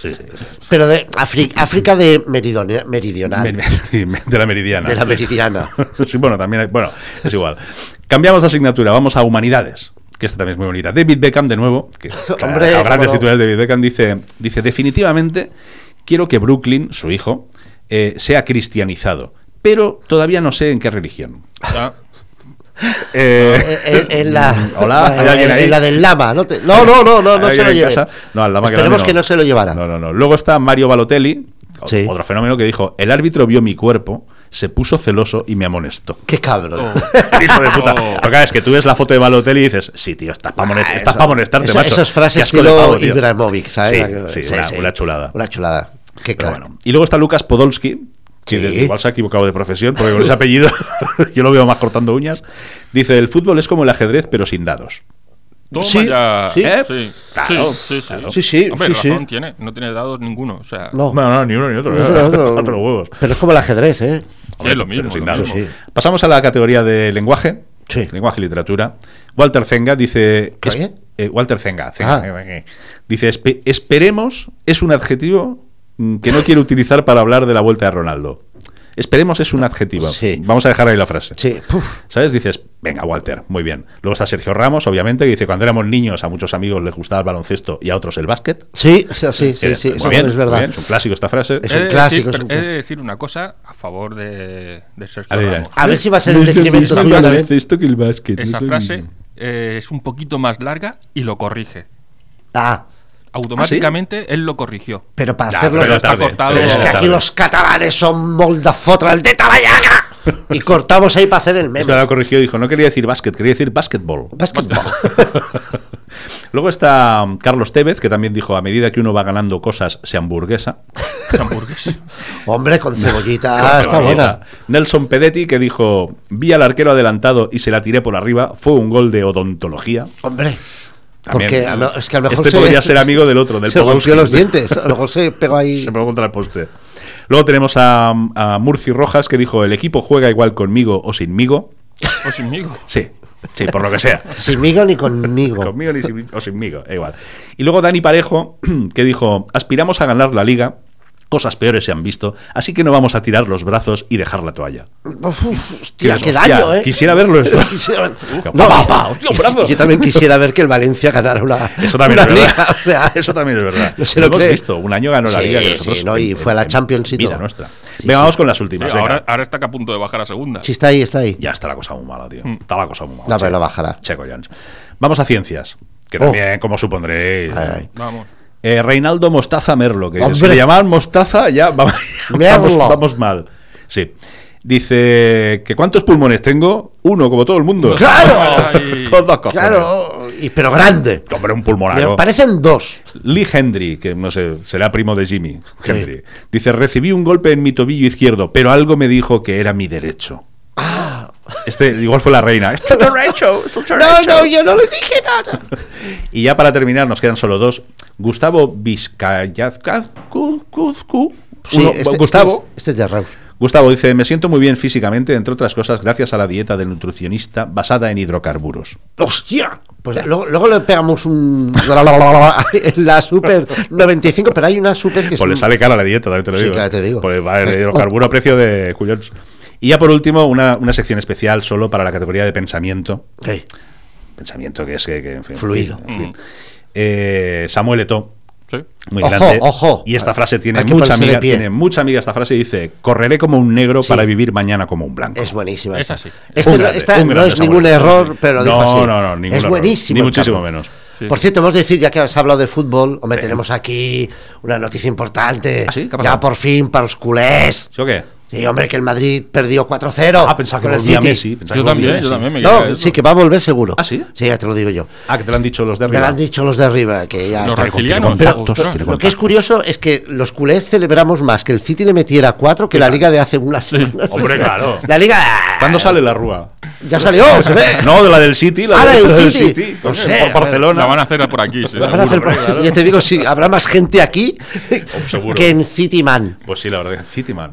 [SPEAKER 2] Sí, sí, sí.
[SPEAKER 1] Pero de Afri- África de meridone- meridional.
[SPEAKER 2] Mer- De la meridiana.
[SPEAKER 1] de la meridiana.
[SPEAKER 2] Sí, bueno, también hay- bueno, es igual. Cambiamos de asignatura, vamos a humanidades, que esta también es muy bonita. David Beckham de nuevo, que claro,
[SPEAKER 1] Hombre,
[SPEAKER 2] los
[SPEAKER 1] cómo
[SPEAKER 2] grandes
[SPEAKER 1] no.
[SPEAKER 2] titulares de David Beckham dice, dice definitivamente quiero que Brooklyn, su hijo, eh, sea cristianizado, pero todavía no sé en qué religión.
[SPEAKER 3] ya.
[SPEAKER 2] Eh,
[SPEAKER 1] Eh, eh, en, la,
[SPEAKER 2] Hola, ¿hay
[SPEAKER 1] en-
[SPEAKER 2] alguien ahí?
[SPEAKER 1] en la del lama. No, te- no, no, no, no, no
[SPEAKER 2] ¿Hay
[SPEAKER 1] se lo
[SPEAKER 2] alguien en
[SPEAKER 1] lleves.
[SPEAKER 2] casa? No, al Lama
[SPEAKER 1] Esperemos
[SPEAKER 2] Grande
[SPEAKER 1] que no se lo llevara.
[SPEAKER 2] No, no, no. Luego está Mario Balotelli, o-
[SPEAKER 1] Sí.
[SPEAKER 2] otro fenómeno que dijo, el árbitro vio mi cuerpo, se puso celoso y me amonestó.
[SPEAKER 1] Qué cabrón.
[SPEAKER 2] Oh. Hijo de puta.
[SPEAKER 3] Oh.
[SPEAKER 2] Pero claro, es que tú ves la foto de Balotelli y dices, sí, tío, estás para
[SPEAKER 1] Ah,
[SPEAKER 2] molestarte,
[SPEAKER 1] eso-
[SPEAKER 2] molestarte,
[SPEAKER 1] eso-
[SPEAKER 2] macho.
[SPEAKER 1] Esas
[SPEAKER 2] Qué
[SPEAKER 1] frases
[SPEAKER 2] asco de
[SPEAKER 1] estilo
[SPEAKER 2] pavo, tío.
[SPEAKER 1] Ibrahimovic, ¿sabes?
[SPEAKER 2] Sí, sí, una, una chulada.
[SPEAKER 1] Una chulada. Qué
[SPEAKER 2] Pero
[SPEAKER 1] crack.
[SPEAKER 2] bueno. Y luego está Lucas Podolski, que
[SPEAKER 1] Sí.
[SPEAKER 2] de- igual se ha equivocado de profesión, porque con ese apellido yo lo veo más cortando uñas. Dice, el fútbol es como el ajedrez, pero sin dados.
[SPEAKER 3] Toma
[SPEAKER 1] Sí,
[SPEAKER 3] ya.
[SPEAKER 1] sí.
[SPEAKER 2] ¿Eh?
[SPEAKER 3] Sí,
[SPEAKER 2] Claro,
[SPEAKER 3] sí, sí,
[SPEAKER 2] claro.
[SPEAKER 1] Sí, sí,
[SPEAKER 3] Hombre,
[SPEAKER 1] sí,
[SPEAKER 3] razón
[SPEAKER 1] sí.
[SPEAKER 3] tiene, no tiene dados ninguno. O sea,
[SPEAKER 1] No.
[SPEAKER 2] Bueno, no, ni uno ni otro.
[SPEAKER 1] No, Oh. no, no.
[SPEAKER 2] Hasta los huevos.
[SPEAKER 1] Pero es como el ajedrez, ¿eh?
[SPEAKER 3] Sí, es
[SPEAKER 2] Pero
[SPEAKER 3] lo mismo,
[SPEAKER 2] sin
[SPEAKER 3] lo
[SPEAKER 2] dados.
[SPEAKER 1] mismo. Sí,
[SPEAKER 2] Pasamos a la categoría de lenguaje.
[SPEAKER 1] Sí.
[SPEAKER 2] Lenguaje y literatura. Walter Zenga dice.
[SPEAKER 1] ¿Qué?
[SPEAKER 2] es- eh, Walter Zenga. Zenga,
[SPEAKER 1] Ah.
[SPEAKER 2] eh, eh, Dice: "Espe- esperemos es un adjetivo mm, que no quiero utilizar para hablar de la vuelta de Ronaldo. Esperemos es un adjetivo.
[SPEAKER 1] Sí.
[SPEAKER 2] Vamos a dejar ahí la frase.
[SPEAKER 1] Sí, puf,
[SPEAKER 2] ¿Sabes? Dices, venga, Walter, muy bien. Luego está Sergio Ramos, obviamente, que dice, cuando éramos niños a muchos amigos les gustaba el baloncesto y a otros el básquet.
[SPEAKER 1] sí, sí, sí, sí,
[SPEAKER 2] Eh,
[SPEAKER 1] sí,
[SPEAKER 2] muy
[SPEAKER 1] eso
[SPEAKER 2] bien,
[SPEAKER 1] es
[SPEAKER 2] muy
[SPEAKER 1] verdad.
[SPEAKER 2] bien, es un clásico esta frase.
[SPEAKER 1] Es
[SPEAKER 3] He
[SPEAKER 1] un
[SPEAKER 3] de
[SPEAKER 1] clásico,
[SPEAKER 3] decir-
[SPEAKER 1] es un
[SPEAKER 3] Eh, He de
[SPEAKER 1] clásico.
[SPEAKER 3] decir una cosa a favor de, de Sergio
[SPEAKER 2] Ahora dirás,
[SPEAKER 3] Ramos.
[SPEAKER 1] A ver si va a ser el
[SPEAKER 2] No es lo
[SPEAKER 1] detrimento
[SPEAKER 2] mismo
[SPEAKER 1] tuyo
[SPEAKER 2] el
[SPEAKER 1] también.
[SPEAKER 2] baloncesto que el básquet, no
[SPEAKER 3] Esa
[SPEAKER 2] es lo
[SPEAKER 3] frase
[SPEAKER 2] mismo.
[SPEAKER 3] eh, es un poquito más larga y lo corrige.
[SPEAKER 1] Ah,
[SPEAKER 3] Automáticamente él lo corrigió.
[SPEAKER 1] pero para
[SPEAKER 2] Ya,
[SPEAKER 1] hacerlo.
[SPEAKER 2] pero
[SPEAKER 3] ya está cortado.
[SPEAKER 2] pero ya
[SPEAKER 1] es que
[SPEAKER 2] está
[SPEAKER 1] aquí
[SPEAKER 2] tarde.
[SPEAKER 1] los catalanes son moldafotras de Talayaga. Y cortamos ahí para hacer el
[SPEAKER 2] Es
[SPEAKER 1] meme.
[SPEAKER 2] verdad, lo corrigió, dijo, no quería decir básquet, quería decir básquetbol.
[SPEAKER 1] Básquetbol.
[SPEAKER 2] Luego está um, Carlos Tevez, que también dijo, a medida que uno va ganando cosas, se hamburguesa.
[SPEAKER 3] Esa hamburguesa.
[SPEAKER 1] Hombre, con cebollita Ah, está
[SPEAKER 2] Pero
[SPEAKER 1] buena.
[SPEAKER 2] Nelson Pedetti, que dijo, vi al arquero adelantado y se la tiré por arriba, fue un gol de odontología.
[SPEAKER 1] Hombre.
[SPEAKER 2] También,
[SPEAKER 1] porque a lo- es que a lo mejor
[SPEAKER 2] este
[SPEAKER 1] se-
[SPEAKER 2] podría ser amigo del otro, del
[SPEAKER 1] se rompió
[SPEAKER 2] Podolski.
[SPEAKER 1] los dientes. A lo mejor se pegó ahí.
[SPEAKER 2] Se pegó contra el poste. Luego tenemos a, a Murci Rojas que dijo: el equipo juega igual conmigo o sinmigo.
[SPEAKER 3] O sinmigo.
[SPEAKER 2] Sí, sí, por lo que sea.
[SPEAKER 1] Sinmigo ni conmigo.
[SPEAKER 2] Conmigo ni sin- o sinmigo, da igual. Y luego Dani Parejo que dijo: aspiramos a ganar la liga. Cosas peores se han visto, así que no vamos a tirar los brazos y dejar la toalla.
[SPEAKER 1] Uf, hostia,
[SPEAKER 2] Dices,
[SPEAKER 1] qué
[SPEAKER 2] "Hostia,
[SPEAKER 1] daño, ¿eh?
[SPEAKER 2] Quisiera verlo esto.
[SPEAKER 1] Quisiera-
[SPEAKER 2] Pa,
[SPEAKER 1] No,
[SPEAKER 2] pa, pa, hostia, un brazo.
[SPEAKER 1] Yo también quisiera ver que el Valencia ganara una.
[SPEAKER 2] Eso también
[SPEAKER 1] una
[SPEAKER 2] es verdad.
[SPEAKER 1] liga, o sea,
[SPEAKER 2] eso también es verdad.
[SPEAKER 1] no se lo
[SPEAKER 2] hemos
[SPEAKER 1] cree.
[SPEAKER 2] visto. Un año ganó la
[SPEAKER 1] Sí,
[SPEAKER 2] liga que
[SPEAKER 1] sí,
[SPEAKER 2] nosotros
[SPEAKER 1] no, y
[SPEAKER 2] en-
[SPEAKER 1] fue a la
[SPEAKER 2] en-
[SPEAKER 1] Champions y
[SPEAKER 2] vida
[SPEAKER 1] todo.
[SPEAKER 2] nuestra.
[SPEAKER 1] Sí,
[SPEAKER 2] venga,
[SPEAKER 1] sí.
[SPEAKER 2] vamos con las últimas. venga.
[SPEAKER 3] ahora, ahora está que a punto de bajar a segunda.
[SPEAKER 1] Sí, está ahí, está ahí.
[SPEAKER 2] Ya está la cosa muy mala, tío. Está la cosa muy mala.
[SPEAKER 1] No, pero
[SPEAKER 2] Checo.
[SPEAKER 1] la bajará.
[SPEAKER 2] Checo Jones. Vamos a ciencias, que
[SPEAKER 1] Oh.
[SPEAKER 2] también, como supondréis.
[SPEAKER 1] Ay, ay.
[SPEAKER 3] Vamos.
[SPEAKER 2] Eh, Reinaldo Mostaza Merlo, que dice, si
[SPEAKER 1] Hombre.
[SPEAKER 2] le llamaban Mostaza, ya va- vamos,
[SPEAKER 1] Merlo.
[SPEAKER 2] vamos mal. Sí. Dice que ¿cuántos pulmones tengo? Uno, como todo el mundo.
[SPEAKER 1] ¡Claro!
[SPEAKER 3] Ay,
[SPEAKER 2] Con dos cojones.
[SPEAKER 1] Claro, y, pero grande.
[SPEAKER 2] Hombre, un
[SPEAKER 1] Me
[SPEAKER 2] pulmonaco.
[SPEAKER 1] parecen dos.
[SPEAKER 2] Lee Hendry, que no sé, será primo de Jimmy.
[SPEAKER 1] Sí.
[SPEAKER 2] Hendry. Dice, recibí un golpe en mi tobillo izquierdo, pero algo me dijo que era mi derecho.
[SPEAKER 1] Ah.
[SPEAKER 2] Este igual fue la reina. "Es tu derecho, es tu
[SPEAKER 1] No,
[SPEAKER 2] derecho".
[SPEAKER 1] no, yo no le dije nada.
[SPEAKER 2] Y ya para terminar, nos quedan solo dos. Gustavo Vizcayazcu.
[SPEAKER 1] Sí, este-
[SPEAKER 2] Gustavo.
[SPEAKER 1] Este, este es de Reus.
[SPEAKER 2] Gustavo dice, me siento muy bien físicamente, entre otras cosas, gracias a la dieta del nutricionista basada en hidrocarburos.
[SPEAKER 1] ¡Hostia! Pues luego, luego le pegamos un. La Super 95, pero hay una Super que es.
[SPEAKER 2] Pues le
[SPEAKER 1] un-
[SPEAKER 2] sale cara la dieta, también te lo
[SPEAKER 1] Sí,
[SPEAKER 2] digo.
[SPEAKER 1] claro, te digo.
[SPEAKER 2] Pues va el hidrocarburo a precio de cuyons. Y ya por último, una, una sección especial solo para la categoría de pensamiento.
[SPEAKER 1] Eh,
[SPEAKER 2] Pensamiento que es que, que, en fin,
[SPEAKER 1] Fluido.
[SPEAKER 2] en fin. Eh, Samuel Eto'o
[SPEAKER 3] Sí.
[SPEAKER 2] Muy
[SPEAKER 1] Ojo,
[SPEAKER 2] grande.
[SPEAKER 1] ojo.
[SPEAKER 2] Y esta frase tiene
[SPEAKER 1] Hay que
[SPEAKER 2] mucha
[SPEAKER 1] ponerse de
[SPEAKER 2] amiga.
[SPEAKER 1] pie.
[SPEAKER 2] Tiene mucha amiga esta frase y dice: Correré como un negro
[SPEAKER 1] Sí.
[SPEAKER 2] para vivir mañana como un blanco.
[SPEAKER 1] es buenísima.
[SPEAKER 3] Es
[SPEAKER 1] Esta,
[SPEAKER 3] así.
[SPEAKER 1] Este
[SPEAKER 2] Un
[SPEAKER 1] no,
[SPEAKER 2] grande,
[SPEAKER 1] esta
[SPEAKER 2] un
[SPEAKER 1] no
[SPEAKER 2] grande,
[SPEAKER 1] es
[SPEAKER 2] Samuel.
[SPEAKER 1] ningún error, pero lo dijo
[SPEAKER 2] No,
[SPEAKER 1] así.
[SPEAKER 2] no, no, ningún
[SPEAKER 1] Es
[SPEAKER 2] error.
[SPEAKER 1] buenísimo.
[SPEAKER 2] Ni
[SPEAKER 1] el
[SPEAKER 2] muchísimo
[SPEAKER 1] Chapo.
[SPEAKER 2] menos.
[SPEAKER 3] Sí.
[SPEAKER 1] Por cierto, hemos de decir, ya que has hablado de fútbol, hombre,
[SPEAKER 2] Sí.
[SPEAKER 1] tenemos aquí una noticia importante.
[SPEAKER 2] ¿Ah, sí? ¿Qué ha pasado?
[SPEAKER 1] ya por fin para los culés.
[SPEAKER 2] ¿Sí o qué?
[SPEAKER 1] Sí, hombre, que el Madrid perdió 4-0.
[SPEAKER 2] Ah, pensaba que
[SPEAKER 1] Oh, con el
[SPEAKER 2] volvía
[SPEAKER 1] City.
[SPEAKER 2] Messi. pensaba
[SPEAKER 3] Yo
[SPEAKER 2] que volvía
[SPEAKER 3] también,
[SPEAKER 2] Messi.
[SPEAKER 3] yo también me quedé
[SPEAKER 1] No,
[SPEAKER 3] eso.
[SPEAKER 1] sí, que va a volver seguro.
[SPEAKER 2] eh, ¿Ah, sí?
[SPEAKER 1] Sí, ya te lo digo yo.
[SPEAKER 2] Ah, que te lo han dicho los
[SPEAKER 1] Me
[SPEAKER 2] de arriba.
[SPEAKER 1] lo han dicho los de arriba, que ya...
[SPEAKER 3] Los
[SPEAKER 1] está-
[SPEAKER 3] reptilianos.
[SPEAKER 2] Pero-
[SPEAKER 3] ostras.
[SPEAKER 2] pero-
[SPEAKER 1] Lo que es curioso es que los culés celebramos más que el City le metiera 4 que la liga de hace unas semanas.
[SPEAKER 2] Hombre, claro.
[SPEAKER 1] La liga...
[SPEAKER 2] ¿Cuándo sale la rúa?
[SPEAKER 1] Ya salió, se ve.
[SPEAKER 2] No, de la del City, la
[SPEAKER 1] Ah,
[SPEAKER 2] del,
[SPEAKER 1] la del
[SPEAKER 2] la del
[SPEAKER 1] City.
[SPEAKER 2] City.
[SPEAKER 1] No
[SPEAKER 2] coño,
[SPEAKER 1] sé, a ver.
[SPEAKER 2] por Barcelona.
[SPEAKER 3] La van a hacer por aquí. sí,
[SPEAKER 1] Lo van a hacer
[SPEAKER 3] seguro.
[SPEAKER 1] por- Ya te digo, sí, habrá más gente aquí
[SPEAKER 2] Oh, seguro.
[SPEAKER 1] que en City Man.
[SPEAKER 2] Pues sí, la verdad. City, man.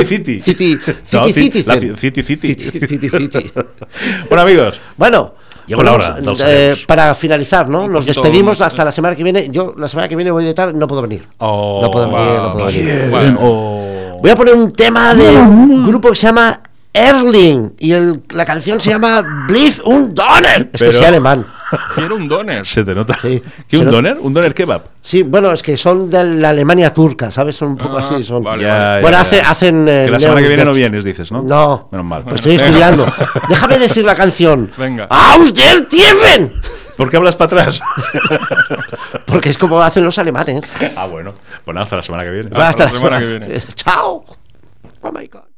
[SPEAKER 2] City, City.
[SPEAKER 1] City,
[SPEAKER 2] No,
[SPEAKER 1] City, City,
[SPEAKER 2] la-
[SPEAKER 1] City.
[SPEAKER 2] City, City.
[SPEAKER 1] City, City, City.
[SPEAKER 2] Bueno, amigos.
[SPEAKER 1] Bueno,
[SPEAKER 2] Llegó la hora
[SPEAKER 1] podemos,
[SPEAKER 2] del
[SPEAKER 1] eh,
[SPEAKER 2] saludos.
[SPEAKER 1] para finalizar, ¿no? Nos
[SPEAKER 3] poquito
[SPEAKER 1] despedimos
[SPEAKER 3] más,
[SPEAKER 1] hasta la semana que viene. Yo la semana que viene voy a editar, no puedo venir.
[SPEAKER 2] Oh,
[SPEAKER 1] no puedo venir, no puedo venir.
[SPEAKER 2] bien,
[SPEAKER 3] Bueno.
[SPEAKER 2] oh.
[SPEAKER 1] Voy a poner un tema de un grupo que se llama Erling y el- la canción se llama Blitz un Donner. Es
[SPEAKER 2] Pero-
[SPEAKER 1] que sea alemán.
[SPEAKER 3] Quiero un doner.
[SPEAKER 2] Se te nota.
[SPEAKER 1] Sí.
[SPEAKER 2] ¿Qué,
[SPEAKER 1] Se
[SPEAKER 2] un
[SPEAKER 1] nota.
[SPEAKER 2] doner? ¿Un doner kebab?
[SPEAKER 1] Sí, bueno, es que son de la Alemania turca, ¿sabes? Son un poco
[SPEAKER 3] Ah,
[SPEAKER 1] así. Son...
[SPEAKER 3] vale,
[SPEAKER 2] Ya,
[SPEAKER 3] vale.
[SPEAKER 2] ya,
[SPEAKER 1] Bueno,
[SPEAKER 2] ya.
[SPEAKER 1] hace- hacen, eh,
[SPEAKER 2] Que la semana
[SPEAKER 1] Leon
[SPEAKER 2] que viene no
[SPEAKER 1] Dutch.
[SPEAKER 2] vienes, dices, ¿no?
[SPEAKER 1] No,
[SPEAKER 2] Menos mal.
[SPEAKER 1] Pues estoy estudiando. Déjame decir la canción.
[SPEAKER 3] Venga.
[SPEAKER 1] Aus der Tiefen.
[SPEAKER 2] ¿Por qué hablas para atrás?
[SPEAKER 1] Porque es como hacen los alemanes.
[SPEAKER 2] Pues ah, bueno. Bueno, hasta la semana que viene.
[SPEAKER 1] Bueno, hasta
[SPEAKER 3] la semana que
[SPEAKER 1] Chao. Oh my God.